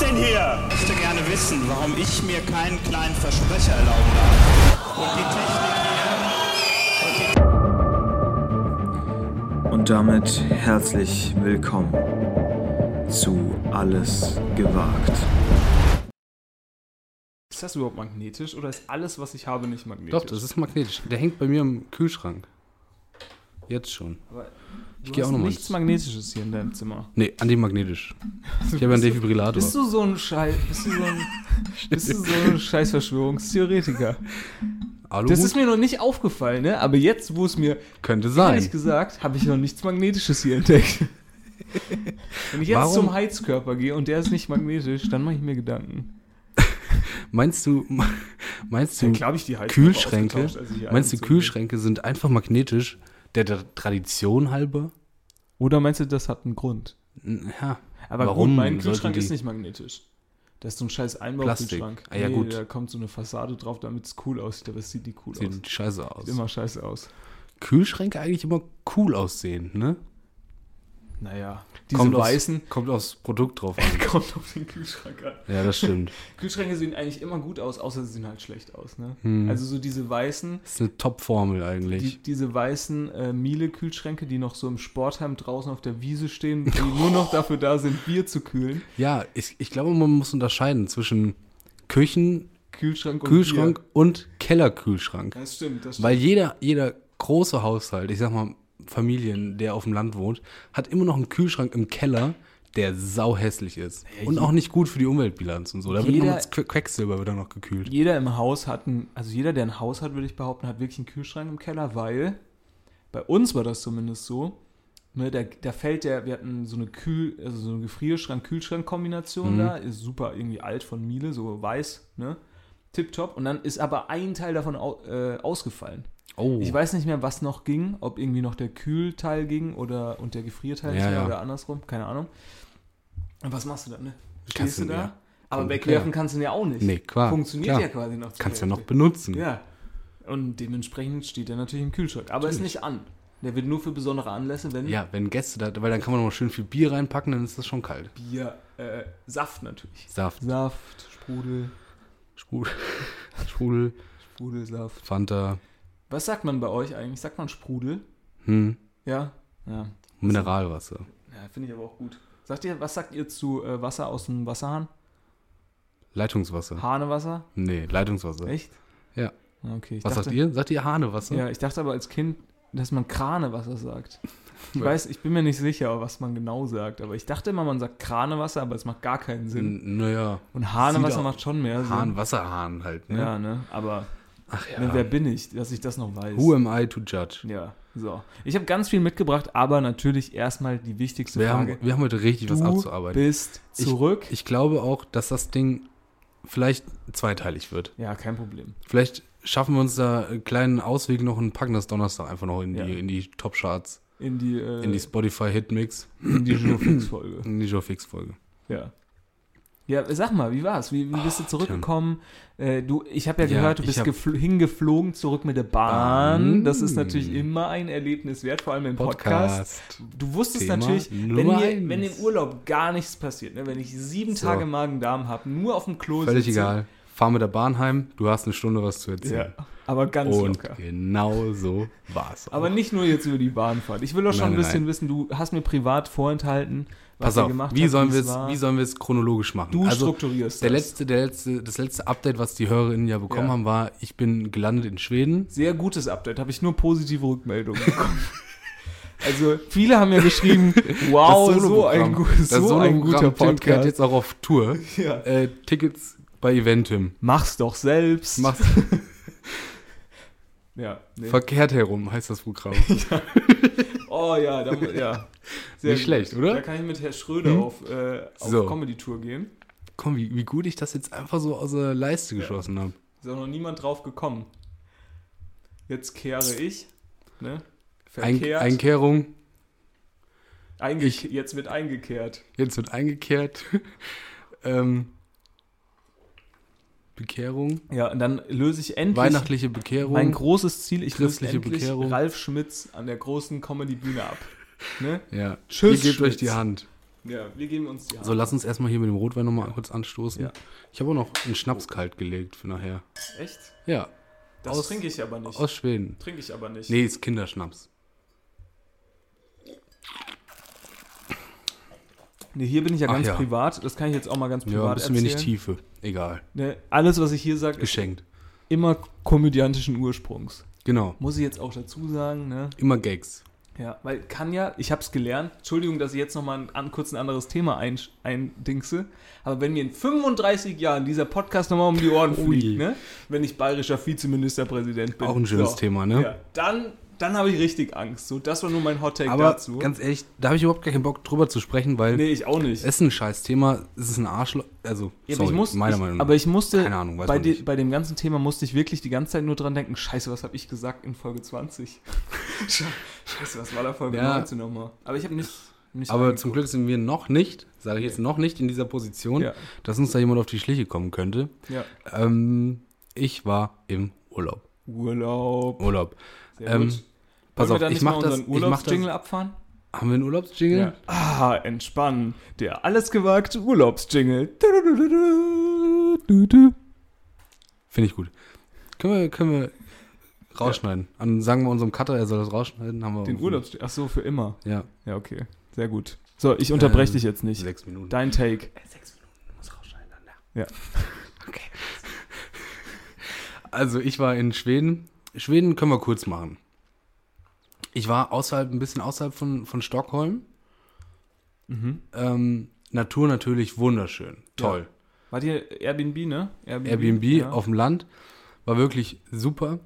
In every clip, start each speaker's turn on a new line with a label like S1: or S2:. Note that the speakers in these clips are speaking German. S1: denn hier? Ich möchte gerne wissen, warum ich mir keinen kleinen Versprecher erlauben darf. Und die Technik hier.
S2: Und damit herzlich willkommen zu Alles gewagt.
S3: Ist das überhaupt magnetisch oder ist alles, was ich habe, nicht magnetisch?
S4: Doch, das ist magnetisch. Der hängt bei mir im Kühlschrank. Jetzt schon.
S3: ich
S4: geh auch noch mal
S3: nichts
S4: ins-
S3: Magnetisches hier in deinem Zimmer.
S4: Nee, antimagnetisch. Ich habe einen Defibrillator.
S3: Bist du so ein Scheiß, bist du so ein, bist du so ein Scheißverschwörungstheoretiker?
S4: Aluhut?
S3: Das ist mir noch nicht aufgefallen, ne? Aber jetzt, wo es mir
S4: könnte
S3: ehrlich
S4: sein.
S3: gesagt, habe ich noch nichts Magnetisches hier entdeckt. Wenn ich jetzt
S4: Warum-
S3: zum Heizkörper gehe und der ist nicht magnetisch, dann mache ich mir Gedanken.
S4: Meinst du, meinst du,
S3: Dann glaube ich die Heizkörper
S4: Kühlschränke,
S3: ausgetauscht, also als ich hier
S4: meinst du,
S3: eingezogen bin.
S4: Kühlschränke sind einfach magnetisch, der, der Tradition halber?
S3: Oder meinst du, das hat einen Grund?
S4: Ja.
S3: Aber
S4: Warum
S3: gut, mein
S4: sollten
S3: Kühlschrank
S4: die-
S3: ist nicht magnetisch. Das ist so ein scheiß
S4: Plastik.
S3: Einbaukühlschrank.
S4: Ah, ja, gut.
S3: Da kommt so eine Fassade drauf, damit es cool aussieht, aber es sieht nicht cool aus.
S4: Sieht scheiße aus.
S3: Sieht immer scheiße aus.
S4: Kühlschränke eigentlich immer cool aussehen, ne?
S3: Naja, diese
S4: kommt
S3: weißen
S4: Aus, kommt aufs Produkt drauf an.
S3: kommt auf den Kühlschrank an.
S4: ja, das stimmt.
S3: Kühlschränke sehen eigentlich immer gut aus, außer sie sehen halt schlecht aus. Ne?
S4: Hm.
S3: Also so diese weißen,
S4: Das ist eine Top-Formel eigentlich.
S3: die, diese weißen äh, Miele-Kühlschränke, die noch so im Sportheim draußen auf der Wiese stehen, die nur noch dafür da sind, Bier zu kühlen.
S4: ja, ich, ich glaube, man muss unterscheiden zwischen Küchen,
S3: Kühlschrank und
S4: Kühlschrank
S3: Bier.
S4: und Kellerkühlschrank.
S3: Das stimmt, das stimmt.
S4: Weil jeder, jeder große Haushalt, ich sag mal Familien, der auf dem Land wohnt, hat immer noch einen Kühlschrank im Keller, der sauhässlich ist. und auch nicht gut für die Umweltbilanz und so. Da wird
S3: jeder-
S4: noch mit Qu- Quecksilber wird dann noch gekühlt.
S3: jeder im Haus hat ein, also jeder, der ein Haus hat, würde ich behaupten, hat wirklich einen Kühlschrank im Keller, weil bei uns war das zumindest so. Ne, da, da fällt der, wir hatten so eine Kühl, also so eine
S4: Mhm.
S3: Gefrierschrank-Kühlschrank-Kombination da, ist super irgendwie alt von Miele, so weiß, ne? Tipptopp. Und dann ist aber ein Teil davon au, äh, ausgefallen.
S4: Oh,
S3: Ich weiß nicht mehr, was noch ging, ob irgendwie noch der Kühlteil ging oder und der Gefrierteil
S4: Ja,
S3: nicht mehr
S4: ja.
S3: oder andersrum, keine Ahnung. Und was machst du dann, ne?
S4: Kannst
S3: Stehst
S4: du
S3: du da?
S4: nicht, ja.
S3: Aber
S4: Kommt
S3: wegwerfen
S4: klar.
S3: kannst du ihn ja auch nicht.
S4: Nee, klar,
S3: Funktioniert
S4: Ah, klar.
S3: ja quasi noch. zur
S4: kannst ja noch
S3: Hälfte.
S4: benutzen.
S3: Ja. Und dementsprechend steht er natürlich im Kühlschrank. Aber ist nicht an. Der wird nur für besondere Anlässe, wenn
S4: Ja, wenn Gäste da, weil dann kann man noch schön viel Bier reinpacken, dann ist das schon kalt.
S3: Bier, äh, Saft natürlich.
S4: Saft,
S3: Saft, Sprudel,
S4: Sprudel, Sprudel,
S3: Sprudelsaft.
S4: Fanta,
S3: Was sagt man bei euch eigentlich? Sagt man Sprudel?
S4: hm,
S3: Ja? Ja.
S4: Mineralwasser.
S3: ja Finde ich aber auch gut. Sagt ihr, was sagt ihr zu äh, Wasser aus dem Wasserhahn?
S4: Leitungswasser.
S3: Hahnewasser?
S4: nee, Leitungswasser.
S3: Echt?
S4: Ja.
S3: Ah, Okay. Ich
S4: Was
S3: dachte,
S4: sagt ihr? Sagt ihr Hanewasser?
S3: Ja, ich dachte aber als Kind, dass man Kranewasser sagt. Ich weiß, ich bin mir nicht sicher, was man genau sagt, aber ich dachte immer, man sagt Kranewasser, aber es macht gar keinen Sinn.
S4: N- Naja,
S3: Und Hahnewasser
S4: Sieht
S3: macht schon mehr Sinn.
S4: Hahn, Wasserhahn halt, ne?
S3: Also- Ja, ne? Aber
S4: Ach ja.
S3: ne, wer bin ich, dass ich das noch weiß?
S4: Who am I to judge?
S3: Ja, so. Ich habe ganz viel mitgebracht, aber natürlich erstmal die wichtigste
S4: Wir
S3: Frage.
S4: haben, wir haben heute richtig was
S3: du
S4: abzuarbeiten.
S3: bist zurück.
S4: Ich glaube auch, dass das Ding vielleicht zweiteilig wird.
S3: ja, kein Problem.
S4: Vielleicht schaffen wir uns da einen kleinen Ausweg noch und packen das Donnerstag einfach noch in
S3: Ja.
S4: die, in die Top-Charts,
S3: In die, äh,
S4: in die Spotify-Hitmix,
S3: in die Schulfix-Folge.
S4: in die Joe-Fix-Folge.
S3: Ja. Ja, sag mal, wie war's? Wie, wie bist du zurückgekommen? Äh, du, ich habe ja
S4: Ja,
S3: gehört, du
S4: ich
S3: bist
S4: hab-
S3: gefl- hingeflogen zurück mit der Bahn.
S4: Bahn.
S3: Das ist natürlich immer ein Erlebnis wert, vor allem im Podcast.
S4: Podcast.
S3: Du wusstest
S4: Thema
S3: natürlich, wenn,
S4: Nummer
S3: mir, wenn im
S4: eins.
S3: Urlaub gar nichts passiert, ne? wenn ich sieben
S4: So.
S3: Tage Magen-Darm habe, nur auf dem Klo
S4: Völlig
S3: sitze.
S4: egal. Fahr mit der Bahn heim, du hast eine Stunde was zu
S3: Ja,
S4: erzählen.
S3: aber ganz
S4: und
S3: locker.
S4: genau so war's. auch.
S3: Aber nicht nur jetzt über die Bahnfahrt. Ich will doch schon ein
S4: Nein, nein,
S3: bisschen
S4: nein.
S3: wissen, du hast mir privat vorenthalten, was
S4: Pass
S3: ihr
S4: auf,
S3: gemacht
S4: wie,
S3: habt,
S4: sollen wir
S3: wie's
S4: es,
S3: war.
S4: wie sollen wir es chronologisch machen? Also,
S3: Du strukturierst
S4: der
S3: das.
S4: letzte, der letzte, Das letzte Update, was die HörerInnen ja bekommen
S3: Ja.
S4: haben, war, ich bin gelandet in Schweden.
S3: sehr gutes Update. Habe ich nur positive Rückmeldungen bekommen. Also viele haben ja geschrieben, wow, so ein, gu-
S4: das
S3: so ein guter
S4: Soloprogramm Tim fährt
S3: Podcast.
S4: jetzt auch auf Tour.
S3: Ja.
S4: Äh, Tickets bei Eventim.
S3: Mach's doch selbst.
S4: Mach's
S3: Ja, nee.
S4: verkehrt herum, heißt das Programm.
S3: Oh ja, da, ja. Sehr
S4: Nicht schlecht, oder? Hm?
S3: Da kann ich mit Herr Schröder auf, äh, auf
S4: So.
S3: Comedy-Tour gehen.
S4: Komm, wie, wie gut ich das jetzt einfach so aus der Leiste geschossen habe.
S3: Ist auch noch niemand drauf gekommen. Jetzt kehre ich. Ne?
S4: Ein,
S3: Verkehrt.
S4: Einkehrung,
S3: Einge jetzt wird eingekehrt.
S4: jetzt wird eingekehrt. ähm, Bekehrung,
S3: Ja, und dann löse ich endlich
S4: weihnachtliche Bekehrung.
S3: Mein großes Ziel, ich löse
S4: Christliche
S3: endlich
S4: Bekehrung.
S3: Ralf Schmitz an der großen Comedy-Bühne ab. Ne?
S4: Ja.
S3: Tschüss,
S4: Ihr gebt euch
S3: Schmitz.
S4: die Hand.
S3: Ja, wir geben uns die Hand.
S4: So, lass uns erstmal hier mit dem Rotwein nochmal kurz anstoßen.
S3: Ja.
S4: Ich habe auch noch einen Schnaps kalt gelegt für nachher.
S3: Echt?
S4: Ja,
S3: Das
S4: Aus-
S3: trinke ich aber nicht.
S4: aus Schweden.
S3: trinke ich aber nicht.
S4: Nee, ist Kinderschnaps.
S3: Nee, hier bin ich ja
S4: Ach
S3: ganz
S4: ja.
S3: privat. Das kann ich jetzt auch mal ganz privat
S4: Ja, ein bisschen wenig
S3: erzählen.
S4: Tiefe. Egal.
S3: Nee, alles, was ich hier sage, ist
S4: Geschenkt.
S3: immer komödiantischen Ursprungs.
S4: Genau.
S3: Muss ich jetzt auch dazu sagen, ne?
S4: Immer Gags.
S3: Ja, weil kann ja, ich hab's gelernt, Entschuldigung, dass ich jetzt nochmal ein, an, kurz ein anderes Thema ein, eindingse, aber wenn mir in 35 Jahren dieser Podcast nochmal um die Ohren
S4: Ui.
S3: fliegt, ne? wenn ich bayerischer Vizeministerpräsident bin.
S4: Auch ein schönes
S3: so,
S4: Thema, ne?
S3: Ja, dann dann habe ich richtig Angst. So, das war nur mein Hot Take
S4: Aber
S3: dazu.
S4: ganz ehrlich, da habe ich überhaupt gar keinen Bock drüber zu sprechen, weil
S3: nee, ich auch nicht.
S4: es ist ein scheiß Thema, es ist ein Arschloch. Also,
S3: Ja, aber
S4: sorry,
S3: ich muss,
S4: meiner
S3: ich,
S4: Meinung nach.
S3: aber ich musste,
S4: Keine Ahnung, weiß
S3: bei,
S4: man
S3: de,
S4: nicht.
S3: bei dem ganzen Thema musste ich wirklich die ganze Zeit nur dran denken, scheiße, was habe ich gesagt in Folge 20? Sche- scheiße, was war da Folge
S4: Ja.
S3: 19 nochmal? Aber ich habe nicht, nicht
S4: Aber
S3: reingeguckt.
S4: zum Glück sind wir noch nicht, sage ich jetzt noch nicht in dieser Position,
S3: Ja.
S4: dass uns da jemand auf die Schliche kommen könnte.
S3: ja.
S4: Ähm, ich war im Urlaub.
S3: Urlaub.
S4: Urlaub.
S3: Sehr
S4: Ähm,
S3: gut. Wollen
S4: pass
S3: wir
S4: auf,
S3: dann
S4: ich
S3: nicht mal
S4: mache das.
S3: unseren
S4: Ich mach
S3: Urlaubsjingle
S4: das.
S3: abfahren?
S4: Haben wir einen Urlaubsjingle?
S3: Ah, entspannen. Der alles gewagte Urlaubsjingle. Du, du, du, du.
S4: Finde ich gut. Können wir, können wir rausschneiden. An, sagen wir unserem Cutter, er soll das rausschneiden. Haben wir
S3: Den Urlaubsjingle. Ach so, für immer.
S4: Ja,
S3: Ja, okay. Sehr gut. So, ich unterbreche
S4: Ähm,
S3: dich jetzt nicht.
S4: sechs Minuten.
S3: Dein Take.
S4: Sechs Minuten muss rausschneiden dann,
S3: Ja.
S4: Okay. Also ich war in Schweden. Schweden können wir kurz machen. Ich war außerhalb, ein bisschen außerhalb von, von Stockholm.
S3: Mhm.
S4: Ähm, Natur natürlich wunderschön. Toll.
S3: Wart ihr Airbnb, ne?
S4: Airbnb
S3: ja.
S4: auf dem Land. War wirklich super.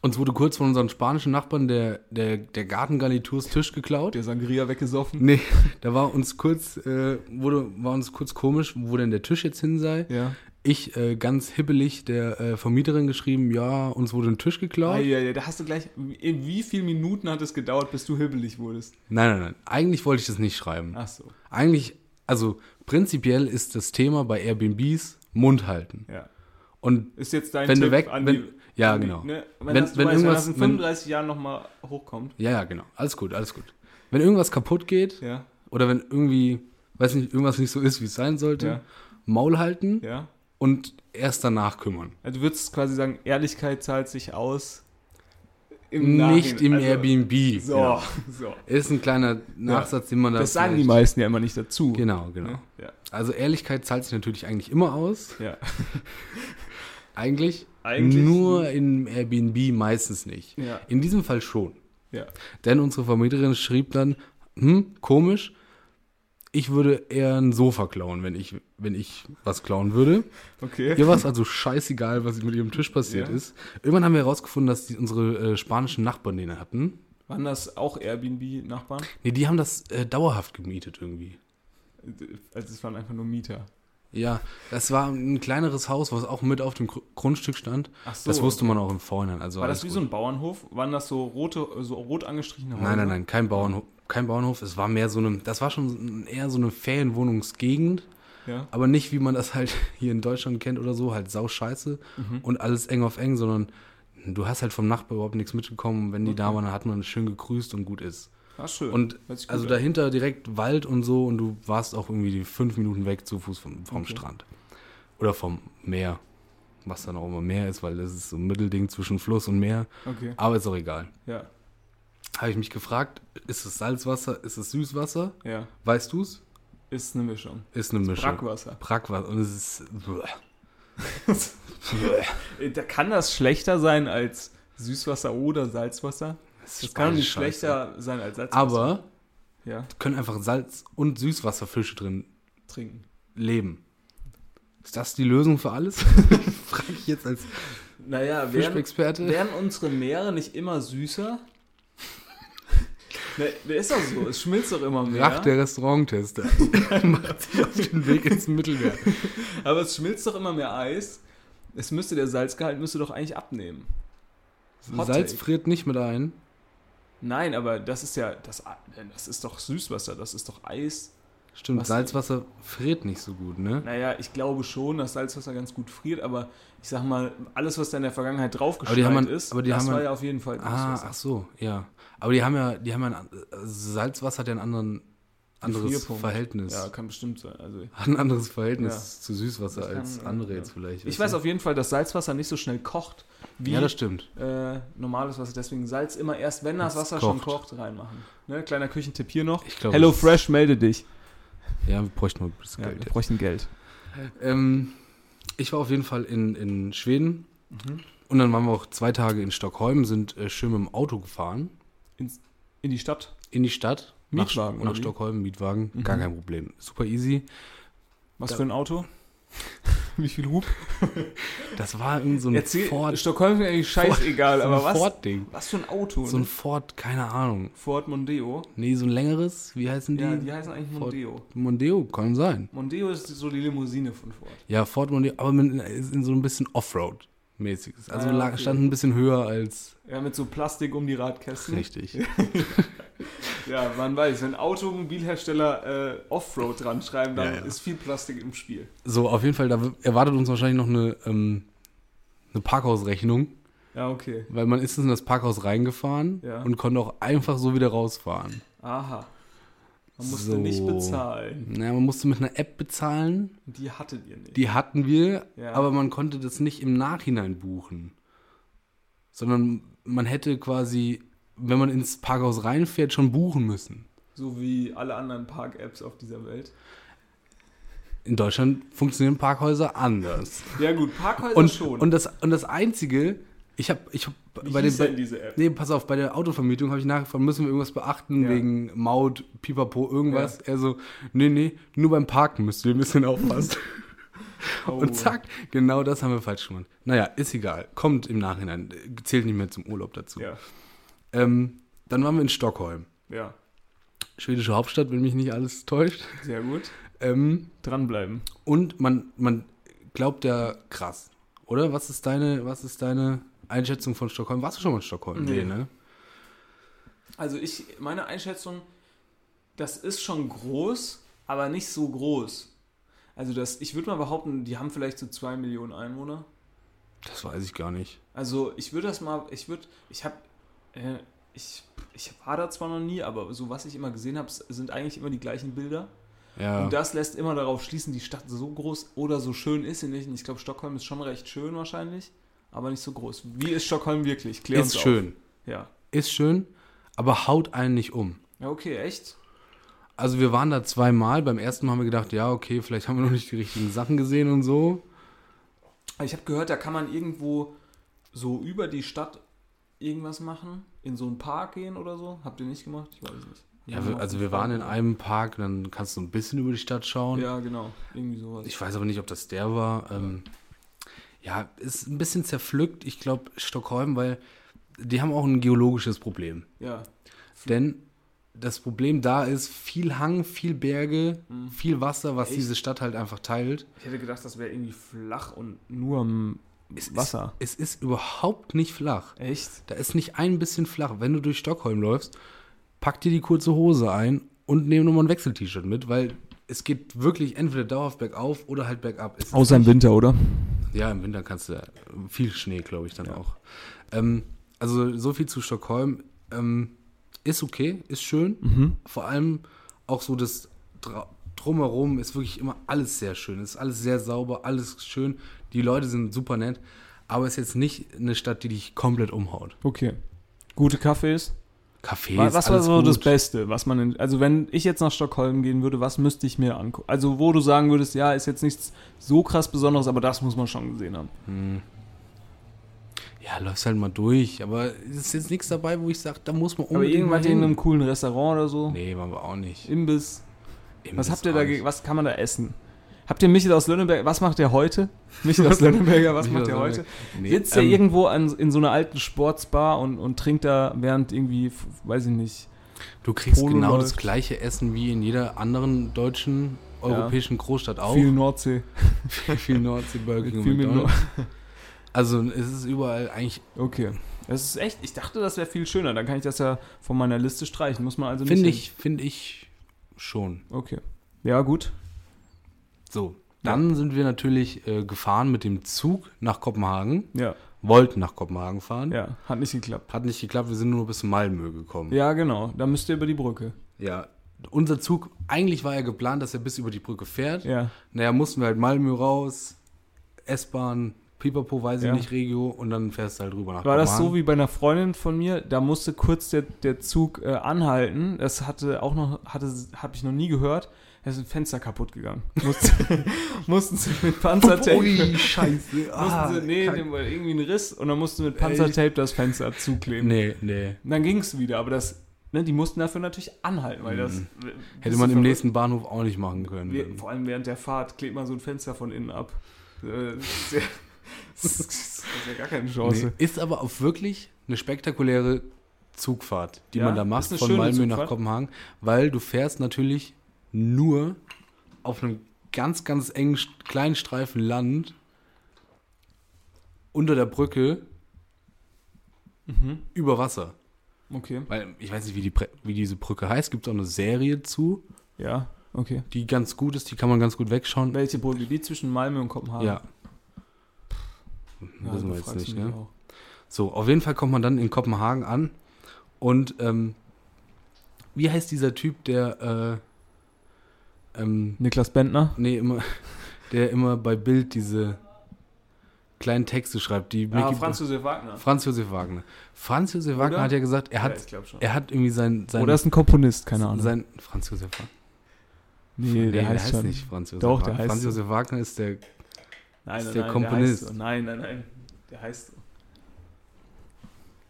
S4: Uns wurde kurz von unseren spanischen Nachbarn der, der, der Gartengarniturs Tisch geklaut.
S3: Der Sangria weggesoffen.
S4: Nee, da war uns kurz, äh, wurde, war uns kurz komisch, wo denn der Tisch jetzt hin sei.
S3: Ja.
S4: Ich äh, ganz hibbelig der äh, Vermieterin geschrieben, ja, uns wurde ein Tisch geklaut.
S3: Ah, ja, ja, da hast du gleich. In wie vielen Minuten hat es gedauert, bis du hibbelig wurdest?
S4: Nein, nein, nein. Eigentlich wollte ich das nicht schreiben.
S3: Ach so.
S4: Eigentlich, also prinzipiell ist das Thema bei Airbnbs Mund halten.
S3: Ja.
S4: Und
S3: Ist jetzt dein
S4: wenn
S3: Tipp
S4: du weg,
S3: an
S4: wenn,
S3: die,
S4: ja,
S3: an die-
S4: genau.
S3: Ne? Wenn,
S4: Wenn-
S3: das, du weißt, wenn
S4: wenn
S3: das
S4: irgendwas-
S3: in
S4: wenn-
S3: 35 Jahren nochmal hochkommt.
S4: Ja, ja, genau. Alles gut, alles gut. Wenn irgendwas kaputt geht
S3: Ja,
S4: oder wenn irgendwie, weiß nicht, irgendwas nicht so ist, wie es sein sollte,
S3: Ja.
S4: Maul halten
S3: ja.
S4: und erst danach kümmern.
S3: Also du würdest quasi sagen, Ehrlichkeit zahlt sich aus.
S4: Nicht
S3: Nachhinein.
S4: im
S3: Also,
S4: Airbnb.
S3: So,
S4: Genau.
S3: so.
S4: Ist ein kleiner Nachsatz, den man da.
S3: Das sagen die
S4: vielleicht-
S3: meisten ja immer nicht dazu.
S4: Genau, genau.
S3: Ne? Ja,
S4: Also Ehrlichkeit zahlt sich natürlich eigentlich immer aus.
S3: ja.
S4: Eigentlich,
S3: Eigentlich
S4: nur im Airbnb meistens nicht.
S3: Ja.
S4: In diesem Fall schon.
S3: ja.
S4: Denn unsere Vermieterin schrieb dann, hm, komisch, ich würde eher ein Sofa klauen, wenn ich, wenn ich was klauen würde.
S3: Okay.
S4: Ihr war es also scheißegal, was mit ihrem Tisch passiert
S3: Ja.
S4: ist. Irgendwann haben wir herausgefunden, dass die, unsere äh, spanischen Nachbarn den hatten.
S3: Waren das auch Airbnb-Nachbarn?
S4: Nee, die haben das äh, dauerhaft gemietet irgendwie.
S3: Also es waren einfach nur Mieter.
S4: Ja, das war ein kleineres Haus, was auch mit auf dem Gru- Grundstück stand.
S3: Ach so.
S4: Das wusste man auch im Vorhinein. Also
S3: War das
S4: alles
S3: wie
S4: gut.
S3: so ein Bauernhof? Waren das so rote, so rot angestrichene Häuser?
S4: Nein, nein, nein, kein Bauernhof. Kein Bauernhof, es war mehr so eine, das war schon eher so eine Ferienwohnungsgegend,
S3: Ja.
S4: aber nicht wie man das halt hier in Deutschland kennt oder so, halt sau scheiße
S3: Mhm.
S4: und alles eng auf eng, sondern du hast halt vom Nachbar überhaupt nichts mitbekommen. Wenn die da waren, dann hat man schön gegrüßt und gut ist.
S3: Ah, schön.
S4: Und
S3: Hört sich gut
S4: also
S3: an.
S4: dahinter direkt Wald und so und du warst auch irgendwie die fünf Minuten weg zu Fuß vom, vom Strand. Oder vom Meer. Was dann auch immer Meer ist, weil das ist so ein Mittelding zwischen Fluss und Meer.
S3: Okay.
S4: Aber ist auch egal.
S3: Ja,
S4: Habe ich mich gefragt, ist es Salzwasser, ist es Süßwasser?
S3: ja.
S4: Weißt du's?
S3: Ist eine Mischung.
S4: Ist eine Mischung.
S3: Brackwasser.
S4: Brackwasser. Und es ist.
S3: Äh, Da kann das schlechter sein als Süßwasser oder Salzwasser.
S4: Das,
S3: Das kann doch nicht schlechter sein als Salzwasser.
S4: Aber
S3: ja,
S4: können einfach Salz- und Süßwasserfische drin
S3: trinken.
S4: leben. Ist das die Lösung für alles? Frage ich jetzt als
S3: Naja, wären,
S4: Fischexperte.
S3: wären unsere Meere nicht immer süßer? Ne, ne, ist doch so, es schmilzt doch immer mehr.
S4: Ach, der Restauranttester. Macht sich auf den Weg ins Mittelmeer.
S3: Aber es schmilzt doch immer mehr Eis. Es müsste der Salzgehalt müsste doch eigentlich abnehmen. Hot
S4: Salz
S3: Take.
S4: friert nicht mit ein.
S3: Nein, aber das ist ja das, das ist doch Süßwasser, das ist doch Eis.
S4: Stimmt,
S3: Was?
S4: Salzwasser friert nicht so gut, ne?
S3: Naja, ich glaube schon, dass Salzwasser ganz gut friert, aber ich sag mal, alles, was da in der Vergangenheit
S4: Aber die
S3: draufgeschneit
S4: haben ein-
S3: ist,
S4: aber die
S3: das
S4: haben
S3: war
S4: ein-
S3: ja auf jeden Fall
S4: Ah,
S3: Süßwasser.
S4: ach so, ja. Aber die haben ja, die haben ja, ein, an- also Salzwasser hat ja einen anderen anderes
S3: Gefrierpunkt.
S4: Verhältnis.
S3: Ja, kann bestimmt sein. Also,
S4: Hat ein anderes Verhältnis
S3: Ja.
S4: zu Süßwasser
S3: Das kann-
S4: als andere jetzt vielleicht.
S3: ich
S4: weißt
S3: weiß auf jeden Fall, dass Salzwasser nicht so schnell kocht
S4: du?
S3: wie
S4: Ja, das stimmt.
S3: äh, normales Wasser. Deswegen Salz immer erst, wenn das
S4: Wenn's
S3: Wasser schon
S4: kocht.
S3: kocht, reinmachen. Ne? Kleiner Küchentipp hier noch.
S4: Ich glaube,
S3: Hello
S4: das-
S3: Fresh, melde dich.
S4: Ja, wir bräuchten mal ein bisschen
S3: Ja,
S4: Geld.
S3: wir bräuchten Geld.
S4: Ähm, ich war auf jeden Fall in, in Schweden
S3: Mhm.
S4: und dann waren wir auch zwei Tage in Stockholm, sind äh, schön mit dem Auto gefahren
S3: In die Stadt.
S4: in die Stadt.
S3: Mietwagen,
S4: Nach,
S3: oder
S4: nach
S3: wie? Mhm.
S4: Stockholm, Mietwagen, gar kein Problem. Super easy.
S3: Was
S4: Da-
S3: für ein Auto? Wie viel Hub?
S4: Das war irgend so ein
S3: Erzähl,
S4: Ford.
S3: Stockholm ist mir eigentlich scheißegal,
S4: so ein
S3: aber was?
S4: Ford-Ding.
S3: Was für ein Auto?
S4: So
S3: ne?
S4: ein Ford, keine Ahnung.
S3: Ford Mondeo.
S4: Nee, so ein längeres, wie heißen die?
S3: Ja, die heißen eigentlich
S4: Ford-
S3: Mondeo.
S4: Mondeo, kann sein.
S3: Mondeo ist so die Limousine von Ford.
S4: Ja, Ford Mondeo, aber mit, äh, ist in so ein bisschen Offroad-mäßiges. Also
S3: Ah,
S4: lag-
S3: okay.
S4: stand ein bisschen höher als
S3: Ja, mit so Plastik um die Radkästen.
S4: richtig.
S3: Ja, man weiß, wenn Automobilhersteller äh, Offroad dran schreiben, dann
S4: Ja, ja.
S3: ist viel Plastik im Spiel.
S4: So, auf jeden Fall, da erwartet uns wahrscheinlich noch eine, ähm, eine Parkhausrechnung,
S3: Ja, okay.
S4: weil man ist in das Parkhaus reingefahren
S3: Ja.
S4: und konnte auch einfach so wieder rausfahren.
S3: Aha. Man musste
S4: So.
S3: nicht bezahlen.
S4: Naja, man musste mit einer App bezahlen,
S3: Die hattet ihr nicht.
S4: die hatten wir,
S3: Ja.
S4: aber man konnte das nicht im Nachhinein buchen, sondern man hätte quasi, wenn man ins Parkhaus reinfährt, schon buchen müssen.
S3: So wie alle anderen Park-Apps auf dieser Welt.
S4: In Deutschland funktionieren Parkhäuser anders.
S3: Ja gut, Parkhäuser
S4: Und,
S3: schon.
S4: und, das, und das Einzige, ich habe ich hab
S3: wie
S4: bei den,
S3: hieß
S4: bei,
S3: denn diese App?
S4: Nee, pass auf, bei der Autovermietung habe ich nachgefragt, müssen wir irgendwas beachten
S3: Ja.
S4: wegen Maut, Pipapo, irgendwas. Er so, nee, nee, nur beim Parken müsst ihr ein bisschen aufpassen.
S3: Oh.
S4: Und zack, genau das haben wir falsch gemacht. Naja, ist egal, kommt im Nachhinein, äh, zählt nicht mehr zum Urlaub dazu.
S3: Ja,
S4: Ähm, dann waren wir in Stockholm,
S3: ja,
S4: schwedische Hauptstadt, wenn mich nicht alles täuscht.
S3: sehr gut.
S4: Ähm,
S3: Dranbleiben.
S4: und man, man glaubt ja krass, oder? Was ist deine, was ist deine Einschätzung von Stockholm? Warst du schon mal in Stockholm?
S3: Nee.
S4: ne?
S3: Also ich, meine Einschätzung, das ist schon groß, aber nicht so groß. Also das, ich würde mal behaupten, die haben vielleicht so zwei Millionen Einwohner.
S4: Das weiß ich gar nicht.
S3: Also ich würde das mal, ich würde, ich habe, äh, ich, ich war da zwar noch nie, aber so was ich immer gesehen habe, sind eigentlich immer die gleichen Bilder.
S4: Ja.
S3: Und das lässt immer darauf schließen, die Stadt so groß oder so schön ist sie nicht. Und ich glaube, Stockholm ist schon recht schön wahrscheinlich, aber nicht so groß. Wie ist Stockholm wirklich? Klär
S4: ist
S3: uns
S4: schön.
S3: Auf. Ja.
S4: ist schön, aber haut einen nicht um.
S3: Ja, okay, echt?
S4: Also wir waren da zweimal. Beim ersten Mal haben wir gedacht, ja, okay, vielleicht haben wir noch nicht die richtigen Sachen gesehen und so.
S3: Aber Ich habe gehört, da kann man irgendwo so über die Stadt irgendwas machen, in so einen Park gehen oder so. Habt ihr nicht gemacht? Ich weiß es nicht.
S4: Ja, wir, also wir waren in einem Park, dann kannst du ein bisschen über die Stadt schauen.
S3: Ja, genau. Irgendwie sowas.
S4: Ich weiß aber nicht, ob das der war. Ähm, ja, ist ein bisschen zerpflückt, ich glaube, Stockholm, weil die haben auch ein geologisches Problem.
S3: ja.
S4: Denn das Problem da ist viel Hang, viel Berge, viel Wasser, was
S3: Mhm. Echt?
S4: diese Stadt halt einfach teilt.
S3: Ich hätte gedacht, das wäre irgendwie flach und nur am Wasser.
S4: Es ist überhaupt nicht flach.
S3: Echt?
S4: Da ist nicht ein bisschen flach. Wenn du durch Stockholm läufst, pack dir die kurze Hose ein und nimm nochmal ein Wechsel-T-Shirt mit, weil es geht wirklich entweder dauerhaft bergauf oder halt bergab. Es ist-
S3: Außer im Winter, oder?
S4: ja, im Winter kannst du viel Schnee, glaube ich, dann auch. Ähm, also so viel zu Stockholm. Ähm, ist okay, ist schön.
S3: Mhm.
S4: Vor allem auch so das Dra Drumherum ist wirklich immer alles sehr schön. Ist alles sehr sauber, alles schön. Die Leute sind super nett. Aber ist jetzt nicht eine Stadt, die dich komplett umhaut.
S3: Okay. Gute Kaffees.
S4: Cafés,
S3: Was, was war
S4: alles
S3: so
S4: gut.
S3: das Beste, was man in, also wenn ich jetzt nach Stockholm gehen würde, was müsste ich mir angucken? Also wo du sagen würdest, ja, ist jetzt nichts so krass Besonderes, aber das muss man schon gesehen haben.
S4: Ja, läufst halt mal durch. Aber es ist jetzt nichts dabei, wo ich sage, da muss man
S3: aber
S4: unbedingt
S3: irgendwann
S4: mal
S3: in
S4: hin.
S3: einem coolen Restaurant oder so,
S4: Nee, waren wir auch nicht.
S3: Imbiss. Was
S4: Imbiss
S3: habt ihr
S4: auch
S3: da,
S4: nicht.
S3: ge- was kann man da essen? Habt ihr Michel aus Lönneberg, was macht der heute? Michel aus Lönneberger, was
S4: Michel
S3: macht
S4: aus
S3: der heute?
S4: Lönneberg. Nee,
S3: Sitzt er
S4: ähm,
S3: irgendwo an, in so einer alten Sportsbar und, und trinkt da während irgendwie, f- weiß ich nicht,
S4: Du kriegst
S3: Polo
S4: genau
S3: läuft.
S4: das gleiche Essen wie in jeder anderen deutschen, europäischen Großstadt auch.
S3: viel Nordsee.
S4: Viel, Nordsee Burger King und
S3: Viel mit
S4: McDonald's. Also es ist überall eigentlich,
S3: Okay. Das ist echt, ich dachte, das wäre viel schöner. Dann kann ich das ja von meiner Liste streichen. Muss man also
S4: finde
S3: nicht.
S4: ich, finde ich schon.
S3: hin. Okay. Ja, gut.
S4: So, dann sind wir natürlich äh, gefahren mit dem Zug nach Kopenhagen,
S3: Ja,
S4: wollten nach Kopenhagen fahren.
S3: ja. Hat nicht geklappt.
S4: Hat nicht geklappt, wir sind nur bis Malmö gekommen.
S3: Ja, genau. Da müsst ihr über die Brücke.
S4: Ja, unser Zug, eigentlich war ja geplant, dass er bis über die Brücke fährt.
S3: Ja.
S4: Naja, mussten wir halt Malmö raus, S-Bahn, Pipapo, weiß ich
S3: Ja.
S4: nicht, Regio und dann fährst du halt rüber nach
S3: War das
S4: Koman.
S3: so wie bei einer Freundin von mir? Da musste kurz der, der Zug äh, anhalten. Das hatte auch noch, hatte, habe ich noch nie gehört. Da ist ein Fenster kaputt gegangen. Mussten, mussten sie mit Panzertape.
S4: Ui, scheiße. Ah,
S3: mussten sie, nee,
S4: kack.
S3: dem war irgendwie ein Riss und dann mussten sie mit Panzertape das Fenster zukleben.
S4: nee, nee.
S3: Und dann ging es wieder, aber das, ne, die mussten dafür natürlich anhalten, weil das.
S4: Mhm. Hätte man im
S3: verrückt.
S4: nächsten Bahnhof auch nicht machen können.
S3: Wir, vor allem während der Fahrt klebt man so ein Fenster von innen ab. Äh, Das ist ja, das ist ja gar keine Chance.
S4: nee. Ist aber auch wirklich eine spektakuläre Zugfahrt, die
S3: Ja,
S4: man da
S3: ist
S4: macht
S3: eine
S4: von
S3: schöne
S4: Malmö nach
S3: Zugfahrt.
S4: Kopenhagen, weil du fährst natürlich nur auf einem ganz, ganz engen St- kleinen Streifen Land unter der Brücke über Wasser.
S3: Okay.
S4: Weil ich weiß nicht, wie, die, Pre- wie diese Brücke heißt. Gibt es auch eine Serie zu,
S3: Ja, okay.
S4: die ganz gut ist, die kann man ganz gut wegschauen.
S3: Welche Brücke? Die zwischen Malmö und Kopenhagen?
S4: Ja.
S3: Ja, du
S4: Wissen wir jetzt
S3: fragst
S4: nicht,
S3: mich
S4: ne?
S3: auch.
S4: So, auf jeden Fall kommt man dann in Kopenhagen an. Und ähm, wie heißt dieser Typ, der äh, ähm,
S3: Niklas Bentner?
S4: nee, immer, der immer bei Bild diese kleinen Texte schreibt, die
S3: Ja,
S4: Mickey-
S3: Franz Josef Wagner.
S4: Franz Josef Wagner. Franz Josef Wagner hat ja gesagt, er
S3: ja,
S4: hat,
S3: ich glaube schon.
S4: er hat irgendwie sein, sein,
S3: Oder ist ein Komponist, keine Ahnung.
S4: sein Franz Josef Wagner.
S3: nee, der heißt, schon.
S4: nicht Franz Josef
S3: Doch,
S4: Wagner.
S3: der heißt
S4: Franz
S3: so.
S4: Josef Wagner ist der
S3: Nein,
S4: Ist
S3: nein,
S4: der
S3: nein,
S4: Komponist.
S3: Der heißt, so. nein, nein, nein. Der heißt so.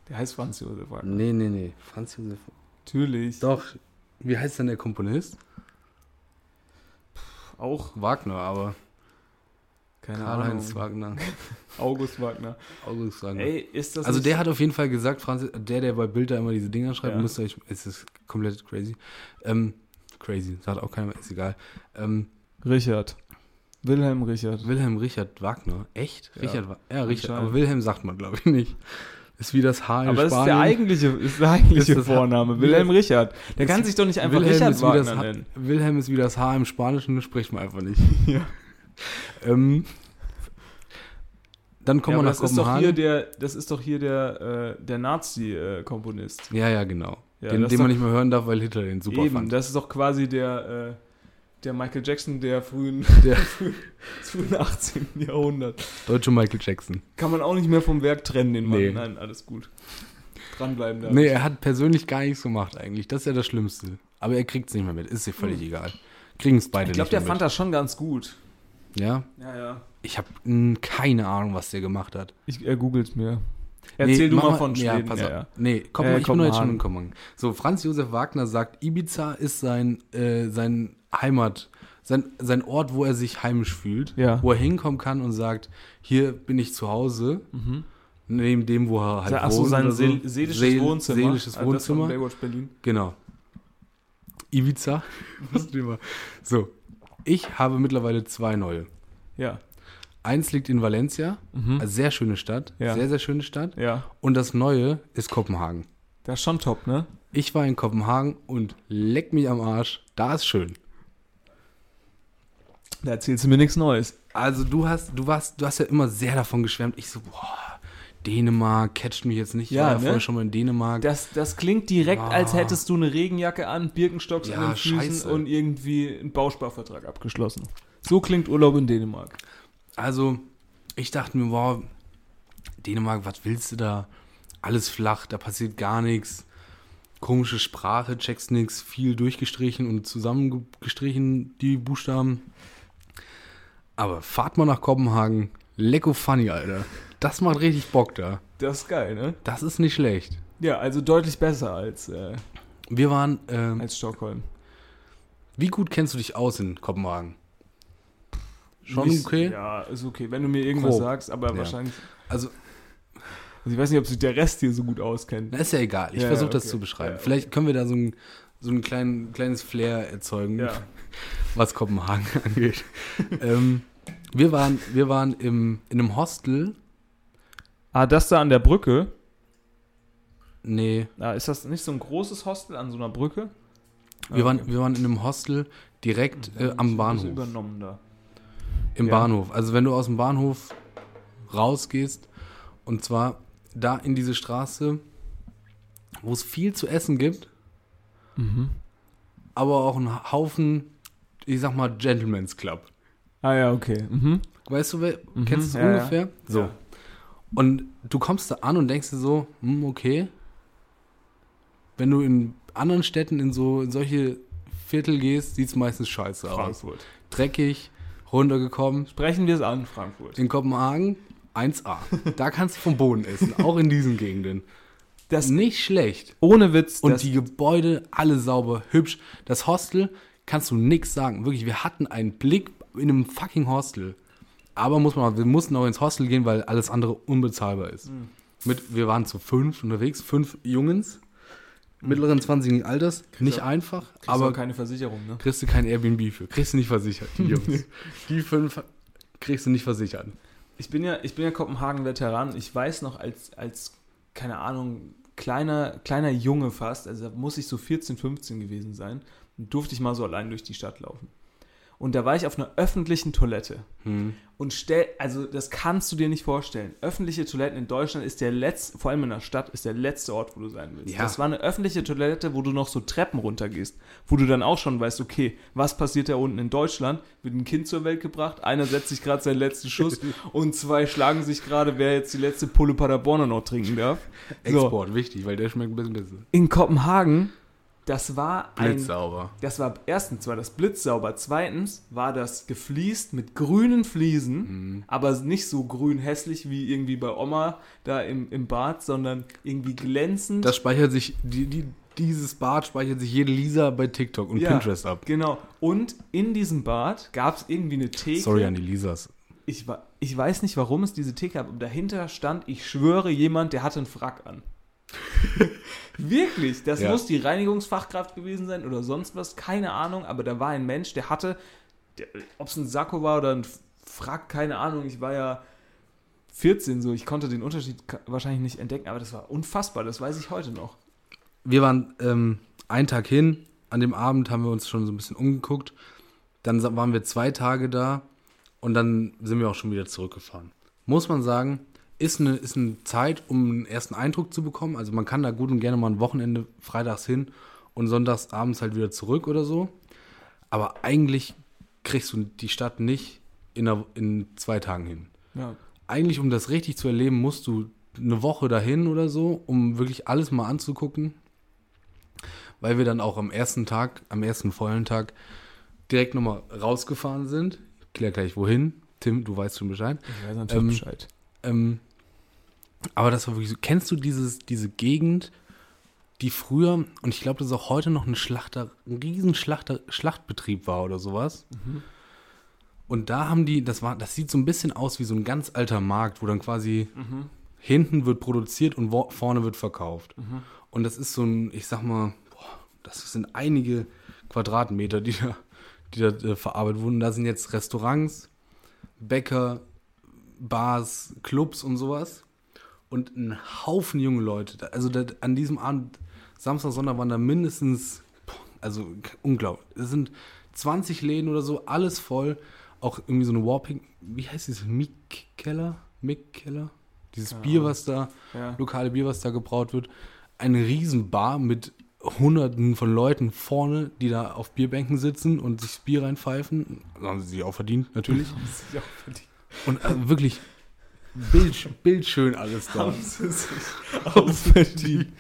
S3: Der heißt Franz Josef Wagner.
S4: Nee, nee, nee. Franz Josef.
S3: Natürlich.
S4: Doch. Wie heißt denn der Komponist?
S3: Auch,
S4: Wagner, aber.
S3: keine
S4: Karl-Heinz
S3: Ahnung.
S4: Wagner.
S3: August Wagner.
S4: August Wagner.
S3: Ey, ist das
S4: also
S3: nicht-
S4: der hat auf jeden Fall gesagt, Franz, der, der bei Bild da immer diese Dinger schreibt,
S3: Ja.
S4: müsst ihr euch. Es ist komplett crazy. Ähm, crazy, sagt auch keiner mehr, ist egal. Ähm,
S3: Richard. Wilhelm Richard.
S4: Wilhelm Richard Wagner. Echt?
S3: Ja.
S4: Richard Wa- Ja, Richard.
S3: Anscheinend.
S4: Aber Wilhelm sagt man, glaube ich, nicht. Ist wie das H in
S3: Aber das ist
S4: Spanien.
S3: der eigentliche, ist der eigentliche
S4: das-
S3: Vorname. Wilhelm Richard. Der kann sich doch nicht einfach Richard
S4: ist wie das
S3: Wagner
S4: H,
S3: nennen.
S4: Wilhelm ist wie das H im Spanischen, das spricht man einfach nicht.
S3: Ja.
S4: Ähm, dann kommen
S3: Ja,
S4: wir
S3: aber
S4: nach
S3: das ist doch hier
S4: Kopenhagen.
S3: der, das ist doch hier der, äh, der Nazi-Komponist.
S4: Ja, ja, genau.
S3: Ja,
S4: den
S3: das
S4: den
S3: ist
S4: man
S3: doch-
S4: nicht mehr hören darf, weil Hitler den super
S3: Eben,
S4: fand.
S3: das ist doch quasi der, äh, der Michael Jackson der frühen,
S4: Der
S3: des frühen 18. Jahrhundert.
S4: deutsche Michael Jackson.
S3: Kann man auch nicht mehr vom Werk trennen, den Mann.
S4: Nee.
S3: Nein, alles gut. Dranbleiben da.
S4: Nee, er hat persönlich gar nichts gemacht eigentlich. Das ist ja das Schlimmste. Aber er kriegt es nicht mehr mit. Ist dir völlig egal. Kriegen es beide
S3: Hm. ich glaube,
S4: nicht mehr
S3: der fand das schon ganz gut.
S4: mit. Ja?
S3: Ja, ja.
S4: Ich habe keine Ahnung, was der gemacht hat.
S3: Ich, er googelt mir. Erzähl du
S4: mach
S3: mal von Schweden.
S4: Ja, pass auf.
S3: ja.
S4: Nee, komm, mal,
S3: Äh,
S4: ich bin heute schon
S3: Kopenhagen.
S4: in Kopenhagen. So, Franz Josef Wagner sagt, Ibiza ist sein, äh, sein Heimat, sein, sein Ort, wo er sich heimisch fühlt,
S3: Ja.
S4: wo er hinkommen kann und sagt, hier bin ich zu Hause, neben dem, wo er halt
S3: Mhm. Ach so,
S4: wohnt
S3: sein
S4: oder
S3: seel- seelisches
S4: Seel-
S3: Wohnzimmer.
S4: Seelisches
S3: Ah, das von
S4: Wohnzimmer.
S3: Baywatch Berlin.
S4: Genau. Ibiza. Das ist immer- so, ich habe mittlerweile zwei neue.
S3: Ja,
S4: Eins liegt in Valencia, eine sehr schöne Stadt,
S3: Mhm. Ja.
S4: sehr, sehr schöne Stadt.
S3: ja.
S4: Und das neue ist Kopenhagen.
S3: Das ist schon top, ne?
S4: Ich war in Kopenhagen und leck mich am Arsch, da ist schön.
S3: Da erzählst du mir nichts Neues.
S4: Also du hast, du warst, du hast ja immer sehr davon geschwärmt. Ich so, boah, Dänemark, catcht mich jetzt nicht. Ich
S3: Ja,
S4: war ja
S3: ne?
S4: vorher schon mal in Dänemark.
S3: Das, das klingt direkt,
S4: Ah.
S3: als hättest du eine Regenjacke an, Birkenstocks
S4: Ja,
S3: an den Füßen
S4: scheiße.
S3: und irgendwie einen Bausparvertrag abgeschlossen. So klingt Urlaub in Dänemark.
S4: Also, ich dachte mir, wow, Dänemark, was willst du da? Alles flach, da passiert gar nichts. Komische Sprache, checkst nix, viel durchgestrichen und zusammengestrichen, die Buchstaben. Aber fahrt mal nach Kopenhagen, lecko funny, Alter. Das macht richtig Bock da.
S3: Das ist geil, ne?
S4: Das ist nicht schlecht.
S3: Ja, also deutlich besser als, äh,
S4: Wir waren, ähm,
S3: als Stockholm.
S4: wie gut kennst du dich aus in Kopenhagen? Schon
S3: Nicht-
S4: okay?
S3: Ja, ist okay, wenn du mir irgendwas
S4: Grob.
S3: sagst, aber
S4: Ja.
S3: wahrscheinlich.
S4: Also,
S3: Also ich weiß nicht, ob sich der Rest hier so gut auskennt.
S4: Na, ist ja egal. Ich
S3: Ja,
S4: versuche
S3: ja,
S4: das
S3: okay.
S4: zu beschreiben.
S3: Ja, okay.
S4: Vielleicht können wir da so ein, so ein klein, kleines Flair erzeugen,
S3: Ja.
S4: was Kopenhagen angeht. ähm, wir waren, wir waren im, in einem Hostel.
S3: Ah, das da an der Brücke.
S4: Nee,
S3: Ah, ist das nicht so ein großes Hostel an so einer Brücke?
S4: wir,
S3: Ah,
S4: waren, wir waren in einem Hostel direkt
S3: Mhm.
S4: äh, am
S3: Ist
S4: Bahnhof.
S3: übernommen da.
S4: Im
S3: ja.
S4: Bahnhof. Also wenn du aus dem Bahnhof rausgehst und zwar da in diese
S3: Mhm.
S4: Straße, wo es viel zu essen gibt. aber auch ein Haufen, ich sag mal, Gentleman's Club.
S3: Ah ja, okay. Mhm.
S4: Weißt du, wer- kennst du es
S3: ja, ja.
S4: ungefähr? So. Und du kommst da an und denkst dir so, hm, okay. Wenn du in anderen Städten in so in solche Viertel gehst, sieht es meistens scheiße aus.
S3: Frankfurt.
S4: Dreckig, runtergekommen.
S3: Sprechen wir es an, Frankfurt.
S4: In Kopenhagen 1A. Da kannst du vom Boden essen, auch in diesen Gegenden.
S3: Das
S4: Nicht schlecht.
S3: ohne Witz.
S4: Und
S3: das,
S4: die Gebäude alle sauber, hübsch. Das Hostel kannst du nix sagen. Wirklich, wir hatten einen Blick in einem fucking Hostel. Aber muss man, wir mussten auch ins Hostel gehen, weil alles andere unbezahlbar ist.
S3: Mhm.
S4: Mit, wir waren zu fünf unterwegs, fünf Jungens,
S3: Mhm.
S4: mittleren 20 Alters. Nicht einfach,
S3: aber
S4: aber
S3: keine Versicherung, ne?
S4: kriegst du kein Airbnb für. Kriegst du nicht versichert, die Jungs. die fünf kriegst du nicht versichert.
S3: Ich bin ja, ich bin ja Kopenhagen-Veteran. Ich weiß noch, als, als, keine Ahnung, kleiner, kleiner Junge fast, also da muss ich so 14, 15 gewesen sein, durfte ich mal so allein durch die Stadt laufen. Und da war ich auf einer öffentlichen Toilette.
S4: Hm.
S3: Und stell, also das kannst du dir nicht vorstellen. Öffentliche Toiletten in Deutschland ist der letzte, vor allem in der Stadt, ist der letzte Ort, wo du sein willst.
S4: Ja.
S3: Das war eine öffentliche Toilette, wo du noch so Treppen runtergehst, wo du dann auch schon weißt, okay, was passiert da unten in Deutschland? Wird ein Kind zur Welt gebracht, einer setzt sich gerade seinen letzten Schuss und zwei schlagen sich gerade, wer jetzt die letzte Pulle Paderborner noch trinken darf. So,
S4: Export, wichtig, weil der schmeckt ein bisschen besser.
S3: in Kopenhagen, das war ein
S4: Blitzsauber.
S3: das war erstens war das blitzsauber, zweitens war das gefliest mit grünen Fliesen,
S4: Mhm.
S3: aber nicht so grün hässlich wie irgendwie bei Oma da im, im Bad, sondern irgendwie glänzend.
S4: Das speichert sich, die, die, dieses Bad speichert sich jede Lisa bei TikTok und
S3: Ja,
S4: Pinterest ab.
S3: Genau. Und in diesem Bad gab es irgendwie eine Theke.
S4: Sorry an die Lisas.
S3: Ich, wa- ich weiß nicht, warum es diese Theke gab, aber dahinter stand, ich schwöre, jemand, der hatte einen Frack an. Wirklich, das
S4: Ja.
S3: muss die Reinigungsfachkraft gewesen sein oder sonst was, keine Ahnung, aber da war ein Mensch, der hatte, ob es ein Sakko war oder ein Frack, keine Ahnung, ich war ja 14 so, ich konnte den Unterschied ka- wahrscheinlich nicht entdecken, aber das war unfassbar, das weiß ich heute noch.
S4: Wir waren ähm, einen Tag hin, an dem Abend haben wir uns schon so ein bisschen umgeguckt. Dann sa- waren wir zwei Tage da und dann sind wir auch schon wieder zurückgefahren. Muss man sagen, ist eine, ist eine Zeit, um einen ersten Eindruck zu bekommen. Also man kann da gut und gerne mal ein Wochenende freitags hin und sonntags abends halt wieder zurück oder so. Aber eigentlich kriegst du die Stadt nicht in, einer, in zwei Tagen hin.
S3: Ja,
S4: eigentlich, um das richtig zu erleben, musst du eine Woche dahin oder so, um wirklich alles mal anzugucken. Weil wir dann auch am ersten Tag, am ersten vollen Tag, direkt nochmal rausgefahren sind. Klär gleich wohin. Tim, du weißt schon Bescheid.
S3: ich weiß natürlich
S4: Ähm,
S3: Bescheid.
S4: Ähm, aber das war wirklich so. Kennst du dieses, diese Gegend, die früher, und ich glaube, das ist auch heute noch ein Schlachter, ein riesen Schlachter, Schlachtbetrieb war oder sowas? Und da haben die, das war, das sieht so ein bisschen aus wie so ein ganz alter Markt, wo dann quasi hinten wird produziert und wo, vorne wird verkauft. Und das ist so ein, ich sag mal, boah, das sind einige Quadratmeter, die da, die da äh, verarbeitet wurden. Da sind jetzt Restaurants, Bäcker, Bars, Clubs und sowas. Und ein Haufen junge Leute. Da- Also da, an diesem Abend, Samstag, Sonntag waren da mindestens, boah, also k- unglaublich. Es sind 20 Läden oder so, alles voll. Auch irgendwie so eine Warping, wie heißt dieses? Mick Keller? Mick Keller? Dieses Bier, was da,
S3: Ja.
S4: lokale Bier, was da gebraut wird. Eine Riesenbar mit hunderten von Leuten vorne, die da auf Bierbänken sitzen und sich das Bier reinpfeifen. Haben sie sich auch verdient, natürlich.
S3: Ja, für die
S4: Und äh, wirklich bildsch bildschön alles da.
S3: haben sie sich auspendient.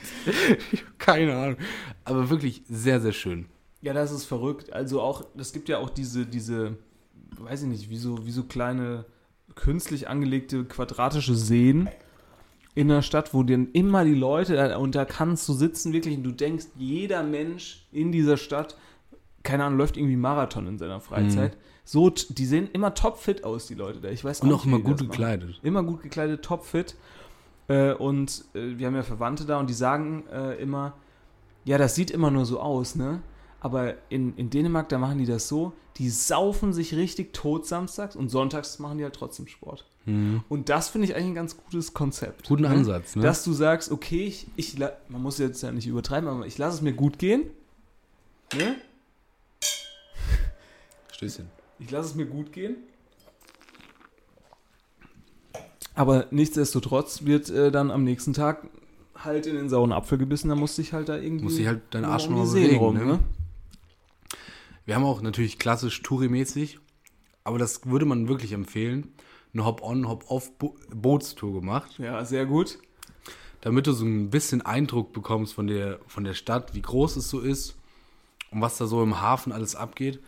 S4: Keine Ahnung. Aber wirklich sehr, sehr schön.
S3: Ja, das ist verrückt. Also auch, es gibt ja auch diese, diese, weiß ich nicht, wie so, wie so kleine künstlich angelegte quadratische Seen in der Stadt, wo dann immer die Leute, und da kannst du sitzen wirklich und du denkst, jeder Mensch in dieser Stadt, keine Ahnung, läuft irgendwie Marathon in seiner Freizeit. So, t- die sehen immer topfit aus, die Leute da. Ich weiß
S4: Mhm. Und
S3: nicht,
S4: auch immer
S3: wie die
S4: gut
S3: das machen.
S4: gekleidet.
S3: Immer gut gekleidet, topfit. Äh, und äh, wir haben ja Verwandte da und die sagen äh, immer, ja, das sieht immer nur so aus, ne? Aber in, in Dänemark, da machen die das so, die saufen sich richtig tot samstags und sonntags machen die halt trotzdem Sport. Und das finde ich eigentlich ein ganz gutes Konzept.
S4: Mhm. Guten Ansatz, ne?
S3: Dass du sagst, okay, ich, ich la- man muss jetzt ja nicht übertreiben, aber ich lasse es mir gut gehen. Ne?
S4: Stößchen.
S3: Ich lasse es mir gut gehen. Aber nichtsdestotrotz wird äh, dann am nächsten Tag halt in den sauren Apfel gebissen, da musste ich halt da irgendwie.
S4: Musst dich halt deinen
S3: nur
S4: Arsch
S3: um
S4: noch
S3: die
S4: mal
S3: Seen
S4: bewegen,
S3: rum,
S4: ne? Wir haben auch natürlich klassisch Touri-mäßig, aber das würde man wirklich empfehlen, eine Hop-on, Hop-off-Bootstour gemacht,
S3: Ja, sehr gut.
S4: damit du so ein bisschen Eindruck bekommst von der, von der Stadt, wie groß es so ist und was da so im Hafen alles abgeht.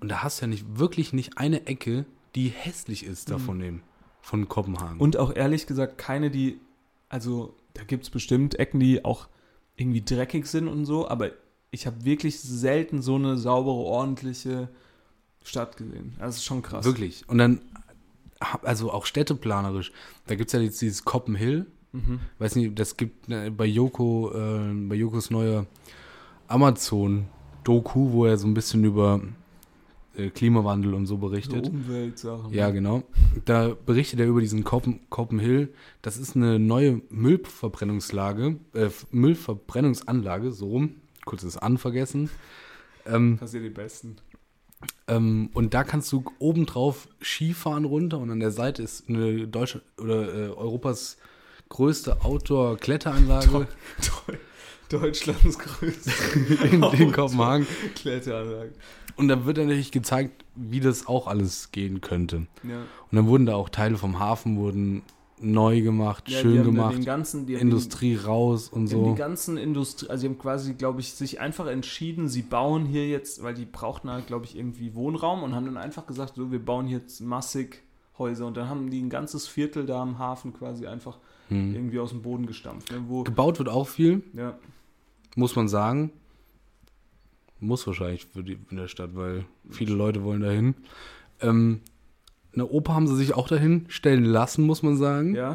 S4: Und da hast du ja nicht, wirklich nicht eine Ecke, die hässlich ist davon dem, von Kopenhagen.
S3: Und auch ehrlich gesagt, keine, die, also da gibt es bestimmt Ecken, die auch irgendwie dreckig sind und so, aber ich habe wirklich selten so eine saubere, ordentliche Stadt gesehen. Das ist schon krass.
S4: Wirklich. Und dann, hab- also auch städteplanerisch, da gibt es ja jetzt dieses Coppen Hill. Weiß nicht, das gibt äh, bei Joko, äh, bei Jokos neue Amazon-Doku, wo er so ein bisschen über äh, Klimawandel und so
S3: So
S4: berichtet.
S3: Umweltsachen.
S4: Ja, genau. Da berichtet er über diesen Coppen, Coppen Hill. Das ist eine neue Müllverbrennungslage, äh, Müllverbrennungsanlage, so rum. Kurzes An vergessen. Ähm,
S3: Das sind die Besten.
S4: ähm, und da kannst du obendrauf Skifahren runter und an der Seite ist eine deutsche oder äh, Europas größte Outdoor-Kletteranlage
S3: Deutschlands größte
S4: in, in Kopenhagen.
S3: Kletteranlage.
S4: Und da wird dann natürlich gezeigt, wie das auch alles gehen könnte. Und
S3: Ja.
S4: dann wurden da auch Teile vom Hafen wurden neu gemacht,
S3: Ja, die haben
S4: schön
S3: da
S4: gemacht,
S3: Den ganzen, die haben
S4: Industrie raus und
S3: Die, die haben
S4: so.
S3: die ganzen Industrie, also die haben quasi, glaube ich, sich einfach entschieden, sie bauen hier jetzt, weil die brauchten halt, glaube ich, irgendwie Wohnraum und haben dann einfach gesagt, so, wir bauen hier jetzt massig Häuser und dann haben die ein ganzes Viertel da am Hafen quasi einfach
S4: Hm.
S3: irgendwie aus dem Boden gestampft. Ne, wo,
S4: Gebaut wird auch viel,
S3: ja,
S4: muss man sagen. Muss wahrscheinlich für die, in der Stadt, weil viele Leute wollen dahin. Ähm, eine Oper haben sie sich auch dahin stellen lassen, muss man sagen.
S3: ja,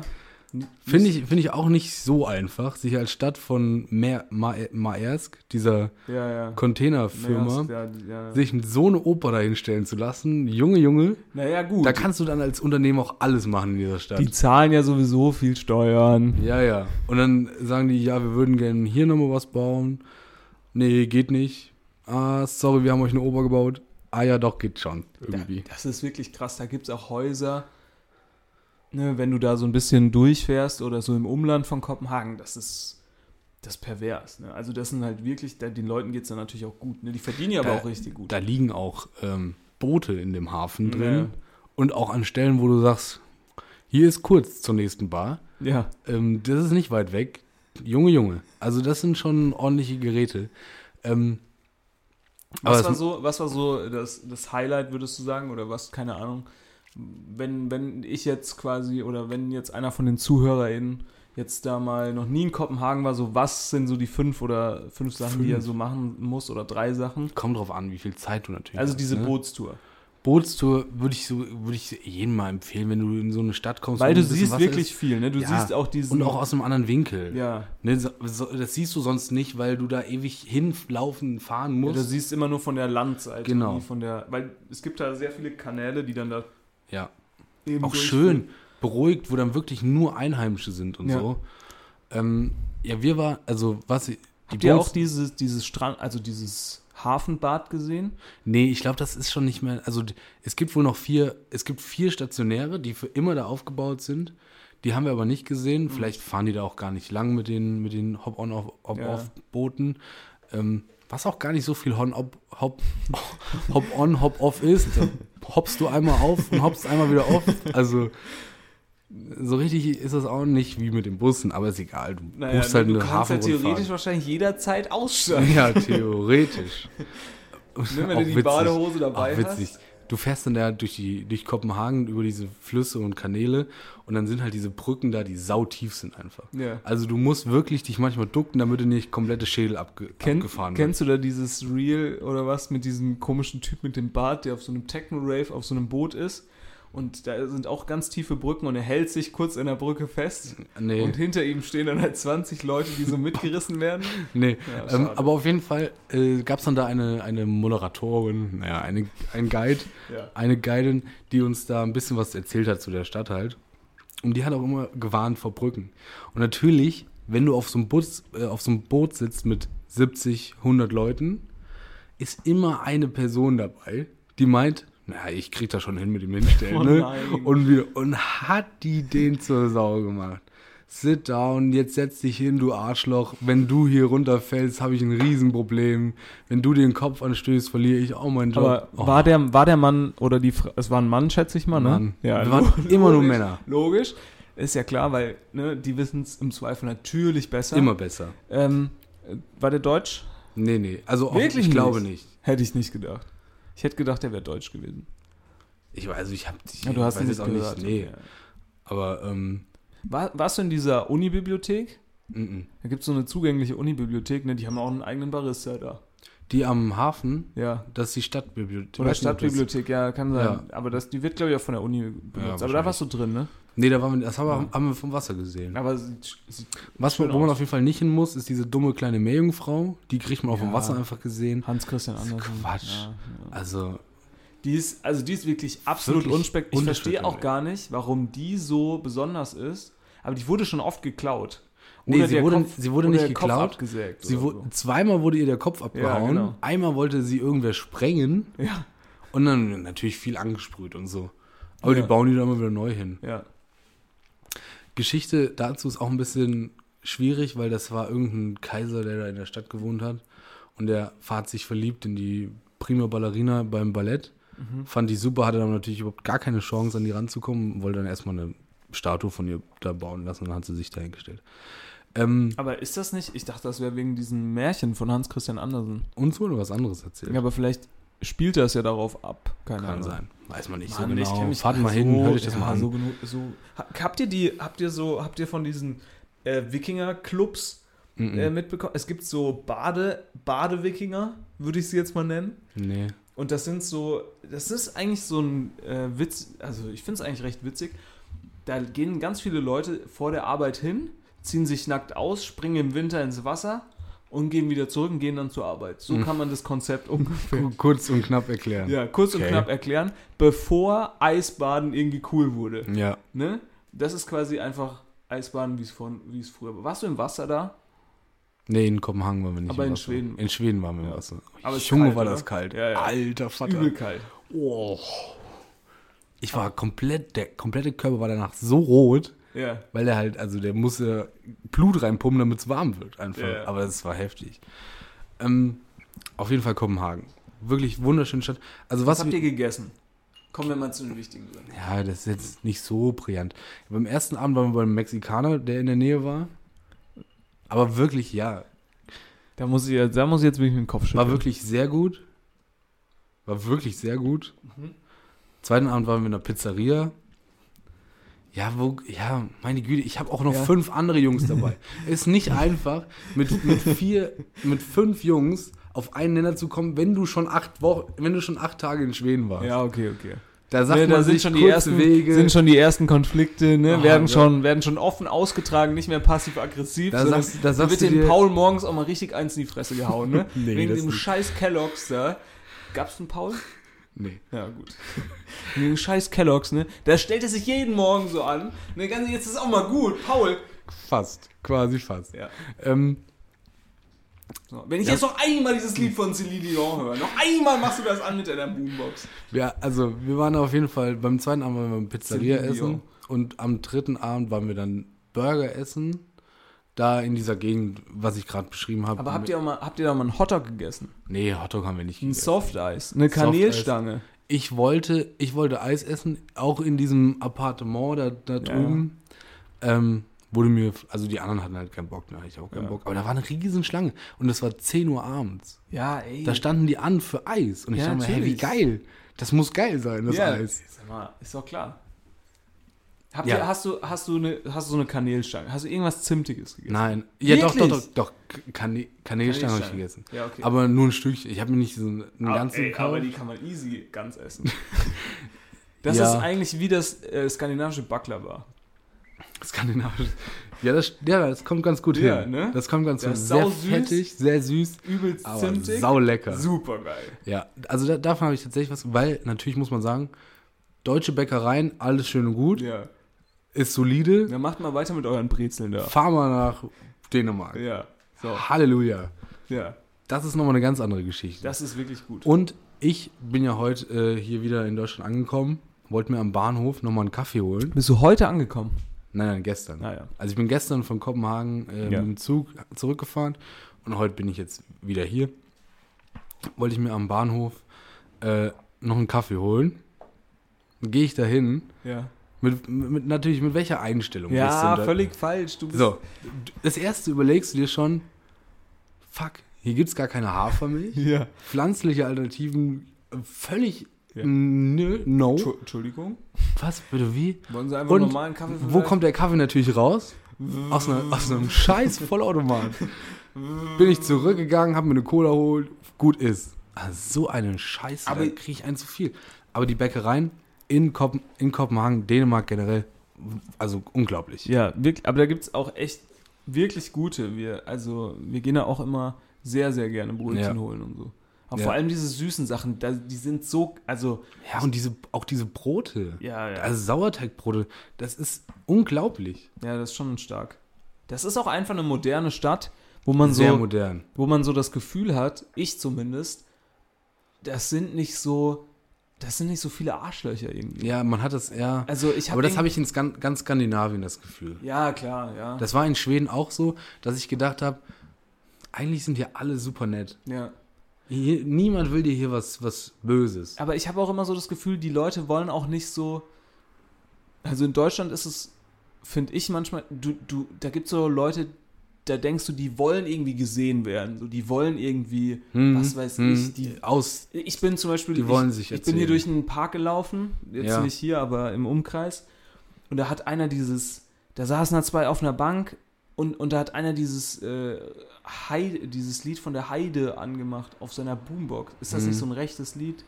S4: Finde ich, finde ich auch nicht so einfach, sich als Stadt von Mer, Ma, Maersk, dieser
S3: ja, ja.
S4: Containerfirma,
S3: Ja, ja, ja.
S4: sich so eine Oper dahin stellen zu lassen. Junge, Junge,
S3: Naja, gut.
S4: da kannst du dann als Unternehmen auch alles machen in dieser Stadt.
S3: die zahlen ja sowieso viel Steuern.
S4: Ja, ja. Und dann sagen die, ja, wir würden gerne hier nochmal was bauen. Nee, geht nicht. Ah, sorry, wir haben euch eine Oper gebaut. Ah ja, doch, geht schon. Irgendwie.
S3: Das ist wirklich krass. Da gibt es auch Häuser, ne, wenn du da so ein bisschen durchfährst oder so im Umland von Kopenhagen, das ist, das ist pervers. Ne? Also das sind halt wirklich, da, den Leuten geht es dann natürlich auch gut. Ne? Die verdienen ja aber
S4: Da-
S3: auch richtig gut.
S4: Da liegen auch ähm, Boote in dem Hafen drin.
S3: Ja.
S4: Und auch an Stellen, wo du sagst, hier ist kurz zur nächsten Bar.
S3: ja,
S4: Ähm, das ist nicht weit weg. Junge, Junge. Also das sind schon ordentliche Geräte. Ähm, aber
S3: was
S4: es-
S3: war so, was war so das, das Highlight, würdest du sagen, oder was, keine Ahnung, wenn, wenn ich jetzt quasi, oder wenn jetzt einer von den ZuhörerInnen jetzt da mal noch nie in Kopenhagen war, so was sind so die fünf oder fünf Sachen, die er so machen muss, oder drei Sachen?
S4: kommt drauf an, wie viel Zeit du natürlich
S3: Also
S4: hast,
S3: diese
S4: ne?
S3: Bootstour.
S4: Bootstour würde ich so würde ich jedem mal empfehlen, wenn du in so eine Stadt kommst.
S3: Weil du
S4: wo ein bisschen
S3: siehst
S4: Wasser
S3: wirklich
S4: ist.
S3: viel, ne? Du
S4: Ja,
S3: siehst auch diesen.
S4: und auch aus einem anderen Winkel.
S3: ja.
S4: Ne, so, so, das siehst du sonst nicht, weil du da ewig hinlaufen, fahren
S3: ja.
S4: musst.
S3: Du siehst immer nur von der Landseite.
S4: Genau.
S3: nie Von der, weil es gibt da sehr viele Kanäle, die dann da
S4: ja,
S3: eben.
S4: auch
S3: durch-
S4: schön beruhigt, wo dann wirklich nur Einheimische sind und
S3: Ja.
S4: so. Ähm, ja, wir war also was die
S3: Habt ihr auch
S4: Boots-
S3: dieses, dieses Strand, also dieses Hafenbad gesehen?
S4: Nee, ich glaube, das ist schon nicht mehr. Also d- es gibt wohl noch vier, es gibt vier Stationäre, die für immer da aufgebaut sind. Die haben wir aber nicht
S3: Hm.
S4: gesehen. Vielleicht fahren die da auch gar nicht lang mit den, mit den Hop-on, Hop-off-Booten. Ähm, was auch gar nicht so viel Hon- Hop- Hop- Hop-on, Hop-off ist. Dann hoppst du einmal auf und hoppst einmal wieder auf. Also so richtig ist das auch nicht wie mit den Bussen, aber ist egal. Du buchst halt
S3: du
S4: eine
S3: kannst ja theoretisch
S4: Hafenrundfahrt.
S3: wahrscheinlich jederzeit aussteigen,
S4: Ja, theoretisch.
S3: ne, wenn
S4: Auch
S3: du die
S4: witzig.
S3: Badehose
S4: Ach,
S3: dabei
S4: witzig.
S3: hast.
S4: Du fährst dann da durch, die, durch Kopenhagen über diese Flüsse und Kanäle und dann sind halt diese Brücken da, die sautief sind einfach.
S3: Ja.
S4: Also du musst wirklich dich manchmal ducken, damit du nicht komplette Schädel abge
S3: Kenn,
S4: abgefahren
S3: kennst du da dieses Reel oder was mit diesem komischen Typ mit dem Bart, der auf so einem Techno-Rave auf so einem Boot ist? Und da sind auch ganz tiefe Brücken und er hält sich kurz an der Brücke fest.
S4: Nee.
S3: Und hinter ihm stehen dann halt 20 Leute, die so mitgerissen werden.
S4: Nee,
S3: Ja,
S4: ähm,
S3: schade.
S4: aber auf jeden Fall äh, gab es dann da eine, eine Moderatorin, naja, eine, ein Guide,
S3: Ja.
S4: eine Guidin, die uns da ein bisschen was erzählt hat zu der Stadt halt. Und die hat auch immer gewarnt vor Brücken. Und natürlich, wenn du auf so einem, Bus, äh, auf so einem Boot sitzt mit 70, 100 Leuten, ist immer eine Person dabei, die meint, naja, ich krieg das schon hin mit dem Hinstellen.
S3: Oh
S4: ne?
S3: nein.
S4: Und, wir, und hat die den zur Sau gemacht. sit down, jetzt setz dich hin, du Arschloch. Wenn du hier runterfällst, habe ich ein Riesenproblem. Wenn du dir den Kopf anstößt, verliere ich auch meinen Job.
S3: Aber
S4: oh,
S3: war, der, war der Mann oder die Frau, es war ein Mann, schätze ich mal, ne?
S4: Mann.
S3: Ja,
S4: Wir waren
S3: logisch,
S4: immer nur Männer.
S3: Logisch. Ist ja klar, weil ne, die wissen es im Zweifel natürlich besser.
S4: immer besser.
S3: Ähm, äh, war der deutsch?
S4: Nee, nee. Also auch,
S3: Wirklich
S4: ich glaube
S3: nicht?
S4: nicht.
S3: Hätte ich nicht gedacht. Ich hätte gedacht, der wäre deutsch gewesen.
S4: Ich weiß, also ich habe dich.
S3: Ja, du hast
S4: weiß
S3: ihn
S4: jetzt
S3: nicht gehört.
S4: Nee,
S3: Ja.
S4: aber ähm,
S3: War, warst du in dieser Uni-Bibliothek?
S4: mm, mm.
S3: Da gibt es so eine zugängliche Uni-Bibliothek, ne? Die haben auch einen eigenen Barista da.
S4: die am Hafen,
S3: Ja.
S4: das ist die Stadtbibliothek.
S3: Oder
S4: Weißt du, ob das-
S3: Stadtbibliothek, ja, kann sein. Aber das, die wird, glaube ich, auch von der Uni benutzt. Aber da
S4: wahrscheinlich.
S3: warst du drin, ne?
S4: Nee, da waren wir, das haben wir, haben wir vom Wasser gesehen.
S3: Aber sieht, sieht
S4: Was,
S3: schön
S4: wo man
S3: aus.
S4: auf jeden Fall nicht hin muss, ist diese dumme kleine Meerjungfrau. Die kriegt man auch vom
S3: Ja.
S4: Wasser einfach gesehen.
S3: Hans-Christian
S4: Das ist
S3: Andersen.
S4: Quatsch.
S3: Ja.
S4: Also,
S3: Die ist, also die ist wirklich absolut
S4: Wirklich
S3: unspektakulär. Ich verstehe auch gar
S4: unspektakulär.
S3: nicht, warum die so besonders ist. Aber die wurde schon oft geklaut.
S4: Nee, sie
S3: der
S4: wurde- sie wurde
S3: oder
S4: nicht
S3: der Kopf
S4: geklaut.
S3: abgesägt
S4: sie
S3: oder
S4: wu- zweimal wurde ihr der Kopf abgehauen.
S3: genau.
S4: Einmal wollte sie irgendwer sprengen.
S3: so. Ja,
S4: Und dann natürlich viel angesprüht und so. Aber
S3: Ja.
S4: die bauen die da immer wieder neu hin.
S3: ja.
S4: Geschichte dazu ist auch ein bisschen schwierig, weil das war irgendein Kaiser, der da in der Stadt gewohnt hat. Und der hat sich verliebt in die prima Ballerina beim Ballett.
S3: Mhm.
S4: Fand die super, hatte dann natürlich überhaupt gar keine Chance, an die ranzukommen. Wollte dann erstmal eine Statue von ihr da bauen lassen und dann hat sie sich dahingestellt. Ähm,
S3: Aber ist das nicht? Ich dachte, das wäre wegen diesem Märchen von Hans-Christian Andersen.
S4: uns wurde was anderes erzählt.
S3: Ja, aber vielleicht spielt das ja darauf ab. Keine
S4: Kann
S3: Ahnung.
S4: sein. Weiß man nicht
S3: Mann,
S4: so
S3: ich
S4: genau.
S3: kenn mich
S4: Fahrt
S3: da
S4: mal
S3: so-
S4: hin, hört euch das
S3: ja,
S4: mal an.
S3: So, genu- so. Ha- Habt ihr die, habt ihr so, habt ihr von diesen äh, Wikinger-Clubs äh, mitbekommen? Es gibt so Bade, Bade-Wikinger, würde ich sie jetzt mal nennen.
S4: nee.
S3: Und das sind so, das ist eigentlich so ein äh, Witz, also ich finde es eigentlich recht witzig. Da gehen ganz viele Leute vor der Arbeit hin, ziehen sich nackt aus, springen im Winter ins Wasser und gehen wieder zurück und gehen dann zur Arbeit.
S4: Mm.
S3: So kann man das Konzept ungefähr.
S4: Kurz und knapp erklären.
S3: ähm. Ja, kurz und
S4: Okay.
S3: knapp erklären, bevor Eisbaden irgendwie cool wurde.
S4: ja.
S3: Ne? Das ist quasi einfach Eisbaden, wie es von- wie es früher war. Warst du im Wasser da?
S4: Nee, in Kopenhagen waren wir nicht.
S3: Aber
S4: im
S3: in
S4: Wasser.
S3: Schweden.
S4: In Schweden waren wir im Wasser.
S3: Aber es ist
S4: Junge,
S3: kalt,
S4: war
S3: oder?
S4: das kalt.
S3: Ja, ja.
S4: Alter Vater.
S3: Übel kalt.
S4: Oh. Ich war komplett, der komplette Körper war danach so rot,
S3: Ja.
S4: weil er halt, also der musste Blut reinpumpen, damit es warm wird einfach.
S3: Ja, ja.
S4: Aber es war heftig. Ähm, auf jeden Fall Kopenhagen. Wirklich wunderschöne Stadt. Also was,
S3: Was habt ihr gegessen? Kommen wir mal zu den wichtigen Sachen.
S4: ja, das ist jetzt nicht so brillant. Beim ersten Abend waren wir beim Mexikaner, der in der Nähe war. Aber wirklich, ja,
S3: Da muss ich, jetzt- da muss ich jetzt wirklich mit dem Kopf schütteln.
S4: War wirklich sehr gut. War wirklich sehr gut.
S3: Mhm.
S4: Zweiten Abend waren wir in der Pizzeria. Ja, wo, ja, meine Güte, ich habe auch noch
S3: Ja.
S4: fünf andere Jungs dabei. Ist nicht einfach, mit, mit vier, mit fünf Jungs auf einen Nenner zu kommen, wenn du schon acht Wochen, wenn du schon acht Tage in Schweden warst.
S3: Ja, okay, okay.
S4: Da sagt
S3: Ne,
S4: man
S3: da sind
S4: sich
S3: schon,
S4: kurze
S3: die ersten,
S4: Wege.
S3: sind schon die ersten Konflikte, ne?
S4: Aha,
S3: werden,
S4: ja.
S3: schon, werden schon offen ausgetragen, nicht mehr passiv-aggressiv.
S4: Da
S3: sondern
S4: sagst- da sagst
S3: wird
S4: du
S3: den
S4: dir-
S3: Paul morgens auch mal richtig eins in die Fresse gehauen. Ne?
S4: Nee,
S3: Wegen
S4: das
S3: dem
S4: nicht.
S3: scheiß Kelloggs da. Gab's einen Paul?
S4: nee.
S3: Ja, gut. Wegen dem scheiß Kelloggs, ne? Da stellt er sich jeden Morgen so an. Ne, ganz, jetzt ist auch mal gut, Paul.
S4: Fast, quasi fast.
S3: Ja.
S4: Ähm,
S3: So, wenn ich jetzt noch einmal dieses Lied von Celine Dion höre, noch einmal machst du das an mit deiner Boombox.
S4: Ja, also wir waren auf jeden Fall beim zweiten Abend waren wir Pizzeria
S3: Celine Dion.
S4: essen und am dritten Abend waren wir dann Burger essen, da in dieser Gegend, was ich gerade beschrieben habe.
S3: Aber habt ihr, auch mal, habt ihr da mal einen Hotdog gegessen?
S4: Nee, Hotdog haben wir nicht
S3: Ein
S4: gegessen.
S3: Soft Eis, eine Kanelstange.
S4: Ich wollte, ich wollte Eis essen, auch in diesem Appartement da, da drüben. Ähm, wurde mir, also die anderen hatten halt keinen Bock, da hatte ich auch keinen Bock. Aber da war eine riesen Schlange und es war 10 Uhr abends.
S3: Ja, ey.
S4: Da standen die an für Eis und ich
S3: Ja,
S4: dachte mir, hey, wie
S3: natürlich.
S4: geil. Das muss geil sein, das
S3: ja,
S4: Eis.
S3: Sag mal, ist doch klar. Habt
S4: Ja.
S3: ihr, hast du, hast du eine, hast du so eine Kanelstange? Hast du irgendwas Zimtiges gegessen?
S4: Nein. Ja, doch, doch, doch,
S3: Wirklich?
S4: doch. Kanä Kanälstein habe ich
S3: Kanälstein.
S4: gegessen.
S3: Ja, okay.
S4: Aber nur ein Stückchen. Ich habe mir nicht so einen ganzen
S3: Ah, ey, aber
S4: gekauft.
S3: die kann man easy ganz essen. Das
S4: Ja.
S3: ist eigentlich wie das äh, skandinavische Baklava.
S4: Skandinavisch. Ja das, ja, das kommt ganz gut
S3: Ja,
S4: hin.
S3: ne?
S4: Das kommt ganz
S3: Das
S4: gut.
S3: ist
S4: Sehr
S3: sausüß.
S4: fettig, sehr süß.
S3: Übelst
S4: Aber
S3: zimtig.
S4: saulecker.
S3: Super geil.
S4: Ja, also da, davon habe ich tatsächlich was, weil natürlich muss man sagen, deutsche Bäckereien, alles schön und gut,
S3: Ja.
S4: ist solide.
S3: Dann macht mal weiter mit euren Brezeln da.
S4: Fahr mal nach Dänemark.
S3: Ja. So.
S4: Halleluja.
S3: Ja.
S4: Das ist nochmal eine ganz andere Geschichte.
S3: Das ist wirklich gut.
S4: Und ich bin ja heute äh, hier wieder in Deutschland angekommen, wollte mir am Bahnhof nochmal einen Kaffee holen.
S3: Bist du heute angekommen?
S4: Nein, nein, gestern.
S3: Ah, ja.
S4: Also ich bin gestern von Kopenhagen äh,
S3: Ja.
S4: mit dem Zug zurückgefahren und heute bin ich jetzt wieder hier. Wollte ich mir am Bahnhof äh, noch einen Kaffee holen. Gehe ich dahin.
S3: Ja,
S4: Mit, mit, natürlich, mit welcher Einstellung gehst du
S3: ja
S4: denn da-
S3: völlig falsch. Du bist
S4: So, das erste überlegst du dir schon, fuck, hier gibt es gar keine Hafermilch.
S3: Ja.
S4: Pflanzliche Alternativen äh, völlig
S3: Ja.
S4: nö, no.
S3: Entschu- Entschuldigung.
S4: Was, bitte wie?
S3: Wollen Sie einfach
S4: Und
S3: normalen Kaffee
S4: wo kommt der Kaffee natürlich raus? Aus, einer, aus einem scheiß Vollautomat. Bin ich zurückgegangen, habe mir eine Cola geholt, gut ist. Ah, so eine Scheiße,
S3: Aber-
S4: aber kriege ich einen zu viel. Aber die Bäckereien in, Kopen, in Kopenhagen, Dänemark generell, also unglaublich.
S3: Ja, wirklich, aber da gibt es auch echt wirklich gute. Wir, also, wir gehen da auch immer sehr, sehr gerne Brötchen
S4: Ja.
S3: holen und so. Aber
S4: Ja.
S3: vor allem diese süßen Sachen, da, die sind so, also,
S4: Ja, und diese, auch diese Brote.
S3: ja, ja,
S4: Also Sauerteigbrote, das ist unglaublich.
S3: ja, das ist schon stark. Das ist auch einfach eine moderne Stadt, wo man so,
S4: Sehr modern.
S3: wo man so das Gefühl hat, ich zumindest, das sind nicht so, das sind nicht so viele Arschlöcher irgendwie.
S4: Ja, man hat das eher.
S3: Also ich habe
S4: aber das habe ich in Skan ganz Skandinavien das Gefühl.
S3: ja klar, ja,
S4: Das war in Schweden auch so, dass ich gedacht habe, eigentlich sind hier alle super nett.
S3: ja.
S4: Hier, niemand will dir hier was, was Böses.
S3: Aber ich habe auch immer so das Gefühl, die Leute wollen auch nicht so. Also in Deutschland ist es, finde ich manchmal, du, du, da gibt es so Leute, da denkst du, die wollen irgendwie gesehen werden. So, die wollen irgendwie,
S4: Hm,
S3: was weiß
S4: hm,
S3: ich, die.
S4: Aus.
S3: Ich bin zum Beispiel,
S4: Die
S3: ich,
S4: wollen sich
S3: ich bin hier
S4: erzählen.
S3: durch einen Park gelaufen, jetzt
S4: Ja.
S3: nicht hier, aber im Umkreis. Und da hat einer dieses, da saßen da zwei auf einer Bank und, und da hat einer dieses äh, Heide, dieses Lied von der Heide angemacht auf seiner Boombox. Ist das
S4: Mhm.
S3: nicht so ein rechtes Lied?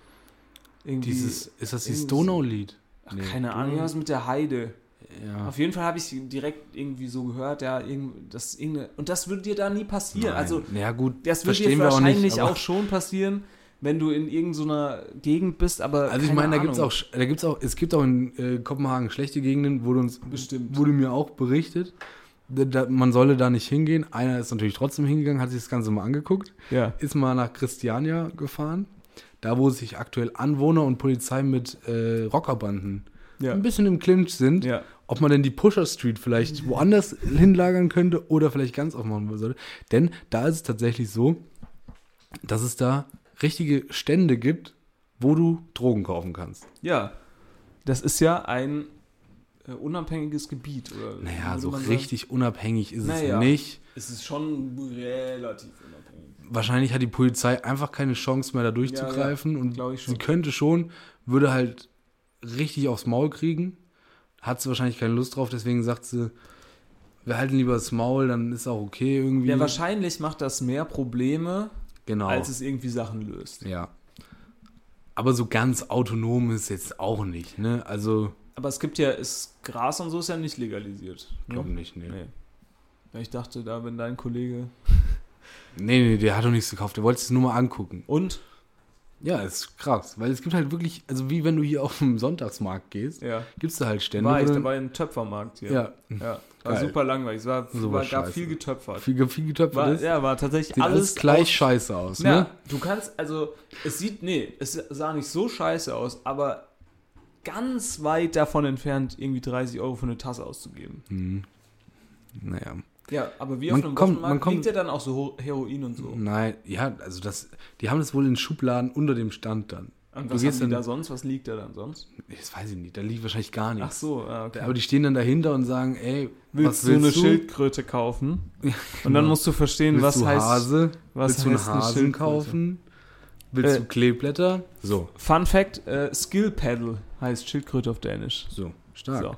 S3: Irgendwie,
S4: Dieses, ist das dieses
S3: irgendwie-
S4: Donau-Lied?
S3: ach,
S4: Nee,
S3: keine Ahnung,
S4: Donau-
S3: was mit der Heide.
S4: Ja.
S3: Auf jeden Fall habe ich direkt irgendwie so gehört, ja, irgend, das irgendeine, und das würde dir da nie passieren.
S4: Nein.
S3: Also
S4: ja, gut.
S3: das wird dir
S4: verstehen wir auch nicht,
S3: wahrscheinlich auch,
S4: aber-
S3: schon passieren, wenn du in irgendeiner Gegend bist, aber.
S4: Also ich
S3: keine
S4: meine, da gibt's
S3: Ahnung.
S4: auch, sch- da gibt's auch, es gibt auch in äh, Kopenhagen schlechte Gegenden, wurde uns,
S3: Bestimmt.
S4: wurde mir auch berichtet, da, da, man solle da nicht hingehen. Einer ist natürlich trotzdem hingegangen, hat sich das Ganze mal angeguckt,
S3: Ja.
S4: ist mal nach Christiania gefahren, da wo sich aktuell Anwohner und Polizei mit äh, Rockerbanden
S3: Ja.
S4: ein bisschen im Clinch sind,
S3: Ja.
S4: ob man denn die Pusher Street vielleicht woanders hinlagern könnte oder vielleicht ganz aufmachen sollte. Denn da ist es tatsächlich so, dass es da richtige Stände gibt, wo du Drogen kaufen kannst.
S3: Ja. Das ist ja ein äh, unabhängiges Gebiet, oder?
S4: Naja,
S3: würde
S4: so
S3: Also man
S4: richtig unabhängig ist
S3: Naja.
S4: es nicht.
S3: Sagen, es ist schon relativ unabhängig.
S4: Wahrscheinlich hat die Polizei einfach keine Chance mehr, da durchzugreifen.
S3: ja, glaub
S4: und
S3: ich schon.
S4: sie könnte schon, würde halt richtig aufs Maul kriegen. Hat sie wahrscheinlich keine Lust drauf, deswegen sagt sie, wir halten lieber das Maul, dann ist auch okay irgendwie.
S3: Ja, wahrscheinlich macht das mehr Probleme,
S4: Genau.
S3: als es irgendwie Sachen löst.
S4: ja. Aber so ganz autonom ist jetzt auch nicht, ne? Also,
S3: Aber es gibt ja, ist Gras und so ist ja nicht legalisiert. ne?
S4: glaube nicht, ne?
S3: Nee. Ja, ich dachte da, wenn dein Kollege.
S4: Nee, nee, der hat doch nichts gekauft, der wollte es nur mal angucken.
S3: Und?
S4: Ja, ist krass, weil es gibt halt wirklich, also wie wenn du hier auf dem Sonntagsmarkt gehst,
S3: Ja.
S4: gibt es da halt Stände.
S3: War
S4: wo
S3: ich,
S4: dann-
S3: da war ich im Töpfermarkt hier.
S4: ja,
S3: Ja, war
S4: Geil.
S3: super langweilig. Es war,
S4: Super
S3: war, gab
S4: scheiße.
S3: viel getöpfert.
S4: viel, viel getöpft
S3: War,
S4: ist.
S3: ja, war tatsächlich
S4: Sieht alles,
S3: alles
S4: gleich
S3: aus-
S4: scheiße aus,
S3: Na,
S4: ne?
S3: du kannst, also, es sieht, nee, es sah nicht so scheiße aus, aber ganz weit davon entfernt, irgendwie 30 Euro für eine Tasse auszugeben.
S4: Naja.
S3: Ja, aber wie
S4: Hm. Man
S3: auf einem
S4: kommt-
S3: Wochenmarkt
S4: man kommt-
S3: liegt ja dann auch so Ho- Heroin und so.
S4: Nein, ja, also das, die haben das wohl in Schubladen unter dem Stand dann.
S3: Und
S4: Du
S3: was
S4: gehst
S3: haben die da
S4: dann-
S3: sonst? Was liegt da dann sonst?
S4: Das weiß ich nicht, da liegt wahrscheinlich gar
S3: Ach
S4: nichts.
S3: so, ah, okay.
S4: Aber die stehen dann dahinter und sagen, ey,
S3: Willst,
S4: was willst
S3: du eine
S4: du? genau.
S3: Schildkröte kaufen? Und dann musst du verstehen,
S4: willst
S3: was
S4: du
S3: heißt.
S4: Hase?
S3: was
S4: willst du
S3: heißt eine
S4: einen Hasen
S3: Schildkröte?
S4: kaufen? Willst
S3: Äh.
S4: du Kleeblätter? So,
S3: Fun Fact: äh, Skill Paddle heißt Schildkröte auf Dänisch.
S4: so, stark.
S3: So.
S4: So.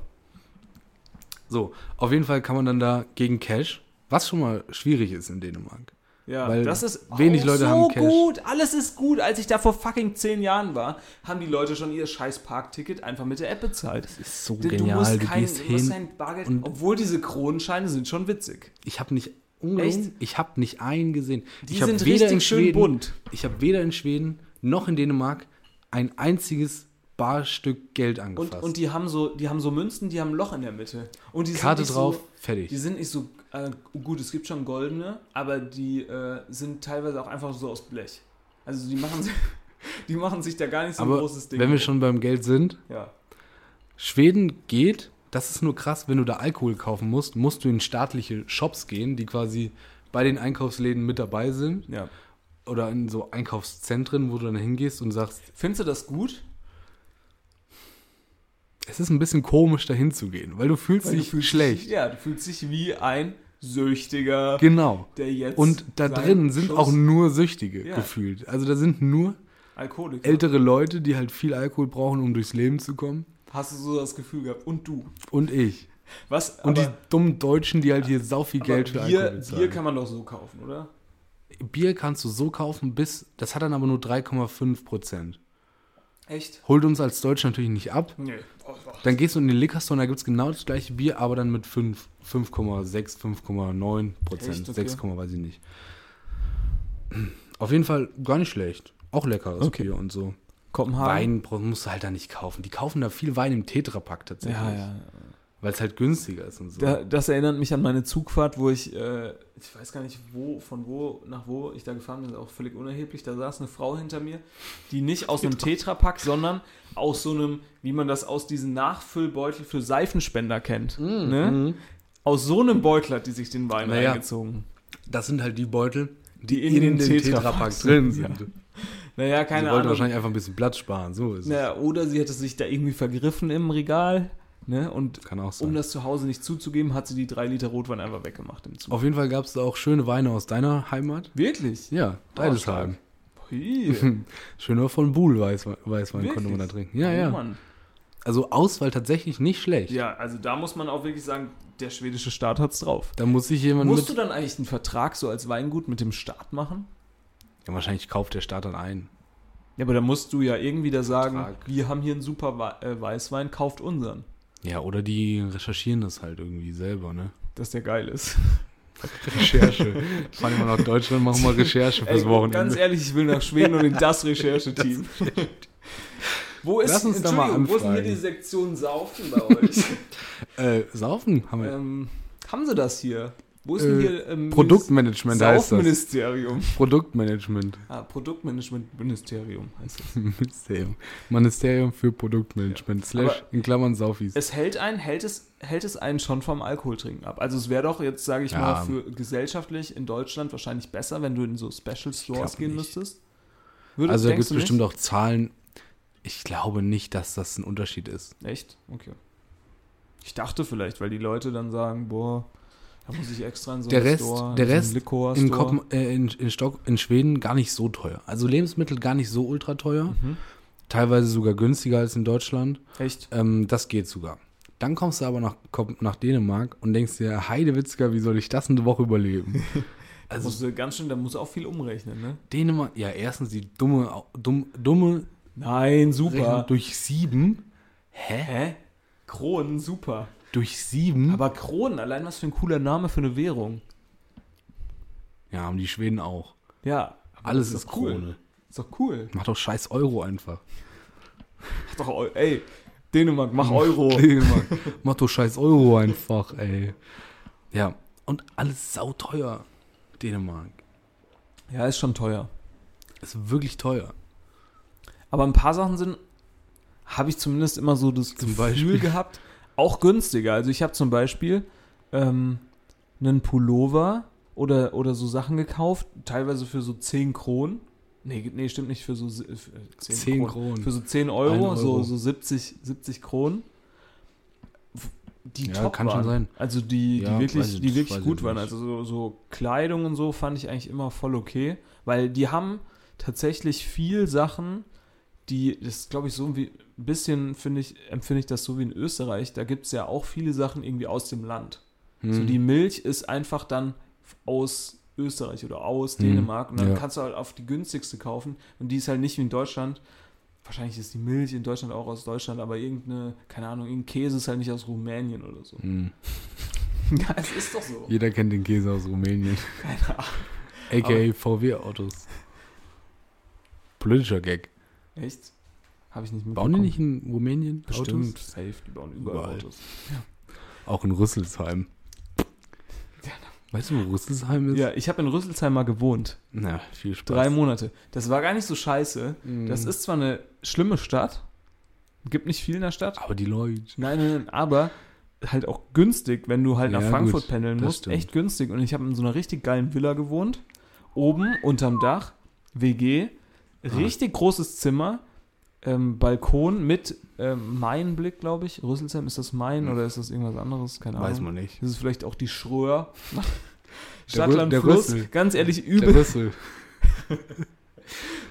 S4: auf jeden Fall kann man dann da gegen Cash, was schon mal schwierig ist in Dänemark.
S3: Ja,
S4: Weil
S3: das ist
S4: wenig
S3: auch
S4: Leute
S3: so
S4: haben Cash.
S3: gut. Alles ist gut. Als ich da vor fucking zehn Jahren war, haben die Leute schon ihr scheiß Parkticket einfach mit der App bezahlt.
S4: Ist so
S3: Du-
S4: genial,
S3: du musst
S4: du
S3: kein,
S4: gehst
S3: du musst
S4: hin.
S3: kein Bargeld,
S4: und-
S3: obwohl diese Kronenscheine sind schon witzig.
S4: Ich habe nicht, ungelogen, ich habe nicht einen gesehen.
S3: Die
S4: ich hab
S3: sind
S4: weder in
S3: richtig schön
S4: Schweden-
S3: bunt.
S4: Ich habe weder in Schweden noch in Dänemark ein einziges Barstück Geld
S3: Und,
S4: angefasst.
S3: und die haben so, die haben so Münzen, die haben ein Loch in der Mitte. Und die
S4: Karte
S3: sind nicht
S4: drauf,
S3: So,
S4: fertig.
S3: die sind nicht so äh, gut. Es gibt schon goldene, aber die äh, sind teilweise auch einfach so aus Blech. Also die machen, die machen sich da gar nicht so ein ne?
S4: Aber
S3: großes Ding.
S4: wenn wir
S3: draus.
S4: schon beim Geld sind,
S3: ja.
S4: Schweden geht Das ist nur krass, wenn du da Alkohol kaufen musst, musst du in staatliche Shops gehen, die quasi bei den Einkaufsläden mit dabei sind.
S3: Ja.
S4: Oder in so Einkaufszentren, wo du dann hingehst und sagst,
S3: Findest du das gut?
S4: es ist ein bisschen komisch, da hinzugehen, weil du fühlst dich schlecht.
S3: Ja, du fühlst dich wie ein Süchtiger,
S4: Genau.
S3: der jetzt.
S4: Und da
S3: seinen
S4: drin sind
S3: Schuss-
S4: auch nur Süchtige
S3: Ja.
S4: gefühlt. Also da sind nur
S3: Alkoholiker.
S4: ältere Leute, die halt viel Alkohol brauchen, um durchs Leben zu kommen.
S3: Hast du so das Gefühl gehabt? Und du.
S4: Und ich.
S3: Was?
S4: Und
S3: aber,
S4: die dummen Deutschen, die halt hier sau viel
S3: aber
S4: Geld für
S3: Bier,
S4: Alkohol bezahlen.
S3: Bier kann man doch so kaufen, oder?
S4: Bier kannst du so kaufen, bis. Das hat dann aber nur 3,5 Prozent.
S3: Echt?
S4: Holt uns als Deutsche natürlich nicht ab.
S3: Nee. Oh, oh.
S4: Dann gehst du in den Liquor Store und da gibt es genau das gleiche Bier, aber dann mit 5, 5,6, 5,9 Prozent.
S3: Echt? Okay.
S4: 6, weiß ich nicht. Auf jeden Fall gar nicht schlecht. Auch leckeres
S3: Okay.
S4: Bier und so.
S3: Kopenhagen.
S4: Wein bra- musst du halt da nicht kaufen. Die kaufen da viel Wein im Tetrapack tatsächlich.
S3: Ja, ja.
S4: Weil es halt günstiger ist und so.
S3: Da, das erinnert mich an meine Zugfahrt, wo ich, äh, ich weiß gar nicht, wo, von wo nach wo ich da gefahren bin, ist auch völlig unerheblich. Da saß eine Frau hinter mir, die nicht aus einem Tetrapack, sondern aus so einem, wie man das aus diesen Nachfüllbeutel für Seifenspender kennt.
S4: Mm,
S3: ne? Aus so einem Beutel hat die sich den Wein
S4: Naja.
S3: reingezogen.
S4: Das sind halt die Beutel, die
S3: Die in den Tetrapack sind,
S4: drin
S3: ja.
S4: sind.
S3: Naja,
S4: Die
S3: keine
S4: wollten
S3: Ahnung.
S4: wahrscheinlich einfach ein bisschen Platz sparen. So ist
S3: Naja, oder sie hätte sich da irgendwie vergriffen im Regal. Ne? Und
S4: es. Kann auch
S3: um
S4: sein.
S3: das zu Hause nicht zuzugeben, hat sie die drei Liter Rotwein einfach weggemacht im Zug.
S4: Auf jeden Fall gab es da auch schöne Weine aus deiner Heimat.
S3: Wirklich?
S4: Oh. Ja, Deidesheim.
S3: Hui.
S4: Schöner von Buhl Weißwein, Weißwein konnte
S3: Wirklich?
S4: man da trinken. Ja,
S3: Oh,
S4: ja.
S3: Mann.
S4: Also Auswahl tatsächlich nicht schlecht.
S3: Ja, also da muss man auch wirklich sagen, der schwedische Staat hat's drauf.
S4: Da muss sich jemand
S3: Musst du
S4: mit.
S3: dann eigentlich einen Vertrag so als Weingut mit dem Staat machen?
S4: Ja, wahrscheinlich kauft der Staat dann ein.
S3: Ja, aber da musst du ja irgendwie da sagen,
S4: Vertrag.
S3: wir haben hier einen super Wei- äh, Weißwein, kauft unseren,
S4: Ja, oder die recherchieren das halt irgendwie selber, ne?
S3: dass der geil ist.
S4: Recherche. Fahren wir mal nach Deutschland, machen mal Recherche fürs
S3: Ey,
S4: Wochenende.
S3: Ganz ehrlich, ich will nach Schweden und in das Rechercheteam. Wo ist,
S4: Lass uns da mal
S3: Entschuldigung, wo ist denn hier
S4: anfragen.
S3: die Sektion Saufen bei euch?
S4: Äh, Saufen haben wir.
S3: ähm, haben sie das hier? Wo ist denn
S4: Äh,
S3: hier ähm,
S4: Produktmanagement heißt das.
S3: Saufministerium?
S4: Produktmanagement.
S3: Ah, Produktmanagement-Ministerium heißt es.
S4: Ministerium. Ministerium für Produktmanagement. Slash in Klammern Saufis.
S3: Es hält einen, hält es, hält es einen schon vom Alkoholtrinken ab. Also es wäre doch jetzt, sage ich
S4: Ja.
S3: mal, für gesellschaftlich in Deutschland wahrscheinlich besser, wenn du in so Special Stores
S4: glaub
S3: gehen
S4: nicht.
S3: müsstest. Würdest,
S4: Also da gibt
S3: denkst
S4: es
S3: du nicht?
S4: bestimmt auch Zahlen. Ich glaube nicht, dass das ein Unterschied ist.
S3: Echt? Okay. Ich dachte vielleicht, weil die Leute dann sagen, boah, da muss ich extra in so
S4: Der
S3: einen
S4: Rest,
S3: Store, in
S4: der
S3: so einen
S4: Rest
S3: Liquor
S4: In,
S3: Store.
S4: Kopen, äh, in, in, Stock, in Schweden gar nicht so teuer. Also Lebensmittel gar nicht so ultra teuer.
S3: Mhm.
S4: Teilweise sogar günstiger als in Deutschland.
S3: Echt?
S4: Ähm, das geht sogar. Dann kommst du aber nach, Kop- nach Dänemark und denkst dir, Heidewitzka, wie soll ich das eine Woche überleben?
S3: Also musst du ganz schön, da musst du auch viel umrechnen, ne?
S4: Dänemark, ja, erstens die dumme, Au- dumm, dumme
S3: Nein,
S4: Rechnung
S3: super.
S4: durch sieben.
S3: Hä? Kronen, super.
S4: Durch sieben?
S3: Aber Kronen, allein was für ein cooler Name für eine Währung.
S4: ja, haben die Schweden auch.
S3: Ja.
S4: Alles
S3: das
S4: ist,
S3: ist cool.
S4: Krone.
S3: Ist doch cool.
S4: Mach doch scheiß Euro einfach.
S3: Mach doch, Eu- ey, Dänemark, mach
S4: Oh.
S3: Euro.
S4: Dänemark. Mach doch scheiß Euro einfach, ey. Ja, und alles sauteuer. Dänemark.
S3: ja, ist schon teuer.
S4: Ist wirklich teuer.
S3: Aber ein paar Sachen sind, habe ich zumindest immer so das
S4: Zum
S3: Gefühl
S4: Beispiel?
S3: gehabt, auch günstiger. Also ich habe zum Beispiel ähm, einen Pullover oder, oder so Sachen gekauft, teilweise für so 10 Kronen. Nee, nee, stimmt nicht, für so si- äh, für 10, Kronen.
S4: 10 Kronen.
S3: Für so 10 Euro,
S4: Ein
S3: So,
S4: Euro.
S3: so 70, 70 Kronen. Die
S4: Ja,
S3: top
S4: kann
S3: waren.
S4: schon sein.
S3: Also die,
S4: Ja,
S3: die
S4: weiß
S3: wirklich,
S4: ich-
S3: die wirklich
S4: weiß ich
S3: gut waren.
S4: nicht.
S3: Also so, so Kleidung und so fand ich eigentlich immer voll okay, weil die haben tatsächlich viel Sachen, die, das ist, glaube ich so wie, ein bisschen finde ich, empfinde ich das so wie in Österreich, da gibt es ja auch viele Sachen irgendwie aus dem Land. So
S4: Hm. Mhm.
S3: die Milch ist einfach dann aus Österreich oder aus Dänemark und dann
S4: Mhm. ja.
S3: kannst du halt auf die günstigste kaufen und die ist halt nicht wie in Deutschland. Wahrscheinlich ist die Milch in Deutschland auch aus Deutschland, aber irgendeine, keine Ahnung, irgendein Käse ist halt nicht aus Rumänien oder so.
S4: Hm.
S3: Ja, es ist doch so.
S4: Jeder kennt den Käse aus Rumänien.
S3: Keine Ahnung.
S4: AKA VW-Autos. Politischer Gag.
S3: Echt? Habe ich nicht
S4: Bauen die nicht in Rumänien
S3: Bestimmt, safe, die bauen überall,
S4: Überall.
S3: Autos.
S4: Autos? Auch in Rüsselsheim.
S3: Ja.
S4: Weißt du, wo Rüsselsheim ist?
S3: Ja, ich habe in Rüsselsheim mal gewohnt.
S4: Na, viel Spaß.
S3: Drei Monate. Das war gar nicht so scheiße.
S4: Mhm.
S3: Das ist zwar eine schlimme Stadt, gibt nicht viel in der Stadt.
S4: Aber die Leute.
S3: Nein, nein, nein, aber halt auch günstig, wenn du halt nach
S4: Ja,
S3: Frankfurt
S4: gut,
S3: pendeln
S4: das
S3: musst.
S4: stimmt.
S3: Echt günstig. Und ich habe in so einer richtig geilen Villa gewohnt. Oben unterm Dach, WG, richtig großes Zimmer, ähm, Balkon mit ähm, Mainblick, glaube ich. Rüsselsheim, ist das Main oder ist das irgendwas anderes? Keine Ahnung.
S4: Weiß man nicht.
S3: Das ist vielleicht auch die Schröer.
S4: Der Rü-
S3: Stadtland
S4: der
S3: Fluss,
S4: Rüssel.
S3: ganz ehrlich,
S4: Der
S3: übel.
S4: Rüssel.